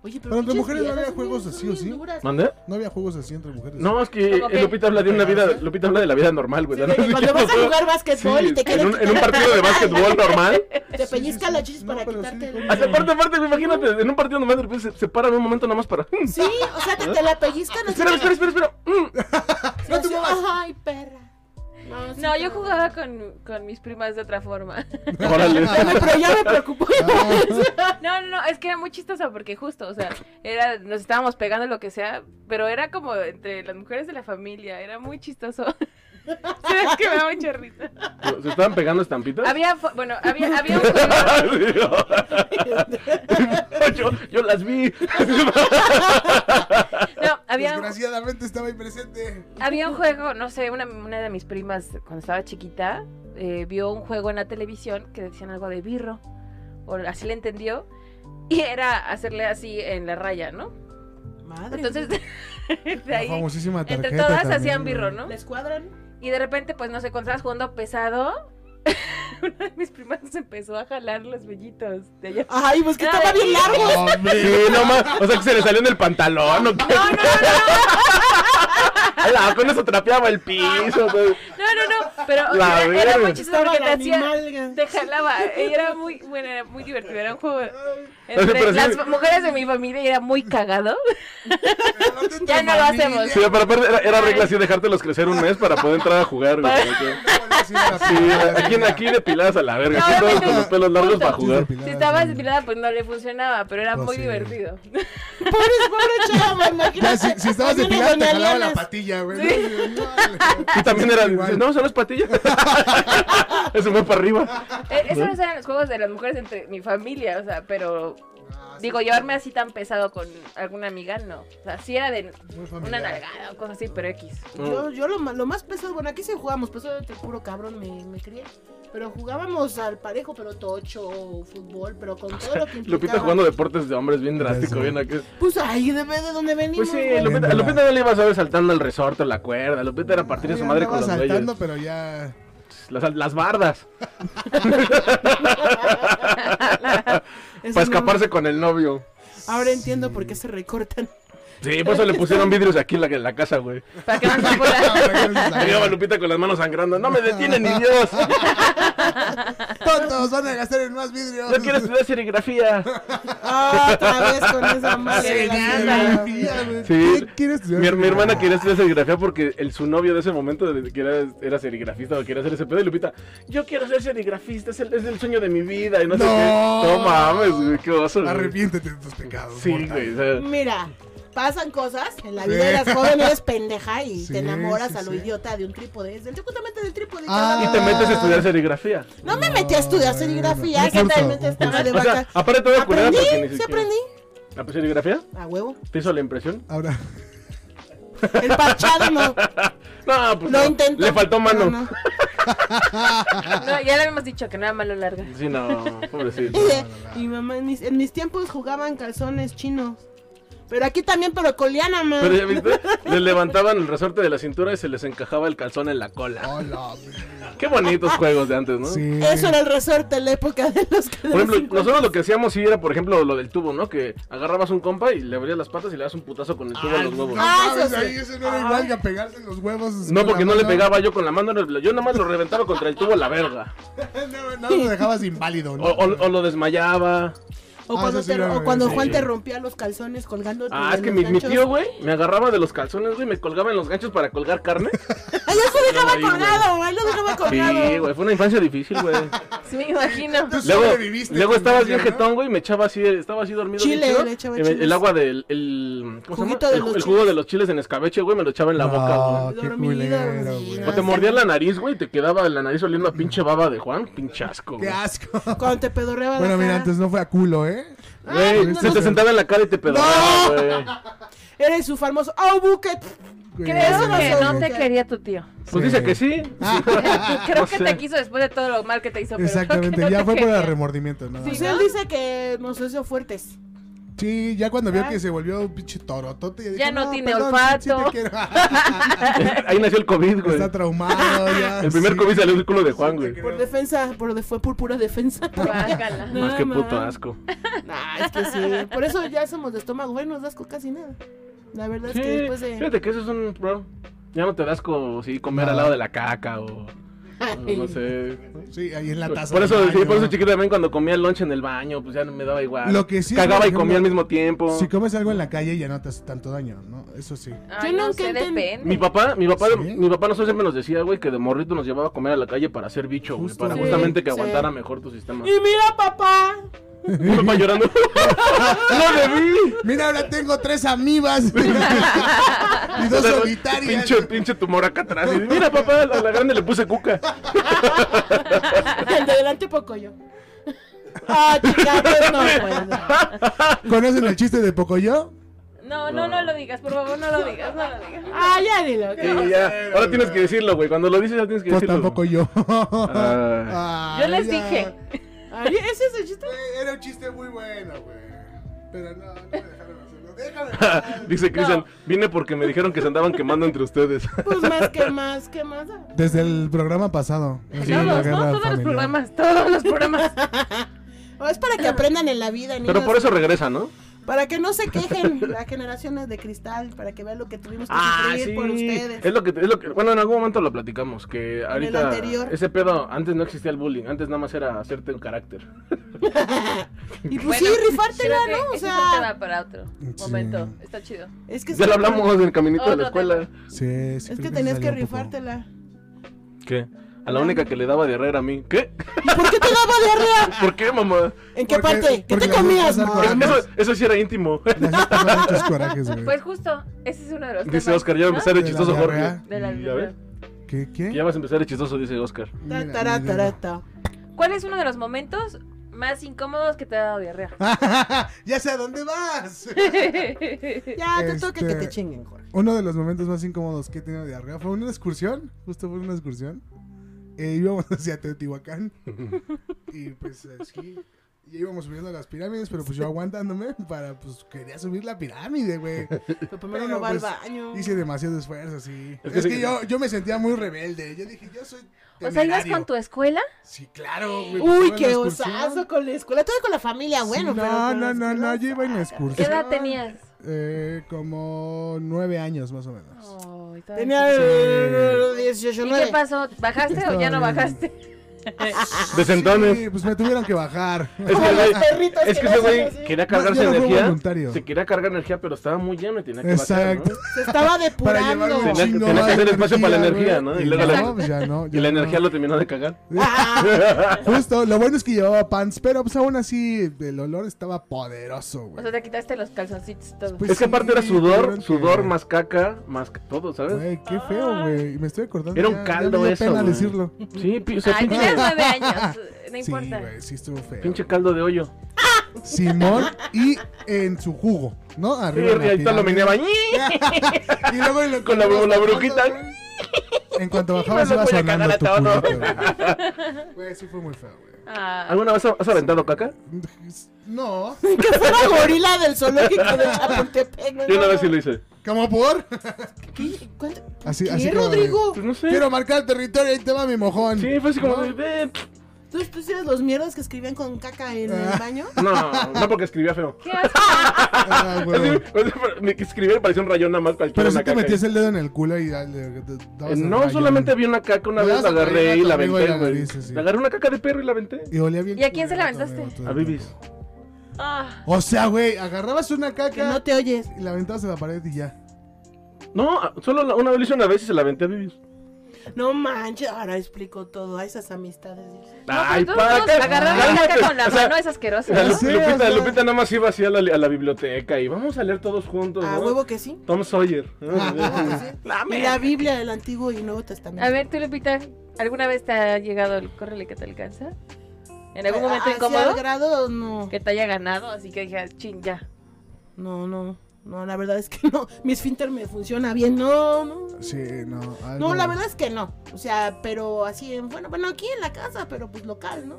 [SPEAKER 1] Oye, pero.
[SPEAKER 4] Pero entre
[SPEAKER 1] pinches
[SPEAKER 4] mujeres no
[SPEAKER 1] piernas
[SPEAKER 4] había
[SPEAKER 1] son bien-
[SPEAKER 4] juegos
[SPEAKER 1] son
[SPEAKER 4] así, ¿o
[SPEAKER 1] bien
[SPEAKER 4] sí?
[SPEAKER 1] duras.
[SPEAKER 2] ¿Mande?
[SPEAKER 4] No había juegos así entre mujeres.
[SPEAKER 3] *laughs*
[SPEAKER 4] Ah,
[SPEAKER 2] No, es que
[SPEAKER 3] ¿Cómo qué?
[SPEAKER 2] eh, Lupita habla de una vida,
[SPEAKER 4] ¿Pegarse?
[SPEAKER 2] Lupita habla de pues, la vida normal, güey. ¿no?
[SPEAKER 1] Pero Cuando
[SPEAKER 2] Yo
[SPEAKER 1] vas a
[SPEAKER 2] no-
[SPEAKER 1] jugar básquetbol
[SPEAKER 2] Sí,
[SPEAKER 1] y te
[SPEAKER 2] en
[SPEAKER 1] quieren
[SPEAKER 2] un, en un partido de básquetbol
[SPEAKER 1] *laughs*
[SPEAKER 2] normal.
[SPEAKER 1] Te pellizca
[SPEAKER 4] sí,
[SPEAKER 1] las
[SPEAKER 4] sí.
[SPEAKER 1] chichis
[SPEAKER 4] No,
[SPEAKER 1] para
[SPEAKER 4] pero sí,
[SPEAKER 1] quitarte
[SPEAKER 4] ¿cómo
[SPEAKER 1] el...
[SPEAKER 4] no?
[SPEAKER 2] Hasta aparte, aparte, güey, imagínate, en un partido normal de repente se, se paran un momento nada más para. mm,
[SPEAKER 1] Sí, o sea, te, te la pellizcan. así,
[SPEAKER 2] Espera, espera, espera, espera. mm.
[SPEAKER 1] así, Ay, perra. No, sí,
[SPEAKER 3] No, yo
[SPEAKER 1] pero-
[SPEAKER 3] jugaba con, con mis primas de otra forma.
[SPEAKER 2] Órale.
[SPEAKER 1] Pero ya me preocupó.
[SPEAKER 3] *laughs* No, no, no, es que era muy chistosa porque justo, o sea, era, nos estábamos pegando lo que sea, pero era como entre las mujeres de la familia, era muy chistoso. *laughs* ¿Sabes que me da mucha risa?
[SPEAKER 2] *laughs* ¿Se estaban pegando estampitas? *laughs*
[SPEAKER 3] Había, fo- bueno, había, había un juego,
[SPEAKER 2] yo, yo las vi.
[SPEAKER 3] no, había, un-
[SPEAKER 4] Desgraciadamente estaba ahí presente.
[SPEAKER 3] había un juego, no sé, una, una de mis primas cuando estaba chiquita eh, vio un juego en la televisión que decían algo de birro, o así le entendió, y era hacerle así en la raya, ¿no?
[SPEAKER 1] Madre.
[SPEAKER 3] Entonces, *laughs* de
[SPEAKER 4] La
[SPEAKER 3] ahí,
[SPEAKER 4] famosísima tarjeta.
[SPEAKER 3] entre todas
[SPEAKER 4] también,
[SPEAKER 3] hacían
[SPEAKER 4] güey.
[SPEAKER 3] birro,
[SPEAKER 4] *laughs*
[SPEAKER 3] ¿no?
[SPEAKER 1] ¿Les cuadran?
[SPEAKER 3] Y de repente, pues no sé, cuando estabas jugando pesado, *laughs* una de mis primas se empezó a jalar los vellitos
[SPEAKER 1] *laughs*
[SPEAKER 3] de allá.
[SPEAKER 1] Ay, pues que
[SPEAKER 3] Era
[SPEAKER 1] estaba
[SPEAKER 3] de-
[SPEAKER 1] bien largo.
[SPEAKER 2] Oh, Sí, no más. O sea, que se le salió en el pantalón. ¿o qué?
[SPEAKER 3] ¡Oh, No, no, no,
[SPEAKER 2] Ala, con eso trapeaba el piso. güey.
[SPEAKER 3] no, no, no, pero o
[SPEAKER 2] La
[SPEAKER 3] sea, era,
[SPEAKER 2] verga.
[SPEAKER 3] muy chistoso
[SPEAKER 1] Estaba
[SPEAKER 3] porque
[SPEAKER 1] el
[SPEAKER 3] te hacía,
[SPEAKER 1] animal.
[SPEAKER 3] te jalaba, era muy, bueno, era muy divertido, era un juego
[SPEAKER 2] Pero
[SPEAKER 3] entre
[SPEAKER 2] sí-
[SPEAKER 3] las mujeres de mi familia y era muy
[SPEAKER 4] *laughs*
[SPEAKER 3] cagado, Ya no lo hacemos.
[SPEAKER 2] Sí, pero aparte era, era regla así dejártelos crecer un mes para poder entrar a
[SPEAKER 1] *laughs*
[SPEAKER 2] jugar. güey. Sí, aquí, aquí depiladas a la verga. Aquí todos con los pelos largos para jugar.
[SPEAKER 3] si estabas depilada pues no le funcionaba, pero era
[SPEAKER 4] Pues
[SPEAKER 3] muy
[SPEAKER 4] sí.
[SPEAKER 3] divertido.
[SPEAKER 1] Pobres, pobre chava,
[SPEAKER 4] Ya,
[SPEAKER 1] imagínate.
[SPEAKER 4] si, si estabas
[SPEAKER 1] Ahí viene
[SPEAKER 4] depilada,
[SPEAKER 1] con
[SPEAKER 4] te jalaba la
[SPEAKER 1] alianas.
[SPEAKER 4] patilla, güey.
[SPEAKER 2] Y también eran.
[SPEAKER 4] Ah, Igual.
[SPEAKER 2] No, son las
[SPEAKER 4] *laughs*
[SPEAKER 2] patillas. Eso fue para arriba.
[SPEAKER 3] Eh, esos eran los juegos de las mujeres entre mi familia, o sea, pero
[SPEAKER 4] Ah,
[SPEAKER 3] digo, llevarme así tan pesado con alguna amiga, no. O sea, sí era de una nalgada o cosas así, pero X.
[SPEAKER 1] Yo, yo lo, ma- lo más pesado, bueno, aquí sí jugábamos, pesado te puro cabrón, me, me crié. Pero jugábamos al parejo, pero tocho, fútbol, pero con todo lo que implicaba.
[SPEAKER 2] *laughs* Lupita jugando deportes de hombres bien drástico, bien aquí.
[SPEAKER 1] Pues ahí, de ver de dónde venimos.
[SPEAKER 2] Pues sí,
[SPEAKER 1] güey.
[SPEAKER 2] Lupita, a Lupita no le iba a saber saltando al resorte o la cuerda. Lupita era partir de su madre con los
[SPEAKER 4] saltando,
[SPEAKER 2] güeyes.
[SPEAKER 4] pero ya.
[SPEAKER 2] Las, las bardas.
[SPEAKER 1] Eso
[SPEAKER 2] Para
[SPEAKER 1] no-
[SPEAKER 2] escaparse con el novio.
[SPEAKER 1] Ahora entiendo por qué se recortan.
[SPEAKER 2] Sí, por eso le pusieron vidrios aquí en la, en la casa, güey.
[SPEAKER 3] Para que no se
[SPEAKER 4] *laughs*
[SPEAKER 3] fuera.
[SPEAKER 2] Ahí iba Lupita con las manos sangrando. No me detienen ni Dios.
[SPEAKER 4] Tontos, van a gastar en más vidrios.
[SPEAKER 2] No quiero estudiar serigrafía.
[SPEAKER 1] Ah, Otra vez con esa madre. de la
[SPEAKER 3] Serigrafía.
[SPEAKER 1] señora.
[SPEAKER 2] Ah, Sí.
[SPEAKER 4] ¿Qué quieres estudiar?
[SPEAKER 2] Mi, mi hermana quería estudiar serigrafía porque el, su novio de ese momento de- que era, era serigrafista o quería hacer ese pedo. Y Lupita, yo quiero ser serigrafista, es el, es el sueño de mi vida. Y no, sé
[SPEAKER 4] No.
[SPEAKER 2] qué. No mames, güey, qué oso. güey.
[SPEAKER 4] Arrepiéntete de tus pecados.
[SPEAKER 2] Sí,
[SPEAKER 4] mortal.
[SPEAKER 2] güey. o sea,
[SPEAKER 1] Mira, pasan cosas. En la vida
[SPEAKER 4] Sí.
[SPEAKER 1] eras joven, eres pendeja y
[SPEAKER 4] Sí,
[SPEAKER 1] te enamoras
[SPEAKER 4] sí,
[SPEAKER 1] a lo
[SPEAKER 4] sí.
[SPEAKER 1] idiota de un trípode. Del, justamente del trípode.
[SPEAKER 4] Ah.
[SPEAKER 2] y te metes Ah, a estudiar serigrafía.
[SPEAKER 1] No me metí a estudiar
[SPEAKER 4] Ay,
[SPEAKER 1] serigrafía,
[SPEAKER 4] no.
[SPEAKER 1] que
[SPEAKER 4] Un curso,
[SPEAKER 1] realmente
[SPEAKER 4] un
[SPEAKER 1] estaba
[SPEAKER 4] curso.
[SPEAKER 1] de
[SPEAKER 2] O sea, ah,
[SPEAKER 1] vaca.
[SPEAKER 2] aparte todo de culera
[SPEAKER 1] Aprendí,
[SPEAKER 2] porque ni
[SPEAKER 1] sí
[SPEAKER 2] siquiera.
[SPEAKER 1] aprendí.
[SPEAKER 2] ¿La serigrafía?
[SPEAKER 1] A huevo.
[SPEAKER 2] ¿Te hizo la impresión?
[SPEAKER 4] Ahora.
[SPEAKER 1] El parchado
[SPEAKER 2] *laughs*
[SPEAKER 1] no.
[SPEAKER 2] No, pues
[SPEAKER 1] Lo
[SPEAKER 2] no.
[SPEAKER 1] intentó.
[SPEAKER 2] Le faltó mano.
[SPEAKER 1] No, *laughs* no.
[SPEAKER 3] No, ya le habíamos dicho que no era malo larga.
[SPEAKER 2] *laughs* Sí, no, pobrecito.
[SPEAKER 1] Y, mi mamá, en mis, en mis tiempos jugaban calzones chinos. Pero aquí también, pero coliana, man.
[SPEAKER 2] Pero ya viste, les levantaban el resorte de la cintura y se les encajaba el calzón en la cola.
[SPEAKER 4] Hola,
[SPEAKER 2] Qué bonitos juegos de antes, ¿no?
[SPEAKER 4] Sí.
[SPEAKER 1] Eso era el resorte en la época de los que
[SPEAKER 2] Por ejemplo, nosotros lo que hacíamos sí era, por ejemplo, lo del tubo, ¿no? Que agarrabas un compa y le abrías las patas y le das un putazo con el tubo a los huevos.
[SPEAKER 1] Ah,
[SPEAKER 4] No mames,
[SPEAKER 1] eso sí.
[SPEAKER 4] ahí eso no era igual que a pegarse en los huevos.
[SPEAKER 2] No,
[SPEAKER 4] con
[SPEAKER 2] porque
[SPEAKER 4] la
[SPEAKER 2] no le
[SPEAKER 4] mano.
[SPEAKER 2] pegaba yo con la mano, no, yo nada más lo reventaba contra el tubo a la verga.
[SPEAKER 4] *laughs* No, no, lo dejabas inválido, ¿no?
[SPEAKER 2] O, o- o lo desmayaba.
[SPEAKER 1] O
[SPEAKER 4] Ah,
[SPEAKER 1] cuando,
[SPEAKER 4] eso sí
[SPEAKER 1] te-
[SPEAKER 4] lo
[SPEAKER 1] o cuando
[SPEAKER 4] recuerdo.
[SPEAKER 1] Juan
[SPEAKER 2] Sí.
[SPEAKER 1] te rompía los calzones colgando.
[SPEAKER 2] Ah, es que mi, mi
[SPEAKER 1] *laughs*
[SPEAKER 2] tío, güey, me agarraba de los calzones, güey, me colgaba en los ganchos para colgar
[SPEAKER 1] *laughs*
[SPEAKER 2] carne.
[SPEAKER 1] Ahí lo dejaba
[SPEAKER 2] ahí, güey.
[SPEAKER 1] colgado, ahí lo dejaba colgado.
[SPEAKER 2] Sí, güey, fue una infancia difícil,
[SPEAKER 4] *laughs*
[SPEAKER 2] güey.
[SPEAKER 3] Sí, me imagino.
[SPEAKER 4] Tú
[SPEAKER 2] Luego,
[SPEAKER 4] sobreviviste,
[SPEAKER 2] luego
[SPEAKER 4] tú,
[SPEAKER 2] estabas bien
[SPEAKER 4] ¿no?
[SPEAKER 2] jetón, güey, y me echaba así, estaba así dormido. bien
[SPEAKER 1] Chile,
[SPEAKER 2] chido,
[SPEAKER 1] le echaba
[SPEAKER 2] y me-
[SPEAKER 1] chiles.
[SPEAKER 2] el agua del. El, ¿Cómo se llama?
[SPEAKER 1] Juguito de
[SPEAKER 2] El-
[SPEAKER 1] los
[SPEAKER 2] el jugo de
[SPEAKER 1] chiles.
[SPEAKER 2] los chiles en escabeche, güey, me lo echaba en la
[SPEAKER 4] No,
[SPEAKER 2] boca, güey.
[SPEAKER 4] qué
[SPEAKER 1] Dormido,
[SPEAKER 4] culero,
[SPEAKER 1] sí,
[SPEAKER 4] güey.
[SPEAKER 1] no.
[SPEAKER 2] O te mordía la nariz, güey, y te quedaba la nariz oliendo a pinche baba de Juan. Pinche asco,
[SPEAKER 4] Qué
[SPEAKER 2] güey.
[SPEAKER 4] asco.
[SPEAKER 1] Cuando te pedorreaba
[SPEAKER 4] Bueno,
[SPEAKER 1] la
[SPEAKER 4] mira,
[SPEAKER 1] cara.
[SPEAKER 4] antes no fue a culo, ¿eh?
[SPEAKER 2] Güey,
[SPEAKER 1] no,
[SPEAKER 2] se
[SPEAKER 1] no,
[SPEAKER 2] te
[SPEAKER 1] no.
[SPEAKER 2] sentaba en la cara y te pedoraba, güey.
[SPEAKER 1] Eres su famoso. ¡Oh, bucket!
[SPEAKER 4] Ah.
[SPEAKER 3] Creo
[SPEAKER 1] Eso no
[SPEAKER 3] que
[SPEAKER 1] soy
[SPEAKER 3] no
[SPEAKER 1] yo.
[SPEAKER 3] te quería tu tío.
[SPEAKER 2] Pues dice que sí.
[SPEAKER 4] Ah.
[SPEAKER 2] *laughs*
[SPEAKER 3] Creo
[SPEAKER 2] O
[SPEAKER 3] que
[SPEAKER 2] sea.
[SPEAKER 3] te quiso después de todo lo mal que te hizo. Pero creo que
[SPEAKER 4] Exactamente,
[SPEAKER 3] no
[SPEAKER 4] ya
[SPEAKER 3] te
[SPEAKER 4] fue por
[SPEAKER 3] quería.
[SPEAKER 4] el remordimiento, ¿no?
[SPEAKER 1] Pues
[SPEAKER 4] Sí,
[SPEAKER 1] él dice que nos hizo fuertes.
[SPEAKER 4] ya cuando vio
[SPEAKER 1] Ah.
[SPEAKER 4] que se volvió un pinche torotote.
[SPEAKER 3] Ya
[SPEAKER 4] Ya, dijo,
[SPEAKER 3] no tiene
[SPEAKER 4] sí- sí te
[SPEAKER 3] olfato".
[SPEAKER 4] quiero". ah, pues
[SPEAKER 2] Ahí nació el COVID, güey.
[SPEAKER 4] Está traumado ya.
[SPEAKER 2] El primer
[SPEAKER 4] sí.
[SPEAKER 2] COVID salió del culo de Juan, güey.
[SPEAKER 1] Por defensa, por de, fue por pura
[SPEAKER 4] *laughs*
[SPEAKER 1] defensa. *laughs*
[SPEAKER 3] Guácala.
[SPEAKER 2] Más que
[SPEAKER 1] No,
[SPEAKER 2] puto
[SPEAKER 1] man.
[SPEAKER 2] asco.
[SPEAKER 1] Nah, es que sí. Por eso ya somos de estómago. Bueno, nos das con casi nada. La verdad
[SPEAKER 2] Sí,
[SPEAKER 1] es que después de. *laughs*
[SPEAKER 2] fíjate que eso es un problema. Ya no te das como si comer
[SPEAKER 4] No.
[SPEAKER 2] al lado de la caca o. o No sé.
[SPEAKER 4] Sí, ahí en la taza.
[SPEAKER 2] Por eso,
[SPEAKER 4] del
[SPEAKER 2] sí,
[SPEAKER 4] baño.
[SPEAKER 2] por eso chiquito también cuando comía el lunch en el baño, pues ya no me daba igual.
[SPEAKER 4] Lo que sí,
[SPEAKER 2] Cagaba
[SPEAKER 4] por
[SPEAKER 2] y comía al
[SPEAKER 4] ejemplo,
[SPEAKER 2] mismo tiempo.
[SPEAKER 4] Si comes algo en la calle ya no te hace tanto daño, ¿no? Eso sí.
[SPEAKER 3] Ay,
[SPEAKER 1] Yo
[SPEAKER 3] no
[SPEAKER 1] nunca
[SPEAKER 3] sé,
[SPEAKER 1] entendí.
[SPEAKER 3] depende.
[SPEAKER 2] Mi papá, mi papá,
[SPEAKER 4] ¿Sí?
[SPEAKER 2] mi papá nosotros siempre nos decía, güey, que de morrito nos llevaba a comer a la calle para hacer bicho, güey,
[SPEAKER 4] Justo.
[SPEAKER 2] para
[SPEAKER 4] Sí,
[SPEAKER 2] justamente que
[SPEAKER 1] sí.
[SPEAKER 2] aguantara mejor tu sistema.
[SPEAKER 1] Y mira, papá. *laughs*
[SPEAKER 2] Mi papá
[SPEAKER 4] *laughs*
[SPEAKER 2] llorando. ¡No debí!
[SPEAKER 4] Mira, ahora tengo tres amibas *laughs* y dos solitarias.
[SPEAKER 2] Pinche, pinche tumor acá atrás. Y, Mira, papá, a la grande le puse
[SPEAKER 4] *laughs*
[SPEAKER 2] cuca.
[SPEAKER 1] Y el de delante, Pocoyo. *laughs* Ah, chica, pues no, pues,
[SPEAKER 2] *laughs*
[SPEAKER 1] no.
[SPEAKER 4] ¿Conocen el chiste de Pocoyo?
[SPEAKER 3] No, no, no lo digas, por favor, no lo digas, no lo digas.
[SPEAKER 1] Ah, ya dilo.
[SPEAKER 2] Sí, ya. Ahora tienes que decirlo, güey. Cuando lo dices, ya tienes que
[SPEAKER 4] Pues
[SPEAKER 2] decirlo.
[SPEAKER 4] tampoco yo.
[SPEAKER 2] Ah.
[SPEAKER 4] Ah,
[SPEAKER 3] Yo les
[SPEAKER 4] ya. Eh,
[SPEAKER 3] dije.
[SPEAKER 1] Ay, ¿Ese es el chiste?
[SPEAKER 4] Era un chiste muy bueno, güey. Pero no, no me dejaron hacerlo.
[SPEAKER 5] Déjame. hablar.
[SPEAKER 2] *laughs* Dice Cristian, vine porque me dijeron que se andaban quemando entre ustedes.
[SPEAKER 1] Pues más que más, que más. da?
[SPEAKER 4] Desde el programa pasado.
[SPEAKER 3] Todos,
[SPEAKER 4] Sí, la
[SPEAKER 3] todos,
[SPEAKER 4] guerra
[SPEAKER 3] todos los
[SPEAKER 4] familiar.
[SPEAKER 3] programas, todos los programas.
[SPEAKER 1] O es para que aprendan en la vida, niños.
[SPEAKER 2] Pero por eso regresa, ¿no?
[SPEAKER 1] Para que no se quejen las generaciones de cristal, para que vean lo que tuvimos que
[SPEAKER 2] Ah,
[SPEAKER 1] sufrir
[SPEAKER 2] sí.
[SPEAKER 1] por ustedes.
[SPEAKER 2] Es lo que, es lo que, bueno, en algún momento lo platicamos, que ahorita
[SPEAKER 1] anterior.
[SPEAKER 2] ese pedo, antes no existía el bullying, antes nada más era hacerte un carácter.
[SPEAKER 1] Y pues
[SPEAKER 3] Bueno,
[SPEAKER 1] sí, rifártela,
[SPEAKER 3] creo que
[SPEAKER 1] ¿no? O
[SPEAKER 3] ese es un
[SPEAKER 1] sea,
[SPEAKER 3] tema para otro momento. Está chido.
[SPEAKER 1] es que...
[SPEAKER 2] Ya lo hablamos del caminito de la
[SPEAKER 3] Otro
[SPEAKER 2] escuela.
[SPEAKER 4] Sí, sí,
[SPEAKER 1] Es que
[SPEAKER 4] creo
[SPEAKER 1] tenías que
[SPEAKER 4] salió un poco.
[SPEAKER 1] rifártela.
[SPEAKER 2] ¿Qué? A la única que le daba diarrea era a mí. ¿Qué?
[SPEAKER 1] ¿Y por qué te daba diarrea?
[SPEAKER 2] ¿Por qué, mamá? Ah,
[SPEAKER 1] ¿En qué
[SPEAKER 4] Porque-
[SPEAKER 1] parte? ¿Qué
[SPEAKER 4] porque
[SPEAKER 1] te
[SPEAKER 4] las
[SPEAKER 1] comías,
[SPEAKER 4] mujeres
[SPEAKER 1] ma?
[SPEAKER 4] hacen coraje.
[SPEAKER 2] Eso, eso sí
[SPEAKER 1] *laughs*
[SPEAKER 2] era íntimo.
[SPEAKER 4] La gente pasa muchos corajes,
[SPEAKER 3] *laughs*
[SPEAKER 4] güey.
[SPEAKER 3] Pues justo, ese es uno de los
[SPEAKER 2] Dice
[SPEAKER 3] temas,
[SPEAKER 2] Oscar, ya va a
[SPEAKER 3] ¿no?
[SPEAKER 2] empezar el
[SPEAKER 4] De la
[SPEAKER 2] chistoso Jorge.
[SPEAKER 4] diarrea.
[SPEAKER 3] De la-
[SPEAKER 2] Y ya ves,
[SPEAKER 4] ¿Qué?
[SPEAKER 2] que
[SPEAKER 4] ¿Qué?
[SPEAKER 2] ya vas a empezar el chistoso, dice Oscar.
[SPEAKER 4] Mira,
[SPEAKER 1] Ta,
[SPEAKER 4] mira,
[SPEAKER 1] tará,
[SPEAKER 4] mira. *laughs*
[SPEAKER 1] tará, ta.
[SPEAKER 3] ¿Cuál es uno de los momentos más incómodos que te ha dado
[SPEAKER 4] *laughs*
[SPEAKER 3] diarrea?
[SPEAKER 5] ya sé a dónde vas.
[SPEAKER 1] Ya, te toca que
[SPEAKER 4] Este-
[SPEAKER 1] te chinguen, Jorge.
[SPEAKER 4] Uno de los momentos más incómodos que he tenido diarrea fue una excursión, justo fue una excursión. Eh, íbamos *laughs* hacia Teotihuacán y pues así. Y íbamos subiendo las pirámides, pero pues yo aguantándome para, pues quería subir la pirámide, güey.
[SPEAKER 1] Pero primero
[SPEAKER 4] Pero,
[SPEAKER 1] uno va al
[SPEAKER 4] pues,
[SPEAKER 1] baño.
[SPEAKER 4] Hice demasiado esfuerzo, sí.
[SPEAKER 2] Es
[SPEAKER 4] Es
[SPEAKER 2] que
[SPEAKER 4] que,
[SPEAKER 2] sí-
[SPEAKER 4] yo, yo me sentía muy rebelde. Yo dije, yo soy.
[SPEAKER 3] o sea, ibas
[SPEAKER 4] temerario.
[SPEAKER 3] con tu escuela.
[SPEAKER 5] Sí, claro, güey.
[SPEAKER 1] Uy,
[SPEAKER 4] pues, Iba en la
[SPEAKER 1] qué
[SPEAKER 4] excursión.
[SPEAKER 1] osazo con la escuela. Todo con la familia,
[SPEAKER 4] Sí,
[SPEAKER 1] bueno,
[SPEAKER 4] no,
[SPEAKER 1] pero con
[SPEAKER 4] no,
[SPEAKER 1] las
[SPEAKER 4] no, no,
[SPEAKER 1] escuelas,
[SPEAKER 4] yo iba en la excursión.
[SPEAKER 3] ¿Qué edad tenías?
[SPEAKER 4] Eh, como nueve años más o menos.
[SPEAKER 3] Ay, todavía-
[SPEAKER 1] Tenía eh, 18,
[SPEAKER 3] ¿Y
[SPEAKER 1] 9.
[SPEAKER 3] qué pasó? ¿Bajaste o ya no
[SPEAKER 4] Estaba bien.
[SPEAKER 3] bajaste?
[SPEAKER 2] *laughs* De sentones.
[SPEAKER 4] Sí, pues me tuvieron
[SPEAKER 2] *laughs*
[SPEAKER 4] que bajar.
[SPEAKER 2] Es
[SPEAKER 1] *laughs*
[SPEAKER 2] que,
[SPEAKER 1] Como
[SPEAKER 2] güey,
[SPEAKER 1] los perritos
[SPEAKER 2] es
[SPEAKER 1] que
[SPEAKER 2] que ese
[SPEAKER 1] lo hacen
[SPEAKER 2] güey
[SPEAKER 1] así.
[SPEAKER 2] quería cargarse
[SPEAKER 4] No, yo no fui
[SPEAKER 2] energía.
[SPEAKER 4] voluntario.
[SPEAKER 2] Se quería cargar energía, pero estaba muy lleno y tenía que bajar,
[SPEAKER 4] Exacto.
[SPEAKER 2] ¿no?
[SPEAKER 1] Se estaba
[SPEAKER 4] *laughs* Para llevar
[SPEAKER 1] depurando.
[SPEAKER 4] un
[SPEAKER 2] Tenía-
[SPEAKER 4] chingo
[SPEAKER 2] tenía que
[SPEAKER 4] más
[SPEAKER 2] hacer
[SPEAKER 4] de
[SPEAKER 2] espacio para la energía,
[SPEAKER 4] güey.
[SPEAKER 2] ¿no? Y
[SPEAKER 4] Y
[SPEAKER 2] luego la-
[SPEAKER 4] no, pues ya
[SPEAKER 2] *laughs*
[SPEAKER 4] no.
[SPEAKER 2] Y
[SPEAKER 4] ya
[SPEAKER 2] la
[SPEAKER 4] no.
[SPEAKER 2] energía lo terminó de cagar.
[SPEAKER 4] Justo, lo bueno es que llevaba pants, pero pues aún así el olor estaba poderoso,
[SPEAKER 3] O
[SPEAKER 4] güey.
[SPEAKER 3] sea, te quitaste los calzoncitos y todo. Ah,
[SPEAKER 4] Pues
[SPEAKER 2] es que aparte era
[SPEAKER 4] sí,
[SPEAKER 2] sudor,
[SPEAKER 4] tuvieron que-
[SPEAKER 2] sudor más caca, más ca- todo, ¿sabes?
[SPEAKER 4] Güey, qué feo, güey. Y Me estoy acordando.
[SPEAKER 2] Era un
[SPEAKER 4] ya-
[SPEAKER 2] caldo
[SPEAKER 4] ya me dio
[SPEAKER 2] eso,
[SPEAKER 4] pena
[SPEAKER 2] güey.
[SPEAKER 4] decirlo.
[SPEAKER 2] Sí, pi- o sea,
[SPEAKER 3] Ay,
[SPEAKER 2] pinche,
[SPEAKER 3] tenías nueve años. eh, No
[SPEAKER 4] Sí,
[SPEAKER 3] importa.
[SPEAKER 4] güey, sí estuvo feo.
[SPEAKER 2] pinche caldo de hoyo.
[SPEAKER 4] Simón y en su jugo, ¿no?
[SPEAKER 2] Sí,
[SPEAKER 4] Arriba. en la
[SPEAKER 2] y ahí todo lo
[SPEAKER 4] pirámide.
[SPEAKER 2] meneaba.
[SPEAKER 4] Y luego en lo-
[SPEAKER 2] Con la- la brujita. pues,
[SPEAKER 4] En
[SPEAKER 2] *laughs*
[SPEAKER 4] cuanto bajabas,
[SPEAKER 2] Me lo
[SPEAKER 4] iba
[SPEAKER 2] voy a cagar
[SPEAKER 4] sonando
[SPEAKER 2] a todo.
[SPEAKER 4] tu culito,
[SPEAKER 2] *laughs*
[SPEAKER 4] güey. Güey, sí fue muy feo, güey.
[SPEAKER 3] Ah,
[SPEAKER 2] ¿Alguna vez has aventado caca?
[SPEAKER 4] No,
[SPEAKER 1] Que fuera gorila del zoológico de
[SPEAKER 2] *laughs*
[SPEAKER 1] Chapultepec. no,
[SPEAKER 2] Yo una
[SPEAKER 1] no,
[SPEAKER 2] vez sí
[SPEAKER 1] no.
[SPEAKER 2] lo hice.
[SPEAKER 4] como por.
[SPEAKER 1] ¿Qué? ¿Cuánto?
[SPEAKER 4] Así,
[SPEAKER 1] ¿Qué,
[SPEAKER 4] así como de-
[SPEAKER 1] Rodrigo?
[SPEAKER 2] Pues no sé.
[SPEAKER 4] Quiero marcar territorio, ahí te va mi mojón.
[SPEAKER 2] Sí, fue así como
[SPEAKER 4] ¿No?
[SPEAKER 2] de... "Ve".
[SPEAKER 1] ¿Tú, tú sí eres pues, los mierdas que escribían con caca en el
[SPEAKER 4] *laughs*
[SPEAKER 1] baño?
[SPEAKER 2] No, no porque escribía feo.
[SPEAKER 3] ¿Qué asco?
[SPEAKER 4] Ah, güey.
[SPEAKER 2] *laughs* Así, o sea, me- escribía me parecía un rayón nada más cualquiera.
[SPEAKER 4] Pero si
[SPEAKER 2] una
[SPEAKER 4] te
[SPEAKER 2] caca.
[SPEAKER 4] metías el dedo en el culo y ya le- te- te
[SPEAKER 2] Eh,
[SPEAKER 4] dabas el
[SPEAKER 2] No,
[SPEAKER 4] rayón.
[SPEAKER 2] solamente vi una caca una
[SPEAKER 4] Le
[SPEAKER 2] vez,
[SPEAKER 4] das
[SPEAKER 2] la
[SPEAKER 4] a tu
[SPEAKER 2] agarré
[SPEAKER 4] amigo
[SPEAKER 2] y
[SPEAKER 4] y a
[SPEAKER 2] la
[SPEAKER 4] tu amigo
[SPEAKER 2] aventé,
[SPEAKER 4] y la
[SPEAKER 2] güey.
[SPEAKER 4] narices, sí.
[SPEAKER 2] Le Agarré una caca de perro y la aventé.
[SPEAKER 4] Y olía bien.
[SPEAKER 3] ¿Y a quién se
[SPEAKER 4] culero,
[SPEAKER 3] la aventaste?
[SPEAKER 4] todo el
[SPEAKER 2] A Bibis.
[SPEAKER 3] Ah,
[SPEAKER 4] O sea, güey, agarrabas una
[SPEAKER 1] Que
[SPEAKER 4] caca
[SPEAKER 1] no te oyes.
[SPEAKER 4] y la aventabas a la pared y ya.
[SPEAKER 2] No, a- solo la- una vez hice una vez y se la aventé a Bibis.
[SPEAKER 3] pues
[SPEAKER 1] No manches, ahora explico todo a esas amistades.
[SPEAKER 3] no, pues, pero todos, todos agarraron la
[SPEAKER 2] cálmate.
[SPEAKER 3] caca con la
[SPEAKER 2] O sea,
[SPEAKER 3] mano, es asqueroso,
[SPEAKER 2] La
[SPEAKER 4] Ya
[SPEAKER 3] ¿no?
[SPEAKER 2] Lu-
[SPEAKER 4] sé,
[SPEAKER 2] Lupita,
[SPEAKER 4] o sea.
[SPEAKER 2] Lupita nada más iba así a la, a la biblioteca y vamos a leer todos juntos.
[SPEAKER 1] A
[SPEAKER 2] ¿no? Ah.
[SPEAKER 1] huevo que sí.
[SPEAKER 2] Tom Sawyer.
[SPEAKER 1] Y la Biblia del Antiguo y Nuevo Testamento.
[SPEAKER 3] A ver, tú, Lupita, ¿alguna vez te ha llegado el córrele que te alcanza? ¿En algún momento
[SPEAKER 1] ¿Así
[SPEAKER 3] incómodo?
[SPEAKER 1] al grado? No.
[SPEAKER 3] Que te haya ganado, así que dije, ching, ya.
[SPEAKER 1] No, no. No, la verdad es que no. Mi esfínter me funciona bien. No, no.
[SPEAKER 4] Sí, no. algo-
[SPEAKER 1] No, la verdad es que no. O sea, pero así en. Bueno, bueno, aquí en la casa, pero pues local, ¿no?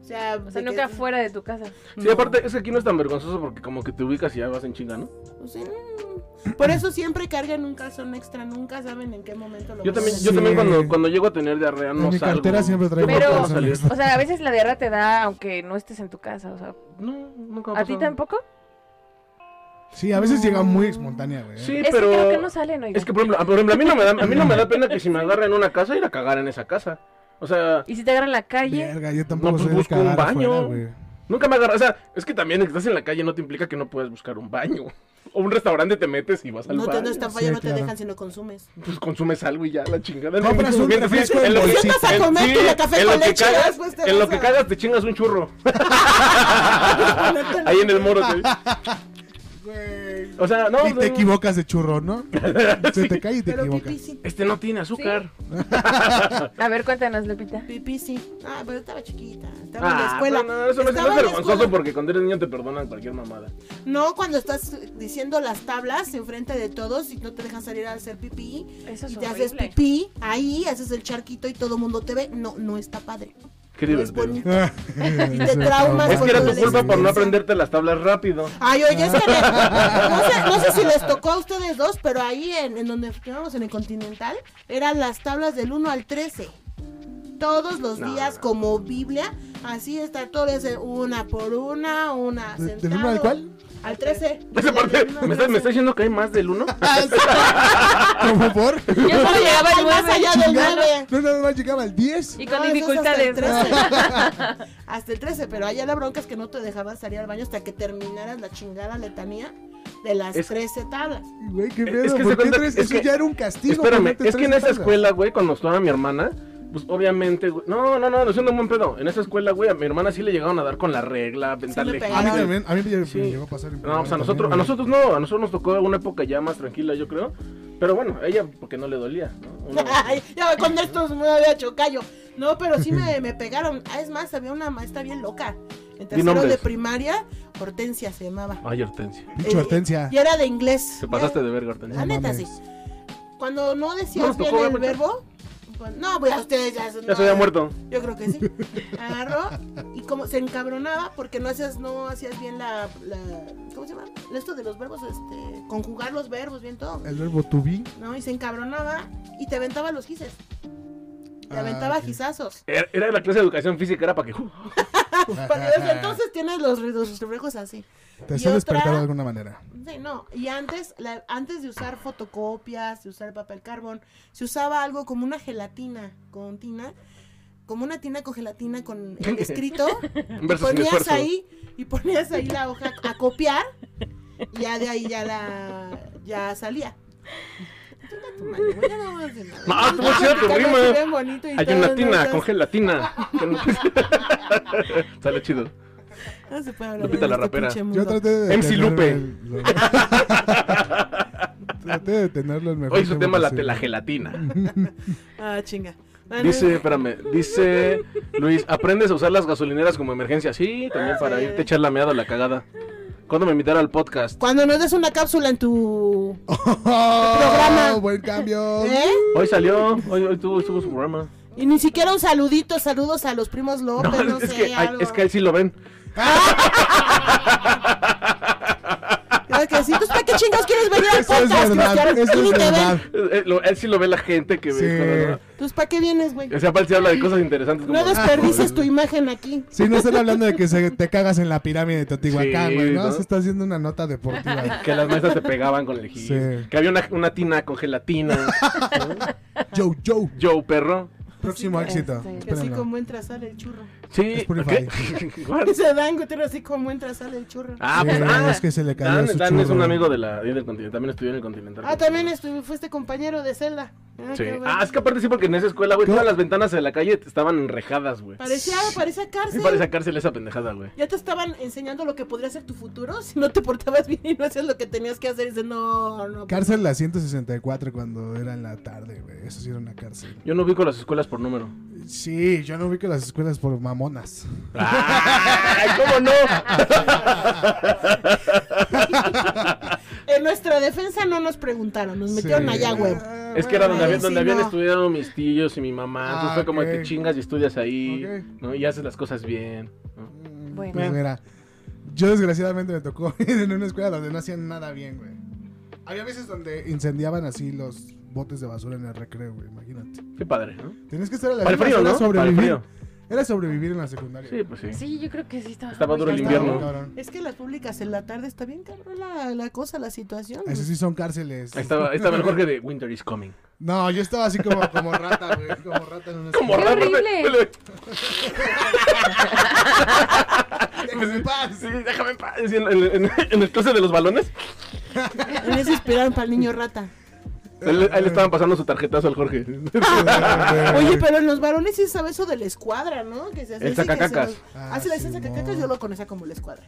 [SPEAKER 1] O sea,
[SPEAKER 3] O sea,
[SPEAKER 1] de que-
[SPEAKER 3] nunca fuera de tu casa.
[SPEAKER 2] Sí,
[SPEAKER 1] No.
[SPEAKER 2] aparte, es que aquí no es tan vergonzoso porque como que te ubicas y ya vas en chinga, ¿no?
[SPEAKER 1] O sea, no. Por eso siempre cargan un calzón extra. Nunca saben en qué momento lo
[SPEAKER 2] Yo
[SPEAKER 1] van a
[SPEAKER 2] también, yo
[SPEAKER 4] Sí.
[SPEAKER 2] también cuando, cuando llego a tener diarrea
[SPEAKER 4] En
[SPEAKER 2] no
[SPEAKER 4] mi
[SPEAKER 2] salgo.
[SPEAKER 4] cartera siempre traigo
[SPEAKER 2] No puedo
[SPEAKER 3] Pero-
[SPEAKER 2] salir.
[SPEAKER 3] O sea, a veces la diarrea te da aunque no estés en tu casa, o sea,
[SPEAKER 2] No, nunca me ha
[SPEAKER 3] ¿a ti
[SPEAKER 2] pasado.
[SPEAKER 3] tampoco?
[SPEAKER 4] Sí, a veces llega muy espontánea, güey.
[SPEAKER 2] Sí,
[SPEAKER 3] Es
[SPEAKER 2] pero...
[SPEAKER 3] que creo que no salen, oiga.
[SPEAKER 2] Es que, por ejemplo, a- por ejemplo, a mí no me da, a mí no me da pena que si me agarran en una casa ir a cagar en esa casa. O sea,
[SPEAKER 3] Y si te agarran en la calle,
[SPEAKER 4] Verga, yo tampoco
[SPEAKER 2] No, pues
[SPEAKER 4] soy de
[SPEAKER 2] busco un
[SPEAKER 4] cagar
[SPEAKER 2] baño.
[SPEAKER 4] afuera, güey.
[SPEAKER 2] nunca me agarran. O sea, es que también estás en la calle no te implica que no puedes buscar un baño. *laughs* O un restaurante te metes y vas al
[SPEAKER 1] No te
[SPEAKER 2] baño.
[SPEAKER 1] no están falla,
[SPEAKER 4] Sí,
[SPEAKER 1] no te
[SPEAKER 4] claro.
[SPEAKER 1] dejan si no consumes.
[SPEAKER 2] Pues consumes algo y ya, la chingada.
[SPEAKER 4] Compras un
[SPEAKER 2] Mientras-
[SPEAKER 4] refresco en
[SPEAKER 2] lo que-
[SPEAKER 4] bolsita.
[SPEAKER 1] Te sientas a comer tu café
[SPEAKER 2] Pues en
[SPEAKER 1] con
[SPEAKER 2] lo que
[SPEAKER 1] leche,
[SPEAKER 2] cagas-
[SPEAKER 1] después te
[SPEAKER 2] en
[SPEAKER 1] vas
[SPEAKER 2] lo que
[SPEAKER 1] a-
[SPEAKER 2] cagas te chingas un churro. Ahí en el muro. te- O sea, no. pues,
[SPEAKER 4] Y
[SPEAKER 2] no,
[SPEAKER 4] te
[SPEAKER 2] no.
[SPEAKER 4] equivocas de churro, ¿no?
[SPEAKER 1] *laughs*
[SPEAKER 4] Se te cae y te
[SPEAKER 1] Pero
[SPEAKER 4] equivocas. *laughs*
[SPEAKER 1] pipí sí.
[SPEAKER 2] Este no tiene azúcar.
[SPEAKER 3] a ver, cuéntanos, Lupita.
[SPEAKER 1] Pipí sí. Ah, pero estaba chiquita. Estaba en la
[SPEAKER 2] Ah,
[SPEAKER 1] escuela.
[SPEAKER 2] no, no, eso no es-
[SPEAKER 1] Estaba
[SPEAKER 2] no es
[SPEAKER 1] en la escuela.
[SPEAKER 2] vergonzoso porque cuando eres niño te perdonan cualquier mamada.
[SPEAKER 1] No, cuando estás diciendo las tablas enfrente de todos y no te dejan salir a hacer pipí.
[SPEAKER 3] Eso es
[SPEAKER 1] y te haces
[SPEAKER 3] horrible.
[SPEAKER 1] pipí ahí, haces el charquito y todo el mundo te ve. No, no está padre.
[SPEAKER 2] Qué
[SPEAKER 1] Es
[SPEAKER 2] divertido.
[SPEAKER 1] bonito.
[SPEAKER 4] y
[SPEAKER 1] te traumas
[SPEAKER 2] Es que era tu
[SPEAKER 1] Cuando
[SPEAKER 2] culpa por no
[SPEAKER 1] adolescencia.
[SPEAKER 4] *laughs*
[SPEAKER 2] aprenderte las tablas rápido.
[SPEAKER 1] Ay, oye, es que no, sé, no sé si les tocó a ustedes dos, pero ahí en, en donde estábamos en el Continental, eran las tablas del 1 al 13. Todos los
[SPEAKER 2] No,
[SPEAKER 1] días,
[SPEAKER 2] no.
[SPEAKER 1] como Biblia, así está todo, es de una por una, una.
[SPEAKER 4] ¿De- del
[SPEAKER 1] sentado.
[SPEAKER 4] uno al cuál?
[SPEAKER 1] Al 13.
[SPEAKER 2] Esa parte, ¿me estás, me estás diciendo que hay más del uno?
[SPEAKER 4] Ah, ¿Cómo por?
[SPEAKER 1] *laughs*
[SPEAKER 3] Yo solo llegaba al
[SPEAKER 1] más allá del
[SPEAKER 4] Chingada.
[SPEAKER 1] 9.
[SPEAKER 4] No, nada más llegaba al 10.
[SPEAKER 3] Y con
[SPEAKER 1] No, Ah, eso es
[SPEAKER 3] dificultades.
[SPEAKER 1] Hasta el,
[SPEAKER 3] *laughs*
[SPEAKER 1] 13. hasta el 13, pero allá la bronca es que no te dejaban salir al baño hasta que terminaras la chingada letanía de las
[SPEAKER 2] Es-
[SPEAKER 1] 13 tablas.
[SPEAKER 4] Güey, qué
[SPEAKER 2] Es
[SPEAKER 4] pedo.
[SPEAKER 2] que se
[SPEAKER 4] ¿Por qué
[SPEAKER 2] cuenta-
[SPEAKER 4] tres?
[SPEAKER 2] es
[SPEAKER 4] Eso
[SPEAKER 2] que-
[SPEAKER 4] ya era un castigo.
[SPEAKER 2] Espérame,
[SPEAKER 4] ponerte
[SPEAKER 2] es que en
[SPEAKER 4] tres
[SPEAKER 2] esa
[SPEAKER 4] tablas.
[SPEAKER 2] escuela, güey, cuando estaba mi hermana, pues obviamente, güey. No, no, no, no siendo un buen pedo. En esa escuela, güey, a mi hermana sí le llegaron a dar con la regla,
[SPEAKER 1] le
[SPEAKER 2] ventale.
[SPEAKER 4] A mí
[SPEAKER 1] pegaron.
[SPEAKER 4] también, a mí me
[SPEAKER 2] Sí.
[SPEAKER 4] me llegó a pasar. en
[SPEAKER 2] No, pues a
[SPEAKER 4] primaria
[SPEAKER 2] nosotros, a
[SPEAKER 4] también,
[SPEAKER 2] nosotros no, a nosotros nos tocó una época ya más tranquila, yo creo. Pero bueno, a ella porque no le dolía, ¿no? Uno-
[SPEAKER 1] *laughs* Ay, ya me- con estos me había chocallo. No, pero sí me, me pegaron. Ah, es más, había una maestra bien loca. En tercero de
[SPEAKER 2] nombres.
[SPEAKER 1] primaria, Hortensia se llamaba.
[SPEAKER 2] Ay, Hortensia.
[SPEAKER 4] güey. Pinche
[SPEAKER 1] Eh,
[SPEAKER 4] Hortensia.
[SPEAKER 1] Y era de inglés.
[SPEAKER 2] Te pasaste de verga, Hortensia.
[SPEAKER 1] La
[SPEAKER 4] No
[SPEAKER 1] neta,
[SPEAKER 4] mames.
[SPEAKER 1] sí. Cuando no
[SPEAKER 2] No
[SPEAKER 1] decías
[SPEAKER 2] nos
[SPEAKER 1] bien
[SPEAKER 2] tocó,
[SPEAKER 1] el
[SPEAKER 2] ¿verdad?
[SPEAKER 1] verbo. pues, no, pues a ustedes ya.
[SPEAKER 2] Ya se había muerto.
[SPEAKER 1] Yo creo que sí. Agarró y como se encabronaba porque no hacías, no hacías bien la, la. ¿Cómo se llama? Esto de los verbos, este. Conjugar los verbos, bien todo.
[SPEAKER 4] El verbo to be.
[SPEAKER 1] ¿No? Y se encabronaba y te aventaba los gises. Te
[SPEAKER 4] Ah,
[SPEAKER 1] aventaba *laughs*
[SPEAKER 4] ok. *laughs*
[SPEAKER 1] gizazos.
[SPEAKER 2] Era, era la clase de educación física, era para que. uh,
[SPEAKER 1] Porque desde entonces tienes los, re- los reflejos así.
[SPEAKER 4] Te
[SPEAKER 1] Y
[SPEAKER 4] hacía despertar
[SPEAKER 1] otra-
[SPEAKER 4] de alguna manera.
[SPEAKER 1] Sí, no. Y antes, la- antes de usar fotocopias, de usar papel carbón, se usaba algo como una gelatina con tina. Como una tina con gelatina con
[SPEAKER 2] *laughs*
[SPEAKER 1] el escrito.
[SPEAKER 2] un verso sin
[SPEAKER 1] ponías
[SPEAKER 2] esfuerzo.
[SPEAKER 1] ahí y ponías ahí la hoja a copiar. Y ya de ahí ya la ya salía. Chinga tu madre, güey, ya no vamos a decir nada.
[SPEAKER 2] No, estuvo chida tu
[SPEAKER 1] Ya no
[SPEAKER 2] rima.
[SPEAKER 1] se ven bonito y
[SPEAKER 2] Hay
[SPEAKER 1] todo,
[SPEAKER 2] una
[SPEAKER 1] no
[SPEAKER 2] tina,
[SPEAKER 1] estás-
[SPEAKER 2] con
[SPEAKER 1] *laughs*
[SPEAKER 2] gelatina. Sale chido.
[SPEAKER 1] no se puede hablar
[SPEAKER 2] Lupita
[SPEAKER 1] en
[SPEAKER 2] la
[SPEAKER 1] este
[SPEAKER 2] rapera.
[SPEAKER 1] pinche
[SPEAKER 4] Yo
[SPEAKER 1] mundo.
[SPEAKER 4] traté de.
[SPEAKER 2] MC
[SPEAKER 4] detener
[SPEAKER 2] Lupe.
[SPEAKER 4] el- lo- *laughs* traté de tenerlo el mejor.
[SPEAKER 2] Hoy su
[SPEAKER 4] tiempo
[SPEAKER 2] tema, la,
[SPEAKER 4] posible.
[SPEAKER 2] la gelatina.
[SPEAKER 1] Ah, chinga. Bueno,
[SPEAKER 2] Dice, espérame, dice Luis, aprendes a usar las gasolineras como emergencia. Sí, también para irte a echar la meada o la cagada. ¿Cuándo me invitará al podcast?
[SPEAKER 1] Cuando nos des una cápsula en tu.
[SPEAKER 4] *laughs* ¡Oh! ¡Buen cambio!
[SPEAKER 1] ¿Eh?
[SPEAKER 2] Hoy salió, hoy, hoy tuvo, estuvo su programa.
[SPEAKER 1] Y ni siquiera un saludito, saludos a los primos López, Oh, no,
[SPEAKER 2] es,
[SPEAKER 1] sé,
[SPEAKER 2] que, ay,
[SPEAKER 1] algo.
[SPEAKER 2] es que ahí sí lo ven.
[SPEAKER 1] Claro que sí. ¿Tú para qué chingados quieres venir al
[SPEAKER 4] Eso es
[SPEAKER 1] podcast,
[SPEAKER 4] verdad.
[SPEAKER 1] Cristian?
[SPEAKER 4] Eso
[SPEAKER 1] Tú
[SPEAKER 4] es
[SPEAKER 1] ni te
[SPEAKER 4] verdad.
[SPEAKER 1] ven.
[SPEAKER 2] Eh, eh, lo- Él sí lo ve la gente que ve.
[SPEAKER 4] Sí.
[SPEAKER 1] ¿Tú para qué vienes, güey?
[SPEAKER 2] O sea, aparte se habla de cosas interesantes. Como
[SPEAKER 1] No
[SPEAKER 2] *laughs*
[SPEAKER 1] desperdices tu imagen aquí.
[SPEAKER 4] Sí, no están hablando de que se te cagas en la pirámide de Teotihuacán,
[SPEAKER 2] Sí,
[SPEAKER 4] güey. no,
[SPEAKER 2] ¿no?
[SPEAKER 4] se está haciendo una nota
[SPEAKER 1] *laughs*
[SPEAKER 4] deportiva.
[SPEAKER 2] Que las maestras te pegaban con el gis.
[SPEAKER 4] Sí.
[SPEAKER 2] Que había una, una tina con gelatina.
[SPEAKER 4] Joe, Joe.
[SPEAKER 2] Joe, perro.
[SPEAKER 4] Próximo éxito.
[SPEAKER 1] este, Que así
[SPEAKER 4] Espérenlo.
[SPEAKER 1] como entra, sale el churro. *laughs*
[SPEAKER 2] Sí. ¿qué?
[SPEAKER 4] Spotify.
[SPEAKER 2] *laughs* What?
[SPEAKER 1] Dice Dan Gutiérrez, así como entra, sale el churro. Ah,
[SPEAKER 2] Ah, pues
[SPEAKER 4] Sí,
[SPEAKER 2] ah,
[SPEAKER 4] Eh, es que se le cayó
[SPEAKER 2] Dan,
[SPEAKER 4] su
[SPEAKER 2] Dan es
[SPEAKER 4] churro.
[SPEAKER 2] un amigo de la, del continente. También estudió en el Continental.
[SPEAKER 1] Ah, también estuve, fuiste compañero de celda. Ah,
[SPEAKER 2] Sí.
[SPEAKER 1] qué bueno.
[SPEAKER 2] Ah, es que aparte sí, porque en esa escuela, güey, todas las ventanas de la calle estaban enrejadas, güey.
[SPEAKER 1] Parecía, parecía
[SPEAKER 2] Sí,
[SPEAKER 1] cárcel.
[SPEAKER 2] parece cárcel esa pendejada, güey.
[SPEAKER 1] Ya te estaban enseñando lo que podría ser tu futuro si no te portabas bien y no hacías lo que tenías que hacer. Dice, no, no.
[SPEAKER 4] Cárcel la 164 cuando era en la tarde, güey. Eso sí era una cárcel.
[SPEAKER 2] Yo no ubico las escuelas por número.
[SPEAKER 4] Sí, yo no ubico las escuelas por mamonas. Ah.
[SPEAKER 2] ¡Ay, cómo no!
[SPEAKER 1] En nuestra defensa no nos preguntaron, nos metieron allá, huevo.
[SPEAKER 2] es que era donde, había-
[SPEAKER 1] Sí,
[SPEAKER 2] donde habían
[SPEAKER 1] no.
[SPEAKER 2] estudiado mis tíos y mi mamá. Entonces
[SPEAKER 4] Ah,
[SPEAKER 2] fue como
[SPEAKER 4] ok.
[SPEAKER 2] te chingas y estudias ahí,
[SPEAKER 4] Ok.
[SPEAKER 2] ¿no? Y haces las cosas bien. ¿no?
[SPEAKER 3] Bueno.
[SPEAKER 4] Pues mira, yo desgraciadamente me tocó *laughs* ir en una escuela donde no hacían nada bien, güey. Había veces donde incendiaban así los botes de basura en el recreo, güey, imagínate.
[SPEAKER 2] Qué padre, ¿no?
[SPEAKER 4] Tenías que estar a la
[SPEAKER 2] Para el
[SPEAKER 4] misma
[SPEAKER 2] frío,
[SPEAKER 4] hora
[SPEAKER 2] ¿no? Para el
[SPEAKER 4] sobrevivir.
[SPEAKER 2] frío.
[SPEAKER 4] Era sobrevivir en la secundaria.
[SPEAKER 2] Sí, pues sí.
[SPEAKER 3] Sí, yo creo que sí estaba.
[SPEAKER 2] Estaba
[SPEAKER 3] muy
[SPEAKER 2] duro el
[SPEAKER 3] cansado.
[SPEAKER 2] invierno.
[SPEAKER 4] cabrón.
[SPEAKER 1] Es que las públicas en la tarde está bien cabrón la, la cosa, la situación.
[SPEAKER 4] Eso
[SPEAKER 1] *laughs*
[SPEAKER 4] sí son cárceles.
[SPEAKER 2] Ahí estaba, ahí estaba el Jorge de Winter is Coming.
[SPEAKER 4] No, yo estaba así como, como rata, güey. Como rata en
[SPEAKER 2] *laughs*
[SPEAKER 4] una
[SPEAKER 2] Como
[SPEAKER 3] ¡Qué
[SPEAKER 2] raro,
[SPEAKER 3] horrible!
[SPEAKER 2] güey.
[SPEAKER 4] Déjame en paz.
[SPEAKER 2] Sí, déjame en paz. En, en- en- en el closet de los balones.
[SPEAKER 4] Ah.
[SPEAKER 1] En eso esperaron para el niño rata.
[SPEAKER 2] Él- ahí le estaban pasando su tarjetazo al Jorge.
[SPEAKER 1] Oye, pero en los varones sí sabe eso de la escuadra, ¿no? Que se hace
[SPEAKER 2] El
[SPEAKER 1] dice que se
[SPEAKER 2] sacacacas.
[SPEAKER 1] los-
[SPEAKER 4] Ah,
[SPEAKER 1] Ah, se le dice
[SPEAKER 4] Simón.
[SPEAKER 1] sacacacas, yo lo conocía como la escuadra.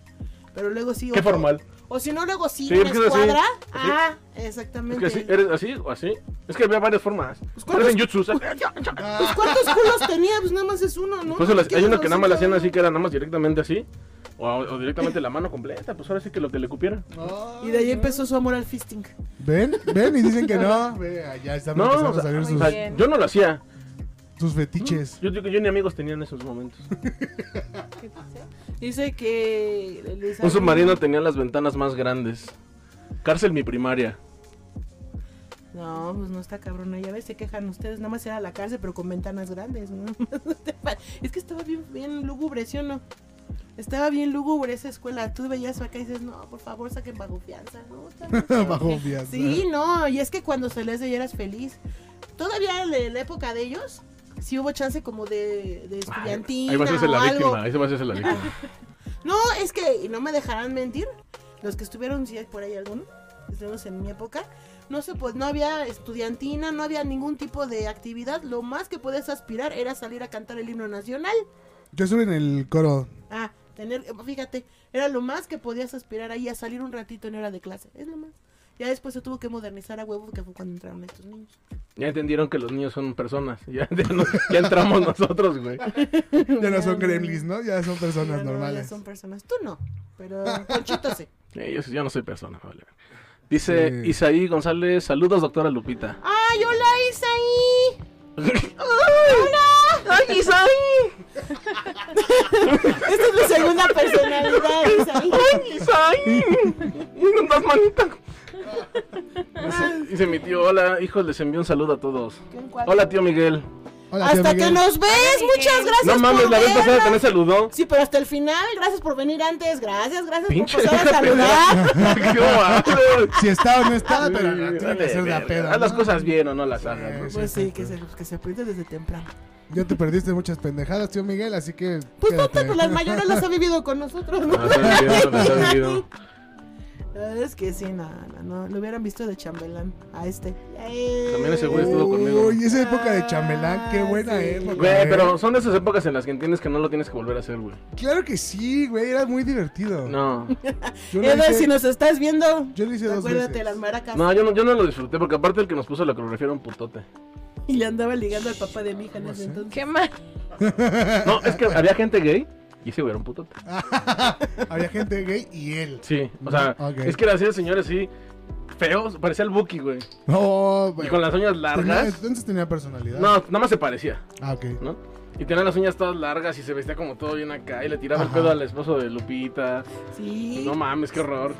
[SPEAKER 1] Pero luego sí.
[SPEAKER 2] Qué
[SPEAKER 1] otro-
[SPEAKER 2] formal.
[SPEAKER 1] O si no, luego sí,
[SPEAKER 2] Sí,
[SPEAKER 1] una
[SPEAKER 2] es que es así.
[SPEAKER 1] escuadra.
[SPEAKER 2] Así.
[SPEAKER 1] Ah,
[SPEAKER 2] Es
[SPEAKER 1] exactamente.
[SPEAKER 2] que así, eres así o así. Es que había varias formas.
[SPEAKER 1] ¿cuál
[SPEAKER 2] Parecen
[SPEAKER 1] es?
[SPEAKER 2] jutsus.
[SPEAKER 1] Pues, ¿Cuántos culos tenía? Pues nada más es uno, ¿no?
[SPEAKER 2] Por eso las-
[SPEAKER 1] Es que
[SPEAKER 2] hay
[SPEAKER 1] yo
[SPEAKER 2] una
[SPEAKER 1] no
[SPEAKER 2] que
[SPEAKER 1] sé
[SPEAKER 2] nada más la hacían
[SPEAKER 1] cómo.
[SPEAKER 2] así, que era nada más directamente así. O, o directamente la mano completa. Pues ahora sí que lo que le cupiera.
[SPEAKER 1] Y de ahí empezó su amor al fisting.
[SPEAKER 2] *laughs*
[SPEAKER 4] ¿Ven? ¿Ven? Y dicen que no. Ve, allá estamos
[SPEAKER 2] No,
[SPEAKER 4] empezando
[SPEAKER 2] o sea,
[SPEAKER 4] a salir
[SPEAKER 3] muy
[SPEAKER 4] sus...
[SPEAKER 2] o sea,
[SPEAKER 3] bien.
[SPEAKER 2] yo no lo hacía.
[SPEAKER 4] Tus fetiches.
[SPEAKER 2] Yo digo que yo ni amigos tenía en esos momentos.
[SPEAKER 3] ¿Qué dice?
[SPEAKER 1] Dice que. les
[SPEAKER 2] Un
[SPEAKER 1] abrió-
[SPEAKER 2] submarino tenía las ventanas más grandes. Cárcel mi primaria.
[SPEAKER 1] No, pues no está cabrona. Ya ves, se quejan ustedes. Nada más era la cárcel, pero con ventanas grandes. ¿no? *laughs* es que estaba bien, bien lúgubre, ¿sí o no? Estaba bien lúgubre esa escuela. Tú veías acá y dices, no, por favor, saquen bajo fianza. No, Está
[SPEAKER 2] *laughs*
[SPEAKER 1] bien feo.
[SPEAKER 4] *laughs* Bajo fianza.
[SPEAKER 1] Sí, no, y es que cuando salías de ahí eras feliz. Todavía en la- en la época de ellos, sí hubo chance como de, de estudiantina
[SPEAKER 2] Ahí vas a hacer
[SPEAKER 1] o
[SPEAKER 2] la
[SPEAKER 1] algo.
[SPEAKER 2] víctima. Ahí se va a hacer la víctima.
[SPEAKER 1] No, es que, y no me dejarán mentir, los que estuvieron, si hay por ahí alguno, estuvimos en mi época, no sé, pues no había estudiantina, no había ningún tipo de actividad, lo más que podías aspirar era salir a cantar el himno nacional.
[SPEAKER 4] Yo estuve en el
[SPEAKER 1] *laughs*
[SPEAKER 4] coro.
[SPEAKER 1] Ah, tener, fíjate, era lo más que podías aspirar ahí a salir un ratito en hora de clase, es lo más. Ya después se tuvo que modernizar a huevo, que fue cuando entraron estos niños.
[SPEAKER 2] Ya entendieron que los niños son personas. Ya, ya no- ya entramos nosotros, güey.
[SPEAKER 4] *laughs* Ya no son gremlins, ¿no? Ya son personas
[SPEAKER 1] Ya no, ya
[SPEAKER 4] normales.
[SPEAKER 1] son personas. Tú no,
[SPEAKER 4] *laughs*
[SPEAKER 1] pero Ponchito sí.
[SPEAKER 2] Eh, yo, yo no soy persona, vale. Dice
[SPEAKER 4] Sí.
[SPEAKER 2] Isaí González, saludos doctora Lupita.
[SPEAKER 1] ¡Ay, hola Isaí! ¡Hola! ¡Ay, Isaí! *laughs* Esta es mi segunda personalidad, Isaí.
[SPEAKER 2] Isaí! ¡Unas manitas! Dice, dice mi tío, hola, hijos, les envío un saludo a todos. Hola, tío Miguel.
[SPEAKER 4] Hola, tío
[SPEAKER 1] Hasta que
[SPEAKER 4] Miguel.
[SPEAKER 1] nos ves, muchas gracias.
[SPEAKER 2] No mames,
[SPEAKER 1] por
[SPEAKER 2] la vez
[SPEAKER 1] vernos.
[SPEAKER 2] pasada también saludó.
[SPEAKER 1] Sí, pero hasta el final, gracias por venir antes, gracias, gracias
[SPEAKER 2] Pinche
[SPEAKER 1] por pasar a
[SPEAKER 2] vieja
[SPEAKER 1] saludar. *laughs*
[SPEAKER 2] ¡Qué guapo!
[SPEAKER 4] Si está o no está,
[SPEAKER 2] Sí,
[SPEAKER 4] Ah, pero no tiene que
[SPEAKER 2] vale,
[SPEAKER 4] ser la
[SPEAKER 2] verga.
[SPEAKER 4] peda.
[SPEAKER 2] Haz las
[SPEAKER 4] ¿no?
[SPEAKER 2] cosas bien o no las hagas. ¿no?
[SPEAKER 4] Sí,
[SPEAKER 1] Pues sí, que
[SPEAKER 4] exacto.
[SPEAKER 1] se, que se aprende desde temprano.
[SPEAKER 4] Ya te perdiste muchas pendejadas, tío Miguel, así que.
[SPEAKER 1] Pues no,
[SPEAKER 4] quédate.
[SPEAKER 1] pues las mayores las ha vivido con nosotros, ¿no?
[SPEAKER 2] Las has vivido, las has vivido.
[SPEAKER 1] La verdad es que sí, no, no, no. Lo hubieran visto de chambelán a este.
[SPEAKER 2] También ese güey estuvo conmigo.
[SPEAKER 4] Uy, esa época de chambelán, qué buena
[SPEAKER 1] Ah, sí.
[SPEAKER 4] época.
[SPEAKER 2] Güey,
[SPEAKER 4] eh.
[SPEAKER 2] pero son de esas épocas en las que entiendes que no lo tienes que volver a hacer, güey.
[SPEAKER 4] Claro que sí, güey, era muy divertido.
[SPEAKER 2] No.
[SPEAKER 4] Yo lo
[SPEAKER 1] Edward,
[SPEAKER 4] hice-
[SPEAKER 1] si nos estás viendo,
[SPEAKER 4] yo lo hice dos
[SPEAKER 1] acuérdate
[SPEAKER 4] veces.
[SPEAKER 1] las maracas.
[SPEAKER 2] No, yo no, yo no lo disfruté porque aparte el que nos puso la coreografía era un putote.
[SPEAKER 1] Y le andaba ligando al papá de mi hija en
[SPEAKER 4] No
[SPEAKER 1] ese
[SPEAKER 4] sé.
[SPEAKER 1] entonces.
[SPEAKER 3] Qué mal.
[SPEAKER 2] No, es que había gente gay y ese güey era un putote.
[SPEAKER 4] Había gente gay
[SPEAKER 2] *laughs*
[SPEAKER 4] y él.
[SPEAKER 2] Sí, o sea,
[SPEAKER 4] Ok.
[SPEAKER 2] es que era así el señor así, feos, parecía el Buki, güey.
[SPEAKER 4] No,
[SPEAKER 2] Y
[SPEAKER 4] güey.
[SPEAKER 2] con las uñas
[SPEAKER 4] Oh, Tenía-
[SPEAKER 2] largas.
[SPEAKER 4] entonces tenía personalidad.
[SPEAKER 2] No, nada más se parecía,
[SPEAKER 4] Ah, ok. *laughs*
[SPEAKER 2] ¿no? Y tenía las uñas todas largas y se vestía como todo bien acá y le tiraba el
[SPEAKER 4] Ajá.
[SPEAKER 2] pedo al esposo de Lupita.
[SPEAKER 1] Sí.
[SPEAKER 2] Pues No mames, qué horror.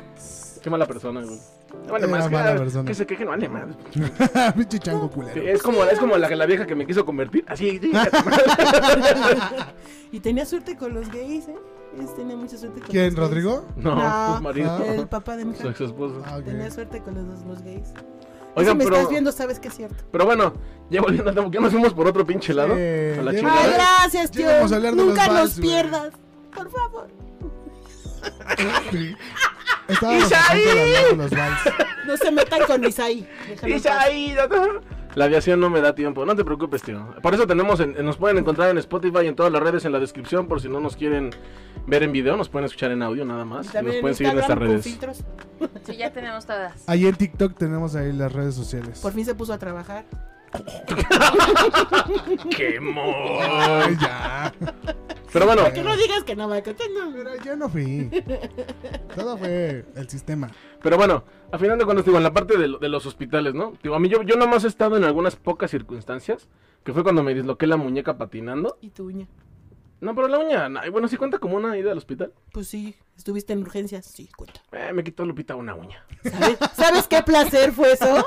[SPEAKER 2] Qué mala persona, güey. No vale
[SPEAKER 4] Era
[SPEAKER 2] más,
[SPEAKER 4] mala
[SPEAKER 2] que-
[SPEAKER 4] persona.
[SPEAKER 2] que se queje, no vale más.
[SPEAKER 4] Pinche chango culero.
[SPEAKER 2] Es como, es como la, la vieja que me quiso convertir.
[SPEAKER 4] *laughs*
[SPEAKER 2] Así, sí,
[SPEAKER 1] y tenía suerte con los gays, ¿eh? Ellos tenían mucha suerte con los
[SPEAKER 4] ¿Quién,
[SPEAKER 1] gays.
[SPEAKER 4] Rodrigo?
[SPEAKER 2] No,
[SPEAKER 1] No.
[SPEAKER 2] su marido.
[SPEAKER 4] Ah.
[SPEAKER 1] El papá de mi
[SPEAKER 2] Su
[SPEAKER 1] hija.
[SPEAKER 2] ex esposo.
[SPEAKER 4] Ah, ok.
[SPEAKER 1] Tenía suerte con los dos los gays.
[SPEAKER 2] Oigan,
[SPEAKER 1] si me
[SPEAKER 2] pero,
[SPEAKER 1] estás viendo, sabes que es cierto.
[SPEAKER 2] pero bueno, ya volviendo al tema, ya nos fuimos por otro pinche lado.
[SPEAKER 4] Eh,
[SPEAKER 2] a la
[SPEAKER 4] ya-
[SPEAKER 2] chingada.
[SPEAKER 1] Ay, gracias, tío.
[SPEAKER 4] Llegamos a hablar de
[SPEAKER 1] Nunca
[SPEAKER 4] los
[SPEAKER 1] nos
[SPEAKER 4] vals, güey.
[SPEAKER 1] pierdas. Por favor.
[SPEAKER 4] Estábamos a punto de hablar de los vals.
[SPEAKER 1] No se metan con Isaí. Déjalo en paz.
[SPEAKER 2] Isaí, no, no. La aviación no me da tiempo, no te preocupes, tío. Por eso tenemos, en- nos pueden encontrar en Spotify y en todas las redes en la descripción, por si no nos quieren ver en video, nos pueden escuchar en audio nada
[SPEAKER 1] Y
[SPEAKER 2] más. Y
[SPEAKER 1] también
[SPEAKER 2] nos
[SPEAKER 1] en
[SPEAKER 2] pueden seguir en nuestras
[SPEAKER 1] Instagram con
[SPEAKER 2] redes.
[SPEAKER 1] filtros.
[SPEAKER 3] Sí, ya tenemos todas.
[SPEAKER 4] Ahí en TikTok tenemos ahí las redes sociales.
[SPEAKER 1] Por fin se puso a trabajar.
[SPEAKER 2] *laughs* ¡Quemó!
[SPEAKER 4] Ay, ya.
[SPEAKER 2] Pero bueno,
[SPEAKER 1] Que no digas que no va a contar, no.
[SPEAKER 4] Pero yo no fui. Todo fue el sistema.
[SPEAKER 2] pero bueno, a final de cuentas, digo, en la parte de, lo- de los hospitales, ¿no? Digo, a mí yo, yo nomás he estado en algunas pocas circunstancias, que fue cuando me disloqué la muñeca patinando.
[SPEAKER 1] Y tu uña.
[SPEAKER 2] No, pero la uña, na- bueno, si cuenta como una ida al hospital.
[SPEAKER 1] Pues sí, estuviste en urgencias. Sí, cuenta.
[SPEAKER 2] Eh, me quitó Lupita una uña.
[SPEAKER 1] ¿Sabes,
[SPEAKER 2] *laughs*
[SPEAKER 1] ¿sabes qué placer fue eso?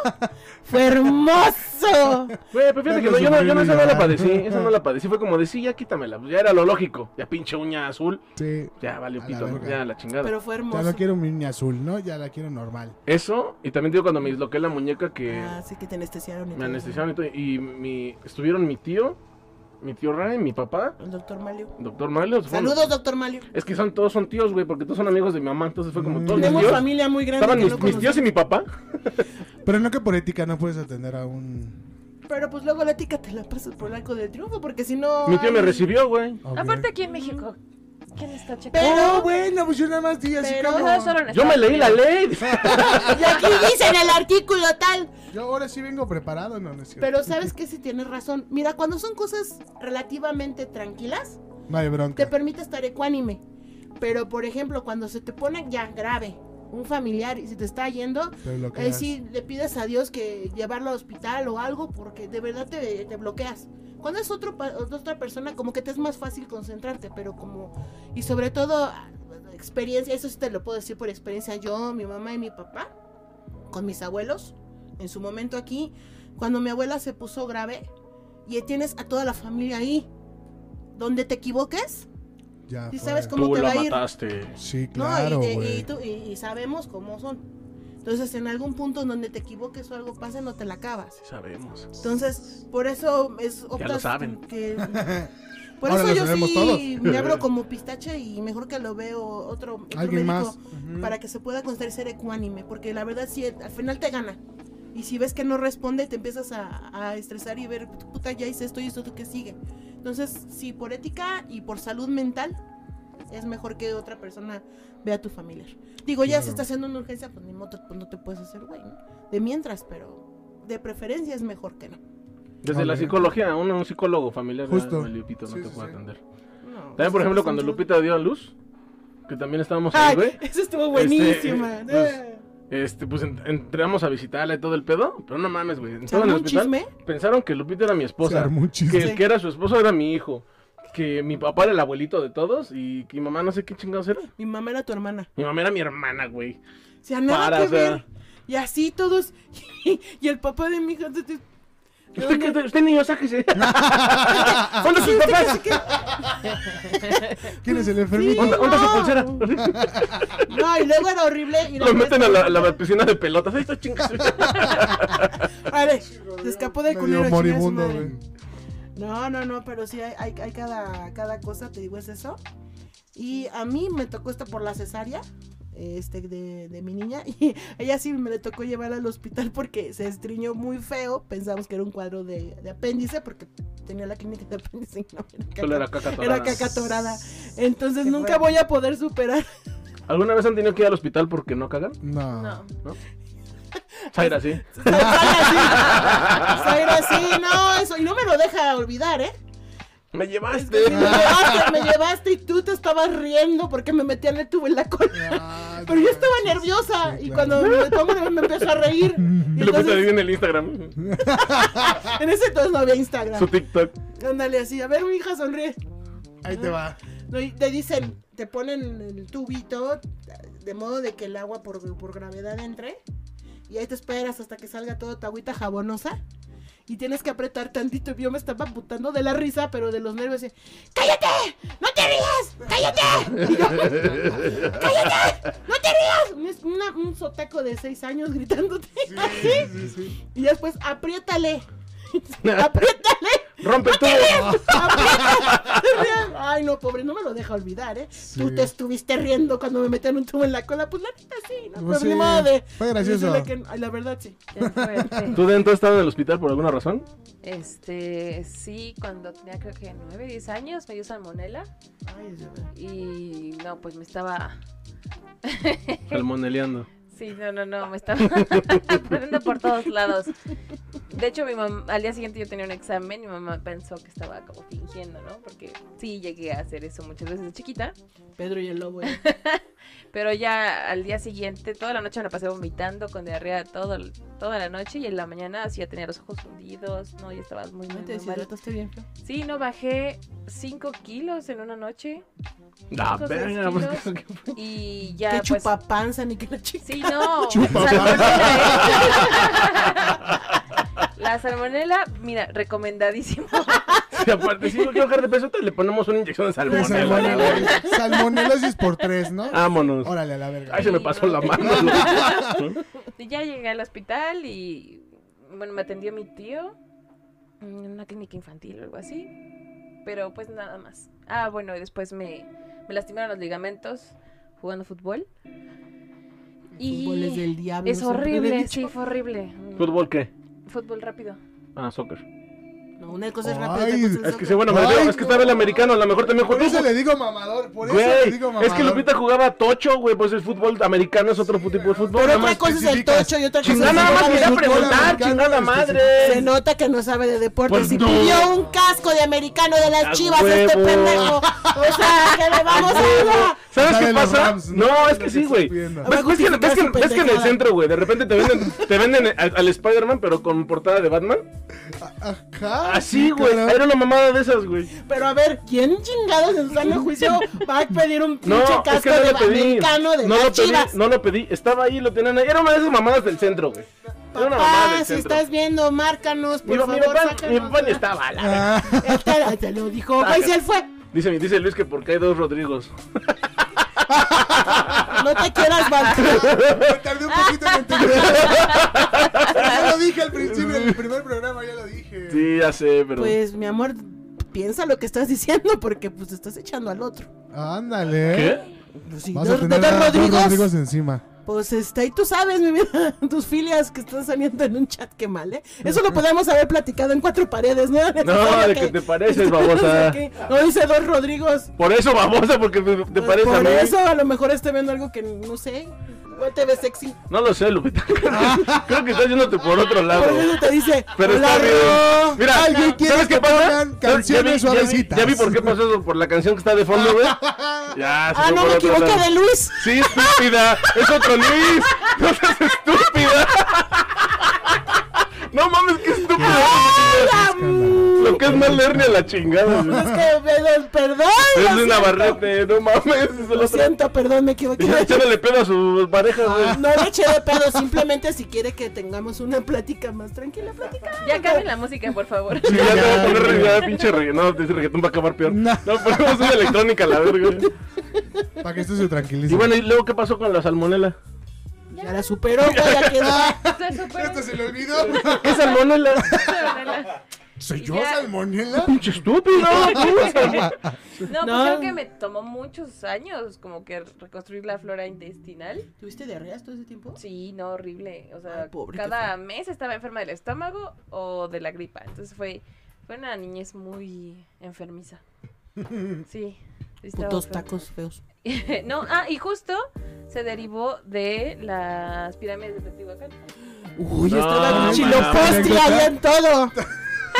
[SPEAKER 1] ¡Fue hermoso!
[SPEAKER 2] Güey, pero fíjate que no, yo, no, yo no, esa no la
[SPEAKER 4] Sensibilidad.
[SPEAKER 2] padecí, esa no
[SPEAKER 4] *laughs*
[SPEAKER 2] la padecí, fue como de, sí, ya quítamela, pues ya era lo lógico, ya pinche uña azul,
[SPEAKER 4] Sí.
[SPEAKER 2] ya vale un
[SPEAKER 4] A la
[SPEAKER 2] pito, ¿no?
[SPEAKER 4] verga.
[SPEAKER 2] ya la chingada.
[SPEAKER 1] Pero fue
[SPEAKER 4] Ya
[SPEAKER 1] hermoso.
[SPEAKER 4] no quiero mi uña azul, ¿no? Ya la quiero normal.
[SPEAKER 2] Eso, y también digo cuando me disloqué la muñeca que
[SPEAKER 1] Ah, sí que te anestesiaron. y
[SPEAKER 2] me
[SPEAKER 1] todo.
[SPEAKER 2] anestesiaron y todo, y mi, estuvieron mi tío, mi tío Ray, mi papá,
[SPEAKER 1] El doctor Malio.
[SPEAKER 2] doctor Marlos.
[SPEAKER 1] Saludos, doctor Malio.
[SPEAKER 2] Es que son, todos son tíos, güey, porque todos son amigos de mi mamá, entonces fue como
[SPEAKER 4] Mm.
[SPEAKER 2] todos mis
[SPEAKER 1] Tenemos
[SPEAKER 2] tíos.
[SPEAKER 1] familia muy grande.
[SPEAKER 2] Estaban
[SPEAKER 1] que
[SPEAKER 2] mis,
[SPEAKER 1] no
[SPEAKER 2] mis tíos y
[SPEAKER 1] conocemos.
[SPEAKER 2] mi papá.
[SPEAKER 4] Pero no que por ética no puedes atender a un.
[SPEAKER 1] Pero pues luego la tica te la pasas por el arco del triunfo, porque si no.
[SPEAKER 2] Mi tío me
[SPEAKER 1] ay,
[SPEAKER 2] recibió, güey.
[SPEAKER 4] Ok.
[SPEAKER 3] Aparte aquí en México, ¿quién está
[SPEAKER 1] Pero-
[SPEAKER 3] checando?
[SPEAKER 4] Oh, bueno, pues yo nada más di así
[SPEAKER 1] Pero-
[SPEAKER 4] como.
[SPEAKER 3] Eso solo en
[SPEAKER 2] Yo me
[SPEAKER 3] Estados
[SPEAKER 2] leí la
[SPEAKER 3] Unidos.
[SPEAKER 2] ley.
[SPEAKER 1] Y aquí dice en el artículo tal.
[SPEAKER 4] Yo ahora sí vengo preparado, no, no es cierto.
[SPEAKER 1] Pero sabes que si tienes razón. Mira, cuando son cosas relativamente tranquilas,
[SPEAKER 4] No hay
[SPEAKER 1] te
[SPEAKER 4] bronca.
[SPEAKER 1] permite estar ecuánime. Pero por ejemplo, cuando se te pone ya grave un familiar y se te está yendo,
[SPEAKER 4] Pero lo que
[SPEAKER 1] eh, sí le pides a Dios que llevarlo al hospital o algo porque de verdad te, te bloqueas. Cuando es otro, pa- otra persona, como que te es más fácil concentrarte, pero como. Y sobre todo, ah, experiencia, eso sí te lo puedo decir por experiencia. Yo, mi mamá y mi papá, con mis abuelos, en su momento aquí, cuando mi abuela se puso grave, y tienes a toda la familia ahí. Donde te equivoques,
[SPEAKER 4] Ya.
[SPEAKER 1] ¿Sí
[SPEAKER 4] fue.
[SPEAKER 1] sabes cómo-
[SPEAKER 2] Tú
[SPEAKER 1] te
[SPEAKER 2] la
[SPEAKER 1] va a ir?
[SPEAKER 2] mataste.
[SPEAKER 4] Sí,
[SPEAKER 1] ¿no?
[SPEAKER 4] claro,
[SPEAKER 1] y, te-
[SPEAKER 4] güey. *laughs*
[SPEAKER 1] y tú- y- y sabemos cómo son. Entonces, en algún punto en donde te equivoques o algo pase, no te la acabas.
[SPEAKER 2] Sí sabemos.
[SPEAKER 1] Entonces, por eso es optas
[SPEAKER 2] lo saben.
[SPEAKER 1] que-
[SPEAKER 4] *laughs*
[SPEAKER 1] por
[SPEAKER 4] Ahora lo
[SPEAKER 1] eso yo
[SPEAKER 4] sabemos
[SPEAKER 1] sí
[SPEAKER 4] todos.
[SPEAKER 1] me abro como pistache y mejor que lo veo otro, otro
[SPEAKER 4] Alguien
[SPEAKER 1] médico
[SPEAKER 4] más.
[SPEAKER 1] para que se pueda considerar ser ecuánime, porque la verdad sí al final te gana. Y si ves que no responde, te empiezas a, a estresar y ver, puta, ya hice esto y esto que sigue. Entonces, sí, por ética y por salud mental, es mejor que otra persona vea a tu familiar. Digo, ya
[SPEAKER 4] Claro.
[SPEAKER 1] si está haciendo una urgencia, pues ni moto, pues no te puedes hacer, güey, ¿no? De mientras, pero de preferencia es mejor que no.
[SPEAKER 2] Desde
[SPEAKER 4] Ok.
[SPEAKER 2] la psicología, uno, un psicólogo familiar.
[SPEAKER 4] Justo.
[SPEAKER 2] ah, Lupito no
[SPEAKER 4] Sí,
[SPEAKER 2] te
[SPEAKER 4] sí,
[SPEAKER 2] puede
[SPEAKER 4] sí.
[SPEAKER 2] atender.
[SPEAKER 1] No,
[SPEAKER 2] También, por
[SPEAKER 1] pues,
[SPEAKER 2] ejemplo,
[SPEAKER 1] pues,
[SPEAKER 2] cuando
[SPEAKER 1] entonces-
[SPEAKER 2] Lupita dio a luz, que también estábamos ahí,
[SPEAKER 1] Ay,
[SPEAKER 2] güey.
[SPEAKER 1] eso estuvo buenísima. eh,
[SPEAKER 2] Este, pues, Este, pues en- entramos a visitarla y todo el pedo, pero no mames, güey.
[SPEAKER 1] ¿Se armó
[SPEAKER 2] Entraron al
[SPEAKER 1] un
[SPEAKER 2] hospital,
[SPEAKER 1] chisme?
[SPEAKER 2] pensaron que Lupita era mi
[SPEAKER 4] Se
[SPEAKER 2] esposa,
[SPEAKER 4] armó un
[SPEAKER 2] que
[SPEAKER 4] chiste.
[SPEAKER 2] el que era su esposo era mi hijo, que mi papá era el abuelito de todos y que mi mamá no sé qué chingados era.
[SPEAKER 1] Mi mamá era tu hermana.
[SPEAKER 2] Mi mamá era mi hermana, güey.
[SPEAKER 1] O sea, nada
[SPEAKER 2] Para,
[SPEAKER 1] que
[SPEAKER 2] o sea.
[SPEAKER 1] ver. Y así todos. *laughs* y el papá de mi hija. de- de- ¿De Ah,
[SPEAKER 2] Usted,
[SPEAKER 1] dónde?
[SPEAKER 2] que- usted
[SPEAKER 1] *laughs*
[SPEAKER 2] niño, sáquese. ¿Dónde sus papás?
[SPEAKER 4] ¿Quién es el enfermito?
[SPEAKER 2] ¿Dónde dónde su
[SPEAKER 1] No.
[SPEAKER 2] pulsera?
[SPEAKER 1] No, y luego era horrible. Y
[SPEAKER 2] *laughs* Lo meten a
[SPEAKER 1] peor-
[SPEAKER 2] la, la piscina de pelotas. Ahí
[SPEAKER 1] *laughs*
[SPEAKER 2] está chingas.
[SPEAKER 1] Vale, se escapó del
[SPEAKER 4] Medio
[SPEAKER 1] culero. chinga su
[SPEAKER 4] moribundo,
[SPEAKER 1] madre.
[SPEAKER 4] güey.
[SPEAKER 1] No, no, no, pero sí hay, hay, hay cada, cada cosa, te digo, es eso. Y a mí me tocó esto por la cesárea este, de, de mi niña. *laughs* Y ella sí me le tocó llevar al hospital porque se estriñó muy feo. Pensamos que era un cuadro de, de apéndice porque tenía la clínica de apéndice y no era
[SPEAKER 2] Solo era
[SPEAKER 1] caca-
[SPEAKER 2] caca
[SPEAKER 1] era
[SPEAKER 2] torada.
[SPEAKER 1] caca torada. Entonces
[SPEAKER 5] Qué
[SPEAKER 1] nunca
[SPEAKER 5] fuerte.
[SPEAKER 1] voy a poder superar. *laughs*
[SPEAKER 2] ¿Alguna vez han tenido que ir al hospital porque no *laughs* cagan?
[SPEAKER 4] No.
[SPEAKER 3] No.
[SPEAKER 2] Zaira, sí.
[SPEAKER 1] Zaira, sí, no, eso. Y no me lo deja olvidar, ¿eh?
[SPEAKER 2] Me
[SPEAKER 1] Es que sí, me
[SPEAKER 2] *laughs* llevaste.
[SPEAKER 1] llevaste, me llevaste y tú te estabas riendo porque me metían el tubo en la cola.
[SPEAKER 4] Ay,
[SPEAKER 1] Pero yo estaba
[SPEAKER 4] sí,
[SPEAKER 1] nerviosa
[SPEAKER 4] sí,
[SPEAKER 1] y
[SPEAKER 4] claro.
[SPEAKER 1] cuando me pongo nerviosa me empiezo a reír. Y
[SPEAKER 2] Y lo puse ahí
[SPEAKER 1] entonces,
[SPEAKER 2] en el Instagram.
[SPEAKER 1] en ese entonces no había
[SPEAKER 2] Su
[SPEAKER 1] Instagram.
[SPEAKER 2] TikTok.
[SPEAKER 1] Ándale así, a ver, mi hija sonríe.
[SPEAKER 4] Ahí te va.
[SPEAKER 1] No, y te dicen, te ponen el tubito de modo de que el agua por, por gravedad entre. Y ahí te esperas hasta que salga toda tu agüita jabonosa. Y tienes que apretar tantito. Yo me estaba putando de la risa, pero de los nervios. de, ¡Cállate! ¡No te rías! ¡Cállate! Y yo, ¡Cállate! ¡No te rías! Es una- un sotaco de seis años gritándote.
[SPEAKER 4] Sí, sí, sí.
[SPEAKER 1] *laughs* Y después, apriétale. apriétale.
[SPEAKER 2] Rompe tú.
[SPEAKER 1] Real. Ay, no, pobre, no me lo deja olvidar, ¿eh? Tú te estuviste riendo cuando me metían un tubo en la cola. Pues la neta sí, no,
[SPEAKER 4] Pues
[SPEAKER 1] pues ni
[SPEAKER 4] sí,
[SPEAKER 1] modo de.
[SPEAKER 4] fue gracioso.
[SPEAKER 1] decirle que no. Ay, la verdad sí.
[SPEAKER 3] Qué fuerte.
[SPEAKER 2] ¿Tú dentro has estado en el hospital por alguna razón?
[SPEAKER 3] Este, sí, cuando tenía creo que 9, 10 años me dio salmonela
[SPEAKER 1] Ay, es verdad.
[SPEAKER 3] y no, pues me estaba
[SPEAKER 2] Salmoneleando.
[SPEAKER 3] Sí, no, no, no, me
[SPEAKER 2] *laughs*
[SPEAKER 3] estaba poniendo por todos lados. De hecho, mi mamá, al día siguiente yo tenía un examen, mi mamá pensó que estaba como fingiendo, ¿no? Porque sí llegué a hacer eso muchas veces de chiquita,
[SPEAKER 1] Pedro y el lobo.
[SPEAKER 3] *laughs*
[SPEAKER 1] ¿eh?
[SPEAKER 3] pero ya al día siguiente, toda la noche me la pasé vomitando con diarrea todo, el- toda la noche y en la mañana sí ya tenía los ojos hundidos, no, ya estaba muy, muy,
[SPEAKER 1] No te
[SPEAKER 3] muy mal.
[SPEAKER 1] deshidrataste bien. feo.
[SPEAKER 3] Sí, no, bajé 5 kilos en una noche
[SPEAKER 2] La
[SPEAKER 3] Cinco,
[SPEAKER 2] verga.
[SPEAKER 3] seis
[SPEAKER 2] pues,
[SPEAKER 3] kilos.
[SPEAKER 2] ¿qué- *laughs*
[SPEAKER 3] y ya
[SPEAKER 1] Que
[SPEAKER 3] pues...
[SPEAKER 1] chupapanza, ni que la chica.
[SPEAKER 3] Sí, no.
[SPEAKER 4] Chupa,
[SPEAKER 3] salmonela, ¿eh? La salmonela, mira, recomendadísimo. *laughs*
[SPEAKER 2] Si aparte, si no quiero bajar de peso, te le ponemos una inyección de
[SPEAKER 4] Pues
[SPEAKER 2] salmonela.
[SPEAKER 4] salmonela-
[SPEAKER 2] güey.
[SPEAKER 4] Salmonelosis por tres, ¿no?
[SPEAKER 2] Vámonos.
[SPEAKER 4] Órale, a la verga.
[SPEAKER 2] Ay, se me pasó la mano. güey.
[SPEAKER 4] *laughs*
[SPEAKER 3] Y ya llegué al hospital y, bueno, me atendió mi tío en una clínica infantil o algo así. Pero pues nada más. Ah, bueno, y después me, me lastimaron los ligamentos jugando fútbol. Y
[SPEAKER 1] Fútbol es del diablo.
[SPEAKER 3] es
[SPEAKER 1] siempre lo he
[SPEAKER 3] horrible,
[SPEAKER 1] dicho.
[SPEAKER 3] sí, fue horrible.
[SPEAKER 2] ¿Fútbol qué?
[SPEAKER 3] Fútbol rápido.
[SPEAKER 2] Ah, soccer.
[SPEAKER 1] No, una cosa es
[SPEAKER 4] Ay,
[SPEAKER 1] rápida. otra cosa es
[SPEAKER 2] Es que
[SPEAKER 1] otra.
[SPEAKER 2] sí, bueno, me
[SPEAKER 4] Ay,
[SPEAKER 2] refiero, es que estaba el americano, a lo mejor también
[SPEAKER 4] Por
[SPEAKER 2] jugó.
[SPEAKER 4] eso le digo mamador, por eso le
[SPEAKER 2] Güey,
[SPEAKER 4] digo mamador.
[SPEAKER 2] es que Lupita jugaba tocho, güey, pues el fútbol americano es otro tipo de fútbol.
[SPEAKER 1] Pero
[SPEAKER 2] nada
[SPEAKER 1] otra
[SPEAKER 2] más.
[SPEAKER 1] cosa es el
[SPEAKER 4] especificas.
[SPEAKER 1] tocho y otra cosa es
[SPEAKER 2] Chingada,
[SPEAKER 1] el
[SPEAKER 2] nada más
[SPEAKER 1] fútbol
[SPEAKER 2] quería
[SPEAKER 1] americano.
[SPEAKER 2] preguntar,
[SPEAKER 4] americano,
[SPEAKER 2] chingada
[SPEAKER 1] Se
[SPEAKER 2] madre.
[SPEAKER 1] nota que no sabe de deportes
[SPEAKER 2] Pues
[SPEAKER 1] y
[SPEAKER 2] no.
[SPEAKER 1] pidió un casco de americano de las
[SPEAKER 2] A
[SPEAKER 1] chivas este
[SPEAKER 2] huevo.
[SPEAKER 1] pendejo. O sea, que le vamos a dar.
[SPEAKER 2] ¿Sabes
[SPEAKER 4] Sabe
[SPEAKER 2] qué
[SPEAKER 4] los
[SPEAKER 2] pasa?
[SPEAKER 4] raps, ¿no?
[SPEAKER 2] No, es
[SPEAKER 4] Lo
[SPEAKER 2] que
[SPEAKER 4] que
[SPEAKER 2] sí,
[SPEAKER 4] estás
[SPEAKER 2] güey.
[SPEAKER 4] pidiendo.
[SPEAKER 2] ¿Ves, ves que, en- ves que-
[SPEAKER 1] Justifica su
[SPEAKER 2] ves que en el
[SPEAKER 1] pendejada.
[SPEAKER 2] centro, güey? De repente te venden, te venden al, al Spider-Man, pero con portada de Batman.
[SPEAKER 1] Ah,
[SPEAKER 4] Ajá.
[SPEAKER 2] Así, güey.
[SPEAKER 4] cabrón.
[SPEAKER 2] Era una mamada de esas, güey.
[SPEAKER 1] Pero a ver, ¿quién chingados en su
[SPEAKER 2] *laughs*
[SPEAKER 1] sano juicio va a pedir un
[SPEAKER 2] No,
[SPEAKER 1] pinche casco
[SPEAKER 2] es que no
[SPEAKER 1] de
[SPEAKER 2] lo pedí.
[SPEAKER 1] americano de
[SPEAKER 2] No
[SPEAKER 1] las
[SPEAKER 2] lo pedí,
[SPEAKER 1] chivas?
[SPEAKER 2] no lo pedí. Estaba ahí, lo tenían ahí. Era una de esas mamadas del centro, güey. Era una mamada
[SPEAKER 1] Papá,
[SPEAKER 2] del
[SPEAKER 1] si
[SPEAKER 2] centro.
[SPEAKER 1] estás viendo, márcanos, por
[SPEAKER 2] Mi, mi
[SPEAKER 1] favor,
[SPEAKER 2] papá, mi
[SPEAKER 1] sácanos.
[SPEAKER 2] papá ni estaba, la verga.
[SPEAKER 4] Ah,
[SPEAKER 1] Ahí está, ahí Te lo dijo, güey, si él fue.
[SPEAKER 2] Dice, dice Luis que porque hay dos Rodrigos.
[SPEAKER 1] No te quieras
[SPEAKER 2] *laughs*
[SPEAKER 1] balconear.
[SPEAKER 4] me tardé un poquito en entender. ya lo dije al principio, en el primer programa ya lo dije.
[SPEAKER 2] Sí, ya sé, pero.
[SPEAKER 1] Pues, mi amor, piensa lo que estás diciendo porque pues te estás echando al otro.
[SPEAKER 4] Ándale.
[SPEAKER 2] ¿Qué?
[SPEAKER 1] Pues, si
[SPEAKER 4] Vas
[SPEAKER 1] dos,
[SPEAKER 4] a tener
[SPEAKER 1] dos
[SPEAKER 4] a dos
[SPEAKER 1] Rodrigos,
[SPEAKER 4] Rodrigos encima.
[SPEAKER 1] Pues este, y tú sabes, mi vida, *laughs* tus filias que están saliendo en un chat, que mal, ¿eh? Eso lo podemos haber platicado en cuatro paredes, ¿no? *laughs*
[SPEAKER 2] No, de que te pareces, babosa.
[SPEAKER 1] Que- No dice dos Rodrigos.
[SPEAKER 2] Por eso, babosa, porque te te
[SPEAKER 1] Pues,
[SPEAKER 2] parece a
[SPEAKER 1] Por
[SPEAKER 2] mí.
[SPEAKER 1] eso a lo mejor esté viendo algo que no sé. Igual te ves sexy.
[SPEAKER 2] No lo sé, Lupita. *laughs* Creo que estás yéndote por otro lado.
[SPEAKER 1] Por eso te dice.
[SPEAKER 2] Pero
[SPEAKER 1] "Hola,
[SPEAKER 2] está
[SPEAKER 1] Ro".
[SPEAKER 2] bien. Mira,
[SPEAKER 4] Alguien quiere
[SPEAKER 2] ¿sabes
[SPEAKER 4] que
[SPEAKER 2] qué pasa? ¿Sabes?
[SPEAKER 4] pongan
[SPEAKER 2] Ya vi-
[SPEAKER 4] canciones
[SPEAKER 2] ya vi-
[SPEAKER 4] suavecitas.
[SPEAKER 2] Ya vi por qué pasó eso, por la canción que está de fondo,
[SPEAKER 4] *laughs*
[SPEAKER 2] güey. Ya, se
[SPEAKER 1] Ah,
[SPEAKER 2] fue
[SPEAKER 1] no,
[SPEAKER 2] por
[SPEAKER 1] me
[SPEAKER 2] otro
[SPEAKER 1] equivoqué
[SPEAKER 2] lado.
[SPEAKER 1] de Luis.
[SPEAKER 2] Sí, estúpida. Es otro Luis. *laughs* No seas estúpida. *laughs* No mames, qué estúpido. Lo que es mal leer ni a la chingada. güey.
[SPEAKER 1] Es que, perdón, perdón.
[SPEAKER 2] Es
[SPEAKER 1] lo
[SPEAKER 2] de
[SPEAKER 1] siento.
[SPEAKER 2] Navarrete, no mames. Es el
[SPEAKER 1] Lo
[SPEAKER 2] otro.
[SPEAKER 1] siento, perdón, me equivoqué.
[SPEAKER 2] *laughs* Ya Echándole pedo a su pareja, güey.
[SPEAKER 1] No le eché de pedo, simplemente si quiere que tengamos una plática más tranquila, platicamos.
[SPEAKER 3] Ya cambien la música, por favor. *laughs*
[SPEAKER 2] Sí, ya te voy a poner
[SPEAKER 4] Ya,
[SPEAKER 2] re-
[SPEAKER 4] güey.
[SPEAKER 2] ya, pinche reggaetón. No, este reggaetón va a acabar peor.
[SPEAKER 4] No.
[SPEAKER 2] No, pues, ponemos una electrónica, la verga.
[SPEAKER 4] Para que esto se tranquilice.
[SPEAKER 2] Y bueno, ¿y luego qué pasó con la salmonela?
[SPEAKER 1] Ya la superó, güey, ya quedó.
[SPEAKER 3] Está súper
[SPEAKER 4] Esto este se le olvidó. *laughs*
[SPEAKER 2] ¿Qué salmonela?
[SPEAKER 3] Salmonella.
[SPEAKER 4] ¿Soy
[SPEAKER 3] Y
[SPEAKER 4] yo,
[SPEAKER 3] ya.
[SPEAKER 4] Salmonella?
[SPEAKER 2] Pinche estúpido.
[SPEAKER 3] No, pues
[SPEAKER 1] No.
[SPEAKER 3] creo que me tomó muchos años como que reconstruir la flora intestinal.
[SPEAKER 1] ¿Tuviste diarreas todo ese tiempo?
[SPEAKER 3] Sí, no, horrible. O sea,
[SPEAKER 1] Ay, pobre, qué
[SPEAKER 3] cada
[SPEAKER 1] feo.
[SPEAKER 3] mes estaba enferma del estómago o de la gripa. Entonces fue, fue una niñez muy
[SPEAKER 1] *laughs*
[SPEAKER 3] enfermiza. Sí. sí estaba
[SPEAKER 1] Putos
[SPEAKER 3] enferma.
[SPEAKER 1] tacos feos.
[SPEAKER 3] *laughs* no, ah, y justo se derivó de las pirámides de Teotihuacán.
[SPEAKER 1] Uy,
[SPEAKER 2] No,
[SPEAKER 1] estaba
[SPEAKER 2] no,
[SPEAKER 1] chilopostri
[SPEAKER 4] mames.
[SPEAKER 1] ahí en todo.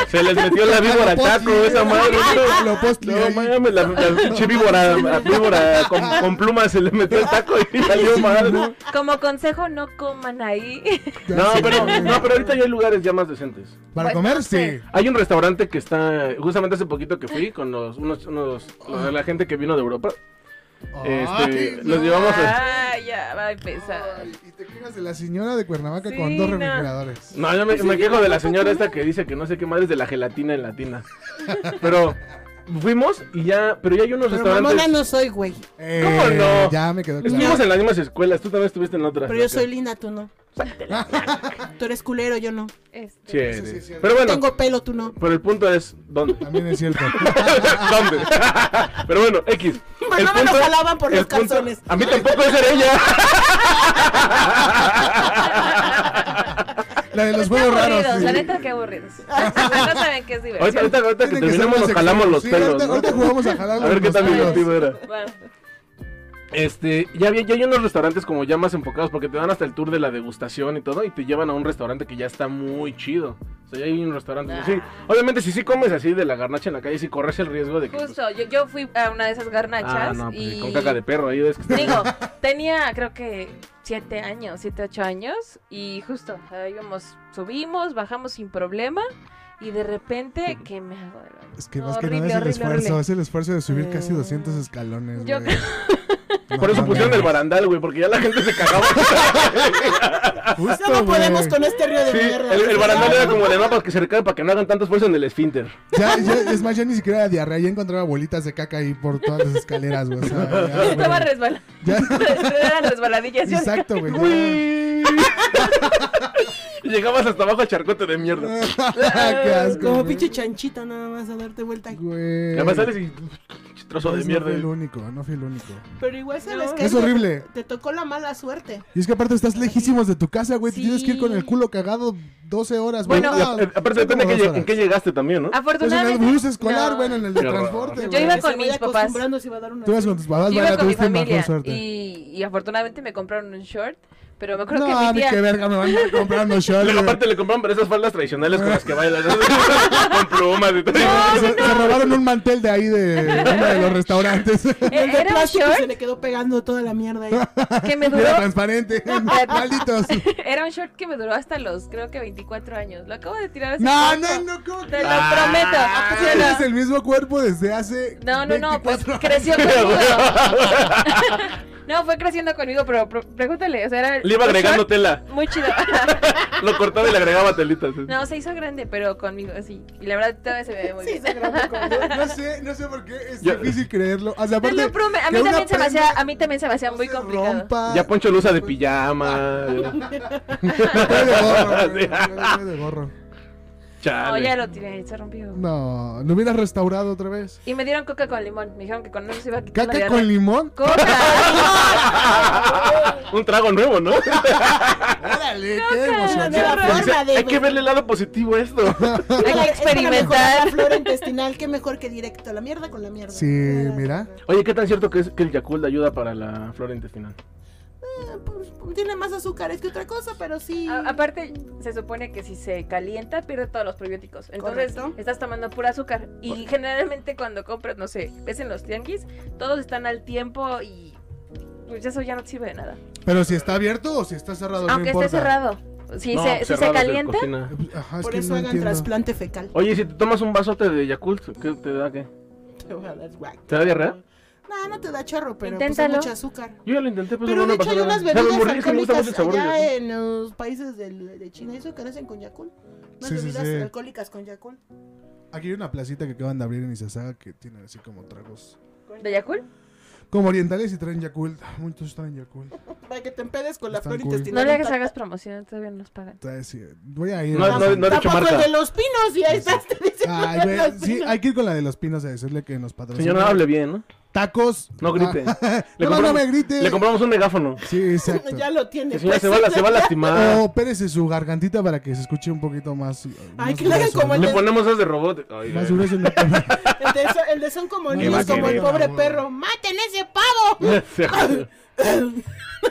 [SPEAKER 2] Se les metió la víbora taco, esa madre.
[SPEAKER 4] Lo- Lo postli
[SPEAKER 2] No
[SPEAKER 4] ahí.
[SPEAKER 2] mames, la, la pinche víbora, la víbora con, con plumas se le metió el taco y salió mal. No,
[SPEAKER 3] Como consejo, no coman ahí.
[SPEAKER 4] Ya sé,
[SPEAKER 2] pero,
[SPEAKER 4] güey.
[SPEAKER 2] no, pero ahorita ya hay lugares ya más decentes.
[SPEAKER 4] Para
[SPEAKER 3] Pues,
[SPEAKER 4] comer,
[SPEAKER 3] no
[SPEAKER 4] sí.
[SPEAKER 3] sé.
[SPEAKER 2] Hay un restaurante que está, justamente hace poquito que fui con los, unos, unos, la gente que vino de Europa. Este,
[SPEAKER 4] Ay,
[SPEAKER 2] los
[SPEAKER 4] no.
[SPEAKER 2] llevamos a...
[SPEAKER 3] ah, ya va a empezar.
[SPEAKER 4] Ay, Y te quejas de la señora de Cuernavaca
[SPEAKER 3] Sí,
[SPEAKER 4] con dos
[SPEAKER 3] no.
[SPEAKER 4] refrigeradores.
[SPEAKER 2] No, yo me, me quejo de la señora esta que dice que no sé qué madre es de la gelatina en latina. Pero fuimos y ya, pero ya hay unos
[SPEAKER 1] Pero mamona
[SPEAKER 2] restaurantes.
[SPEAKER 1] no soy, güey.
[SPEAKER 4] Eh,
[SPEAKER 2] ¿Cómo no?
[SPEAKER 4] Ya me quedó
[SPEAKER 2] Estuvimos
[SPEAKER 4] claro.
[SPEAKER 2] en las mismas escuelas, tú también estuviste en otras.
[SPEAKER 1] Pero yo soy linda, tú no. Tú eres culero, yo no.
[SPEAKER 3] Este,
[SPEAKER 2] Sí,
[SPEAKER 4] sí
[SPEAKER 2] eres.
[SPEAKER 4] es cierto.
[SPEAKER 2] pero bueno,
[SPEAKER 1] Tengo pelo, tú no.
[SPEAKER 2] pero el punto es
[SPEAKER 1] *laughs*
[SPEAKER 2] ¿dónde?
[SPEAKER 4] También es cierto.
[SPEAKER 2] ¿Dónde? *laughs* pero bueno, X.
[SPEAKER 1] Bueno, no me lo jalaban por los calzones.
[SPEAKER 2] A mí tampoco es ser
[SPEAKER 1] *laughs*
[SPEAKER 2] ella.
[SPEAKER 4] La de los
[SPEAKER 3] Qué
[SPEAKER 4] huevos
[SPEAKER 3] aburridos,
[SPEAKER 4] raros. sí.
[SPEAKER 3] la neta, qué aburridos. *laughs* no saben qué
[SPEAKER 2] ahorita,
[SPEAKER 3] es diversión.
[SPEAKER 2] ahorita, ahorita que
[SPEAKER 4] Tienen ser
[SPEAKER 2] terminemos
[SPEAKER 4] más
[SPEAKER 2] nos jalamos los
[SPEAKER 4] sexuales. Sí,
[SPEAKER 2] pelos.
[SPEAKER 4] ahorita-
[SPEAKER 2] ¿no?
[SPEAKER 4] Ahorita jugamos a jalar
[SPEAKER 2] A ver qué
[SPEAKER 4] los
[SPEAKER 2] tan
[SPEAKER 3] pelos.
[SPEAKER 4] pelos.
[SPEAKER 2] divertido era.
[SPEAKER 3] Bueno,
[SPEAKER 2] Este, ya, había- ya hay unos restaurantes como ya más enfocados porque te dan hasta el tour de la degustación y todo y te llevan a un restaurante que ya está muy chido. O sea, ya hay un restaurante.
[SPEAKER 3] Ah.
[SPEAKER 2] sí. Obviamente, si sí comes así de la garnacha en la calle, sí corres el riesgo de que... pues,
[SPEAKER 3] justo, yo, yo fui a una de esas garnachas
[SPEAKER 2] ah, no, pues,
[SPEAKER 3] y...
[SPEAKER 2] sí, con caca de perro ahí ves que está-
[SPEAKER 3] Digo, tenía creo que siete años, siete, ocho años, y justo, ahí íbamos, subimos, bajamos sin problema, y de repente, que me hago de baño?
[SPEAKER 4] Es que
[SPEAKER 3] No,
[SPEAKER 4] más que nada
[SPEAKER 3] horrible,
[SPEAKER 4] es el
[SPEAKER 3] horrible,
[SPEAKER 4] esfuerzo.
[SPEAKER 3] horrible.
[SPEAKER 4] Es el esfuerzo de subir casi
[SPEAKER 1] Eh.
[SPEAKER 4] 200 escalones.
[SPEAKER 3] Yo-
[SPEAKER 4] güey. No
[SPEAKER 2] Por eso
[SPEAKER 4] mames.
[SPEAKER 2] pusieron el barandal, güey, porque ya la gente se
[SPEAKER 4] *laughs*
[SPEAKER 2] cagaba.
[SPEAKER 4] Justo,
[SPEAKER 1] Ya no
[SPEAKER 4] güey.
[SPEAKER 1] podemos con este río de
[SPEAKER 2] Sí,
[SPEAKER 1] mierda.
[SPEAKER 2] el, el barandal era como de mapas que se recae para que no hagan tanto esfuerzo en el esfínter.
[SPEAKER 4] Ya, ya- es más, ya ni siquiera era diarrea. Ya encontraba bolitas de caca ahí por todas las escaleras, güey. o sea, ya,
[SPEAKER 3] *laughs*
[SPEAKER 4] güey.
[SPEAKER 3] Estaba resbalada,
[SPEAKER 4] Ah,
[SPEAKER 3] *laughs*
[SPEAKER 4] Ya-
[SPEAKER 3] eran resbaladillas. yo-
[SPEAKER 4] Exacto, güey. ya.
[SPEAKER 2] Uy. *laughs* Y Llegabas hasta abajo a charcote de mierda.
[SPEAKER 4] Qué asco.
[SPEAKER 1] Como
[SPEAKER 4] güey.
[SPEAKER 1] pinche chanchita nada más a darte vuelta. ahí.
[SPEAKER 4] Güey.
[SPEAKER 2] Además sales y... Trozo de
[SPEAKER 4] Pues No
[SPEAKER 2] mierda.
[SPEAKER 4] fui el único, no fui el único.
[SPEAKER 1] Pero igual sabes
[SPEAKER 3] No.
[SPEAKER 1] que
[SPEAKER 4] Es horrible.
[SPEAKER 1] te tocó la mala suerte.
[SPEAKER 4] Y es que aparte estás lejísimos de tu casa, güey. te
[SPEAKER 3] Sí.
[SPEAKER 4] Tienes que ir con el culo cagado 12 horas, güey.
[SPEAKER 3] Bueno,
[SPEAKER 2] Y a- eh, aparte depende de qué lle- en qué llegaste también, ¿no?
[SPEAKER 4] Pues en el
[SPEAKER 3] Afortunadamente...
[SPEAKER 4] bus escolar,
[SPEAKER 3] No,
[SPEAKER 4] bueno, en el de
[SPEAKER 2] Qué horror.
[SPEAKER 4] transporte,
[SPEAKER 2] Yo
[SPEAKER 4] güey.
[SPEAKER 3] iba
[SPEAKER 1] Que
[SPEAKER 3] con
[SPEAKER 1] se vaya
[SPEAKER 3] mis papás.
[SPEAKER 1] acostumbrando, se va a dar una
[SPEAKER 4] Tú ibas con tus papás,
[SPEAKER 3] yo iba
[SPEAKER 4] bueno,
[SPEAKER 3] con mi
[SPEAKER 4] tuviste
[SPEAKER 3] familia,
[SPEAKER 4] mejor suerte.
[SPEAKER 3] y, y afortunadamente me compraron un short, Pero me acuerdo
[SPEAKER 4] No,
[SPEAKER 3] que
[SPEAKER 4] a
[SPEAKER 3] mi
[SPEAKER 4] mí
[SPEAKER 3] tía...
[SPEAKER 4] qué verga, me van a estar comprando shorts.
[SPEAKER 2] Luego
[SPEAKER 4] güey.
[SPEAKER 2] aparte le compraron pero esas faldas tradicionales con las que
[SPEAKER 3] *laughs*
[SPEAKER 2] bailan. ¿no? con plumas y todo.
[SPEAKER 4] *laughs* Se, se robaron un mantel de ahí de uno de los
[SPEAKER 3] *laughs*
[SPEAKER 4] restaurantes.
[SPEAKER 3] Eh,
[SPEAKER 4] *laughs*
[SPEAKER 1] El de
[SPEAKER 3] Era un
[SPEAKER 1] plástico
[SPEAKER 3] short
[SPEAKER 1] se le quedó pegando toda la mierda ahí.
[SPEAKER 3] que
[SPEAKER 4] *laughs*
[SPEAKER 3] me duró...
[SPEAKER 4] Era
[SPEAKER 3] *laughs*
[SPEAKER 4] transparente. Malditos.
[SPEAKER 3] Era un short que me duró hasta los, creo que 24 años. Lo acabo de tirar hace
[SPEAKER 4] No,
[SPEAKER 3] poco.
[SPEAKER 4] no, no, ¿cómo
[SPEAKER 3] Te
[SPEAKER 4] que?
[SPEAKER 3] lo
[SPEAKER 2] Ah,
[SPEAKER 3] prometo. te lo-
[SPEAKER 4] Tienes el mismo cuerpo desde hace.
[SPEAKER 3] No, no, no, pues
[SPEAKER 4] 24 *laughs*
[SPEAKER 3] creció conmigo. no, fue creciendo conmigo, pero pre- pregúntale, o sea, era
[SPEAKER 2] Le iba
[SPEAKER 3] un
[SPEAKER 2] agregando
[SPEAKER 3] short
[SPEAKER 2] tela.
[SPEAKER 3] Muy chido. *laughs*
[SPEAKER 2] Lo cortaba y le agregaba telitas.
[SPEAKER 3] no, se hizo grande, pero conmigo, sí. Y la verdad todavía se me ve muy
[SPEAKER 1] Sí,
[SPEAKER 3] bien.
[SPEAKER 1] se grabó con-
[SPEAKER 4] años. No sé, no sé por qué es
[SPEAKER 2] Yo-
[SPEAKER 4] difícil creerlo.
[SPEAKER 3] *laughs*
[SPEAKER 4] O sea,
[SPEAKER 3] Te
[SPEAKER 4] aparte,
[SPEAKER 3] lo prometo, a
[SPEAKER 4] que
[SPEAKER 3] mí
[SPEAKER 4] una
[SPEAKER 3] también se me
[SPEAKER 4] prenda
[SPEAKER 3] hacía, a mí también se me hacía
[SPEAKER 4] no
[SPEAKER 3] muy
[SPEAKER 4] se
[SPEAKER 3] complicado.
[SPEAKER 4] rompa.
[SPEAKER 2] Ya Poncho lo usa de pijama.
[SPEAKER 4] Me trae
[SPEAKER 2] *laughs* Sí.
[SPEAKER 4] de gorro, güey, me trae de gorro.
[SPEAKER 3] No,
[SPEAKER 2] Chale.
[SPEAKER 3] ya lo tiré, se rompió.
[SPEAKER 4] No, lo hubieras restaurado otra vez.
[SPEAKER 3] Y me dieron coca con limón. Me dijeron que con eso se iba a quitar la
[SPEAKER 4] ¿Caca
[SPEAKER 3] diarrea.
[SPEAKER 4] con limón? *laughs*
[SPEAKER 3] Coca.
[SPEAKER 2] *laughs*
[SPEAKER 3] *laughs*
[SPEAKER 2] Un trago nuevo, ¿no?
[SPEAKER 4] Órale, qué emocionante.
[SPEAKER 1] nueva forma de
[SPEAKER 2] Hay que verle el lado positivo a esto.
[SPEAKER 3] *laughs* Hay que
[SPEAKER 1] Es para mejorar
[SPEAKER 3] experimentar.
[SPEAKER 1] La flora intestinal, qué mejor que directo a la mierda con la mierda.
[SPEAKER 4] Sí,
[SPEAKER 1] Ah,
[SPEAKER 4] mira.
[SPEAKER 2] Oye, ¿qué tan cierto que es que el Yakult ayuda para la flora intestinal?
[SPEAKER 1] ah, pues, tiene más azúcares que otra cosa, pero sí.
[SPEAKER 3] A- aparte, se supone que si se calienta, pierde todos los probióticos. Entonces,
[SPEAKER 1] Correcto.
[SPEAKER 3] estás tomando pura azúcar. Y generalmente cuando compras, no sé, ves en los tianguis, todos están al tiempo y pues eso ya no te sirve de nada.
[SPEAKER 4] Pero si está abierto o si está cerrado, no
[SPEAKER 3] Aunque
[SPEAKER 4] importa.
[SPEAKER 3] esté cerrado. Si,
[SPEAKER 2] No,
[SPEAKER 3] se,
[SPEAKER 2] pues
[SPEAKER 3] si se
[SPEAKER 2] cerrado se
[SPEAKER 3] calienta,
[SPEAKER 2] cocina.
[SPEAKER 4] Ajá, es
[SPEAKER 1] Por
[SPEAKER 4] que
[SPEAKER 1] eso
[SPEAKER 4] no
[SPEAKER 1] hagan
[SPEAKER 4] entiendo.
[SPEAKER 1] trasplante fecal. *laughs*
[SPEAKER 2] Oye, si te tomas un vasote de Yakult, ¿qué te da qué?
[SPEAKER 1] Te voy a dar guac.
[SPEAKER 2] ¿Te da diarrea?
[SPEAKER 1] No, no te da chorro, pero pues, hay
[SPEAKER 3] Inténtalo.
[SPEAKER 1] mucho azúcar.
[SPEAKER 2] Yo ya lo intenté, pues
[SPEAKER 1] pero de
[SPEAKER 2] no me
[SPEAKER 1] hecho
[SPEAKER 2] pasó
[SPEAKER 1] hay
[SPEAKER 2] nada.
[SPEAKER 1] unas
[SPEAKER 2] Sabe
[SPEAKER 1] bebidas
[SPEAKER 2] muy rico, me gusta mucho el
[SPEAKER 1] alcohólicas
[SPEAKER 2] sabor. del
[SPEAKER 1] allá
[SPEAKER 2] Yakult.
[SPEAKER 1] en los países del- de China, eso que hacen con Yakul. Unas
[SPEAKER 4] Sí, sí,
[SPEAKER 1] bebidas
[SPEAKER 4] sí.
[SPEAKER 1] alcohólicas con Yakul.
[SPEAKER 4] Aquí hay una placita que acaban de abrir en Izazaga que tiene así como tragos.
[SPEAKER 3] de Yakult,
[SPEAKER 4] Como orientales y traen Yakult. Muchos traen Yakult.
[SPEAKER 1] Para que te empedes con la
[SPEAKER 4] Están
[SPEAKER 1] flor
[SPEAKER 4] cool.
[SPEAKER 3] no
[SPEAKER 1] intestinal.
[SPEAKER 3] le hagas hagas promoción, todavía no nos pagan.
[SPEAKER 4] Trae, sí, Voy a ir.
[SPEAKER 2] No,
[SPEAKER 4] a-
[SPEAKER 2] no, no. ha dicho
[SPEAKER 1] Tampoco el
[SPEAKER 2] marca.
[SPEAKER 1] de los pinos y ahí estás te diciendo
[SPEAKER 4] Ay,
[SPEAKER 1] de
[SPEAKER 4] güey,
[SPEAKER 1] los
[SPEAKER 4] sí,
[SPEAKER 1] pinos.
[SPEAKER 4] hay que ir con la de los pinos a decirle que nos patrocina.
[SPEAKER 2] Señor, no hable bien, ¿no?
[SPEAKER 4] Tacos.
[SPEAKER 2] No grite.
[SPEAKER 4] Ah,
[SPEAKER 2] Le
[SPEAKER 1] *laughs*
[SPEAKER 4] no, no,
[SPEAKER 2] compramos-
[SPEAKER 4] me grite.
[SPEAKER 2] Le compramos un megáfono.
[SPEAKER 4] Sí, exacto.
[SPEAKER 1] ya lo tiene.
[SPEAKER 2] Que señora
[SPEAKER 1] pues.
[SPEAKER 2] se va, a- se va
[SPEAKER 1] *laughs*
[SPEAKER 2] a lastimar.
[SPEAKER 1] Oh,
[SPEAKER 4] O pérese su gargantita para que se escuche un poquito más. más
[SPEAKER 1] que le hagan
[SPEAKER 4] grueso,
[SPEAKER 1] como el
[SPEAKER 4] ¿no?
[SPEAKER 2] Le ponemos esas de robot. Ay,
[SPEAKER 4] Más
[SPEAKER 2] ay.
[SPEAKER 1] *laughs*
[SPEAKER 4] grueso. ¿no?
[SPEAKER 1] El de, son, el de son como
[SPEAKER 4] No,
[SPEAKER 1] niños,
[SPEAKER 2] va
[SPEAKER 1] como el
[SPEAKER 2] querer.
[SPEAKER 1] pobre
[SPEAKER 4] No,
[SPEAKER 1] perro. ¡Maten ese pavo!
[SPEAKER 2] *laughs*
[SPEAKER 1] *laughs*
[SPEAKER 2] Se jodió.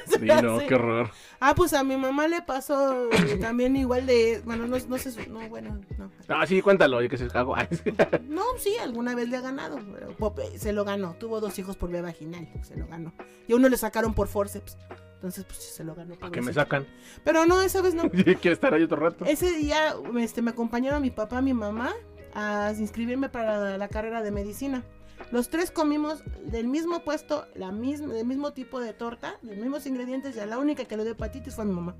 [SPEAKER 2] Sí, no,
[SPEAKER 1] Sí.
[SPEAKER 2] qué horror.
[SPEAKER 1] Ah, pues a mi mamá le pasó eh, también igual de. Bueno, no, no sé. su- No, bueno, no.
[SPEAKER 2] Ah, sí, cuéntalo, oye, que se cagó. Ay, sí.
[SPEAKER 1] No, sí, alguna vez le ha ganado. Pero pop- eh, se lo ganó. Tuvo dos hijos por vía vaginal. Se lo ganó. Y a uno le sacaron por forceps. Entonces, pues sí, se lo ganó.
[SPEAKER 2] ¿A qué
[SPEAKER 1] pobrecito.
[SPEAKER 2] me
[SPEAKER 1] *laughs*
[SPEAKER 2] sacan? *laughs*
[SPEAKER 1] Pero no, esa vez no.
[SPEAKER 2] Quiero estar ahí otro rato.
[SPEAKER 1] Ese día este, me acompañaron mi papá, mi mamá a inscribirme para la carrera de medicina. Los tres comimos del mismo puesto, la misma, del mismo tipo de torta, los mismos ingredientes y a la única que le dio hepatitis fue a mi mamá.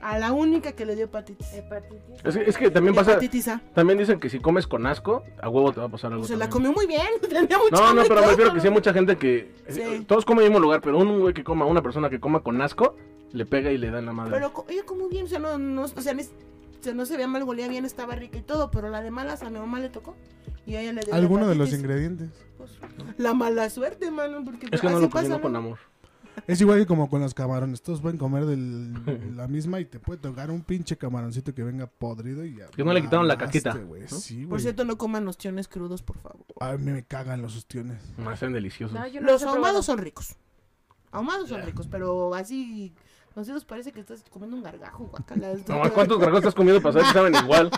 [SPEAKER 1] A la única que le dio hepatitis.
[SPEAKER 3] Hepatitis.
[SPEAKER 2] Es que, es que Eh, también pasa.
[SPEAKER 1] Hepatitis A.
[SPEAKER 2] También dicen que si comes con asco, a huevo te va a pasar algo.
[SPEAKER 1] Se la comió
[SPEAKER 2] también.
[SPEAKER 1] muy bien, *laughs* tenía mucho
[SPEAKER 2] No, no,
[SPEAKER 1] hambre y
[SPEAKER 2] pero me
[SPEAKER 1] todo,
[SPEAKER 2] refiero que
[SPEAKER 1] ¿no?
[SPEAKER 2] sí hay mucha gente que. eh,
[SPEAKER 1] Sí.
[SPEAKER 2] Todos comen en el mismo lugar, pero un güey que coma, una persona que coma con asco, le pega y le da en la madre.
[SPEAKER 1] Pero co- ella comió bien, o sea, no, no, o sea, ni- o sea, no se veía mal, golía bien, estaba rica y todo, pero la de malas a mi mamá le tocó. Y a ella le dio
[SPEAKER 4] Alguno de los
[SPEAKER 1] hepatitis.
[SPEAKER 4] ingredientes.
[SPEAKER 1] Pues, La mala suerte, mano, porque
[SPEAKER 2] es que no
[SPEAKER 1] así
[SPEAKER 2] lo
[SPEAKER 1] pasa,
[SPEAKER 2] cocinó
[SPEAKER 1] ¿no?
[SPEAKER 2] con amor.
[SPEAKER 4] Es igual que como con los camarones. Todos pueden comer de la misma y te puede tocar un pinche camaroncito que venga podrido y ya.
[SPEAKER 2] Que no le quitaron la
[SPEAKER 4] mamaste,
[SPEAKER 2] caquita,
[SPEAKER 4] güey.
[SPEAKER 2] ¿no?
[SPEAKER 4] Sí,
[SPEAKER 1] Por
[SPEAKER 4] güey.
[SPEAKER 1] cierto, no coman ostiones crudos, por favor.
[SPEAKER 4] A mí me cagan los ostiones.
[SPEAKER 2] Me hacen deliciosos.
[SPEAKER 3] No, yo no
[SPEAKER 1] Los
[SPEAKER 3] he probado.
[SPEAKER 1] ahumados son ricos. Ahumados son ricos, pero así. Entonces parece que estás comiendo un gargajo, guacala.
[SPEAKER 2] No, ¿cuántos gargajos estás comiendo para saber si saben igual?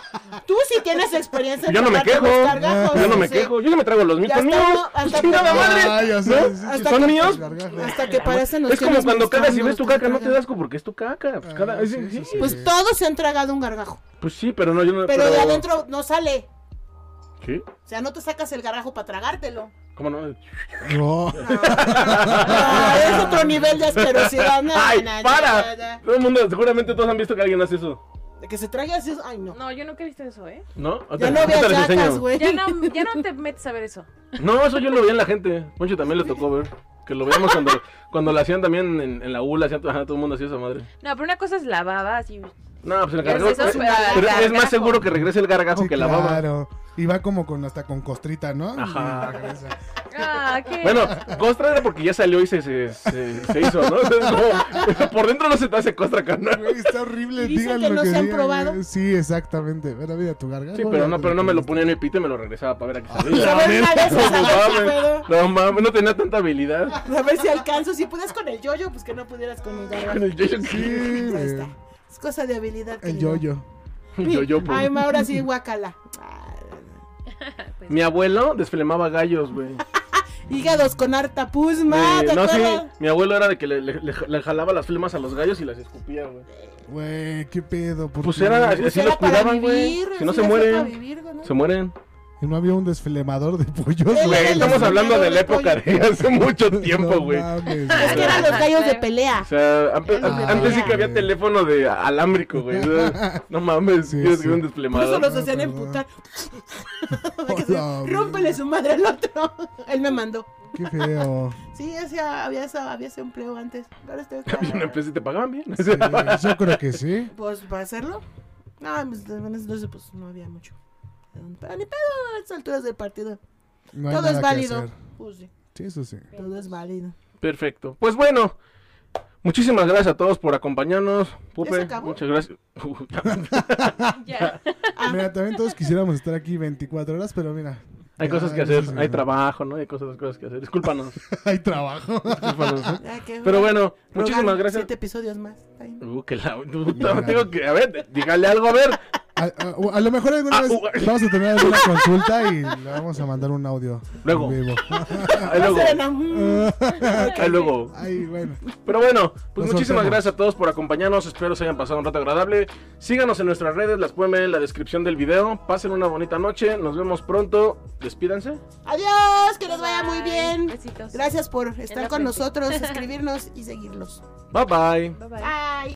[SPEAKER 1] Tú sí tienes experiencia. en
[SPEAKER 2] *laughs* Yo no me
[SPEAKER 1] tomarte
[SPEAKER 2] quejo.
[SPEAKER 1] los gargajos,
[SPEAKER 2] Yo no me
[SPEAKER 1] sí.
[SPEAKER 2] quejo. Yo ya me traigo los míos.
[SPEAKER 1] Ya
[SPEAKER 2] Son
[SPEAKER 1] está,
[SPEAKER 2] míos.
[SPEAKER 1] no, hasta
[SPEAKER 2] *laughs* ¡Chingada
[SPEAKER 1] que-
[SPEAKER 2] madre!
[SPEAKER 4] Ay, o sea, sí, sí,
[SPEAKER 1] Hasta
[SPEAKER 4] sí,
[SPEAKER 1] que-
[SPEAKER 2] ¿Son míos?
[SPEAKER 4] gargajo.
[SPEAKER 1] Hasta que parecen
[SPEAKER 2] Es como
[SPEAKER 1] ostiones
[SPEAKER 2] cuando cagas y
[SPEAKER 1] buscando,
[SPEAKER 2] ves tu
[SPEAKER 1] los que
[SPEAKER 2] caca, no te
[SPEAKER 1] tragan.
[SPEAKER 2] das cuenta porque es tu caca. Pues,
[SPEAKER 4] Ah,
[SPEAKER 2] cada-
[SPEAKER 4] sí,
[SPEAKER 2] sí,
[SPEAKER 4] sí,
[SPEAKER 2] sí.
[SPEAKER 4] sí.
[SPEAKER 1] Pues todos se han tragado un gargajo.
[SPEAKER 2] Pues sí, pero no, yo no.
[SPEAKER 1] Pero de adentro no sale.
[SPEAKER 2] ¿Sí?
[SPEAKER 1] O sea, no te sacas el gargajo para
[SPEAKER 2] *laughs*
[SPEAKER 1] tragártelo.
[SPEAKER 2] ¿Cómo no?
[SPEAKER 4] *laughs* No.
[SPEAKER 1] No, es otro nivel de asquerosidad. No,
[SPEAKER 2] ¡Ay,
[SPEAKER 1] no, no,
[SPEAKER 2] para!
[SPEAKER 1] no, no.
[SPEAKER 2] Todo el mundo, seguramente todos han visto que alguien hace eso.
[SPEAKER 1] De que se trague así. Ay, no.
[SPEAKER 3] No, yo nunca he visto eso, ¿eh?
[SPEAKER 2] ¿No?
[SPEAKER 1] Ya
[SPEAKER 2] Ahorita-
[SPEAKER 1] no
[SPEAKER 2] ahorita
[SPEAKER 1] veas
[SPEAKER 2] les
[SPEAKER 1] yacas,
[SPEAKER 2] enseño.
[SPEAKER 1] güey.
[SPEAKER 3] Ya no, ya no te metes a ver eso.
[SPEAKER 2] No, eso yo lo vi en la gente. Poncho también le tocó ver. Que lo veíamos cuando, cuando lo hacían también en, en la U, la hacían, ajá, todo el mundo hacía esa madre.
[SPEAKER 3] No, pero una cosa es la baba, así.
[SPEAKER 2] No, pues el
[SPEAKER 3] Ya
[SPEAKER 2] gargajo.
[SPEAKER 3] es
[SPEAKER 2] Pero,
[SPEAKER 3] eso, pero al
[SPEAKER 2] pero es más
[SPEAKER 3] gargajo.
[SPEAKER 2] seguro que regrese el gargajo
[SPEAKER 4] Sí,
[SPEAKER 2] que la baba.
[SPEAKER 4] Claro. Y va como con hasta con costrita, ¿no?
[SPEAKER 2] Ajá.
[SPEAKER 4] Y regresa.
[SPEAKER 3] Ah, qué.
[SPEAKER 2] Bueno, Costra era porque ya salió y se, se, se- se hizo, ¿no? Entonces, como, *laughs* por dentro no se te hace Costra, carnal.
[SPEAKER 4] Güey, está horrible,
[SPEAKER 1] Y dicen
[SPEAKER 4] digan
[SPEAKER 1] que
[SPEAKER 4] lo
[SPEAKER 1] no
[SPEAKER 4] que
[SPEAKER 1] se han
[SPEAKER 4] digan,
[SPEAKER 1] probado.
[SPEAKER 4] güey. Sí, exactamente. Ven a ver a tu garganta.
[SPEAKER 2] Sí, pero no, pero no me lo ponía en mi pito y me lo regresaba para ver a qué
[SPEAKER 1] A ver, a
[SPEAKER 2] salía.
[SPEAKER 1] ver, a
[SPEAKER 2] No
[SPEAKER 1] ver, qué
[SPEAKER 2] mames,
[SPEAKER 1] pedo.
[SPEAKER 2] no mames, no tenía tanta habilidad.
[SPEAKER 1] *laughs* A ver si alcanzo. Si puedes con el yoyo, pues que no pudieras con un
[SPEAKER 2] Con
[SPEAKER 1] garbanzo.
[SPEAKER 2] el yo-yo,
[SPEAKER 4] Sí,
[SPEAKER 1] Ahí
[SPEAKER 4] güey.
[SPEAKER 1] está. Es cosa de habilidad.
[SPEAKER 4] El
[SPEAKER 1] querido.
[SPEAKER 4] yoyo.
[SPEAKER 2] yo-yo,
[SPEAKER 1] *laughs*
[SPEAKER 2] pues.
[SPEAKER 1] Ay, ma, ahora sí, guacala.
[SPEAKER 2] Mi abuelo desflemaba gallos, güey.
[SPEAKER 1] Hígados con harta puzma,
[SPEAKER 2] Eh,
[SPEAKER 1] Ah, ¿te
[SPEAKER 2] no, sí,
[SPEAKER 1] acuerdas?
[SPEAKER 2] mi abuelo era de que le, le- le- le jalaba las flemas a los gallos y las escupía, güey.
[SPEAKER 4] Güey, qué pedo. ¿por
[SPEAKER 2] Pues
[SPEAKER 4] qué?
[SPEAKER 2] era-
[SPEAKER 4] Y
[SPEAKER 2] Así
[SPEAKER 1] Era
[SPEAKER 2] los
[SPEAKER 1] para
[SPEAKER 2] cuidaban, güey.
[SPEAKER 1] vivir,
[SPEAKER 2] Si no
[SPEAKER 1] así
[SPEAKER 2] se
[SPEAKER 1] era
[SPEAKER 2] mueren.
[SPEAKER 1] para vivir, ¿no?
[SPEAKER 2] Se mueren.
[SPEAKER 4] no había un desflemador de pollos,
[SPEAKER 1] Él
[SPEAKER 2] Güey,
[SPEAKER 1] era el
[SPEAKER 2] estamos hablando de la época
[SPEAKER 1] desflemador
[SPEAKER 2] de hace mucho
[SPEAKER 4] *laughs* No
[SPEAKER 2] tiempo, güey. *laughs*
[SPEAKER 4] mames,
[SPEAKER 1] Es que eran los gallos de pelea.
[SPEAKER 2] O sea, ampe-
[SPEAKER 3] Era
[SPEAKER 2] an-
[SPEAKER 4] lo que
[SPEAKER 2] antes sí
[SPEAKER 1] había.
[SPEAKER 2] que había teléfono de alámbrico, güey. O sea, No mames,
[SPEAKER 4] Sí,
[SPEAKER 2] tienes
[SPEAKER 4] sí.
[SPEAKER 2] que ver un
[SPEAKER 1] Por Pues eso
[SPEAKER 2] desplemado.
[SPEAKER 1] los
[SPEAKER 4] no,
[SPEAKER 1] hacían
[SPEAKER 4] perdón.
[SPEAKER 1] emputar.
[SPEAKER 2] *laughs*
[SPEAKER 1] Para *laughs* que se-
[SPEAKER 4] Hola,
[SPEAKER 1] Rómpele su madre al otro. *laughs* Él me mandó.
[SPEAKER 4] Qué
[SPEAKER 2] *laughs*
[SPEAKER 4] feo.
[SPEAKER 1] Sí, hacía, había, esa- había ese empleo antes. este Ahora estoy
[SPEAKER 2] Había una empresa y te pagaban bien.
[SPEAKER 4] Sí, yo creo que sí.
[SPEAKER 1] Pues para hacerlo. No, pues, en ese entonces pues no había mucho. Pero ni pedo a estas alturas del partido.
[SPEAKER 4] No hay
[SPEAKER 1] Todo es
[SPEAKER 4] nada que
[SPEAKER 1] válido.
[SPEAKER 4] hacer.
[SPEAKER 1] Pues sí,
[SPEAKER 4] Sí, eso sí.
[SPEAKER 1] todo es válido.
[SPEAKER 2] Perfecto. Pues bueno, muchísimas gracias a todos por acompañarnos.
[SPEAKER 1] ¿Ya
[SPEAKER 2] Pupe,
[SPEAKER 1] se acabó?
[SPEAKER 2] muchas gracias. *laughs*
[SPEAKER 3] Ya.
[SPEAKER 1] Ah.
[SPEAKER 4] Mira, también todos quisiéramos estar aquí 24 horas, pero mira.
[SPEAKER 2] hay
[SPEAKER 4] ya,
[SPEAKER 2] cosas que
[SPEAKER 4] eso
[SPEAKER 2] hacer,
[SPEAKER 4] sí,
[SPEAKER 2] hay
[SPEAKER 4] no.
[SPEAKER 2] trabajo, ¿no? Hay cosas, cosas que hacer. Discúlpanos.
[SPEAKER 4] *laughs* Hay trabajo. *laughs*
[SPEAKER 2] discúlpanos, ¿eh?
[SPEAKER 1] Ya que-
[SPEAKER 2] Pero bueno, muchísimas
[SPEAKER 1] Rogar
[SPEAKER 2] gracias.
[SPEAKER 1] Siete episodios más. Ay,
[SPEAKER 2] Uh, que la... *laughs* puta, tengo que... A ver, dígale algo, a ver.
[SPEAKER 4] A, a- a lo mejor alguna
[SPEAKER 2] Ah,
[SPEAKER 4] vez
[SPEAKER 2] uh.
[SPEAKER 4] vamos a tener alguna consulta y le vamos a mandar un audio.
[SPEAKER 2] Luego.
[SPEAKER 4] en vivo.
[SPEAKER 1] *laughs*
[SPEAKER 2] Ahí
[SPEAKER 1] no
[SPEAKER 2] luego.
[SPEAKER 1] se enam-
[SPEAKER 4] Ah.
[SPEAKER 2] Ahí luego.
[SPEAKER 4] Ay, bueno.
[SPEAKER 2] Pero bueno, pues
[SPEAKER 4] Nos
[SPEAKER 2] muchísimas
[SPEAKER 4] soltamos.
[SPEAKER 2] gracias a todos por acompañarnos. Espero se hayan pasado un rato agradable. Síganos en nuestras redes, las pueden ver en la descripción del video. Pasen una bonita noche. Nos vemos pronto. Despídanse.
[SPEAKER 1] Adiós, que nos vaya muy
[SPEAKER 3] Bye.
[SPEAKER 1] bien.
[SPEAKER 3] Besitos.
[SPEAKER 1] Gracias por
[SPEAKER 3] En la
[SPEAKER 1] estar con
[SPEAKER 3] frente.
[SPEAKER 1] nosotros, escribirnos y seguirnos.
[SPEAKER 2] Bye bye.
[SPEAKER 3] Bye bye.
[SPEAKER 1] Bye.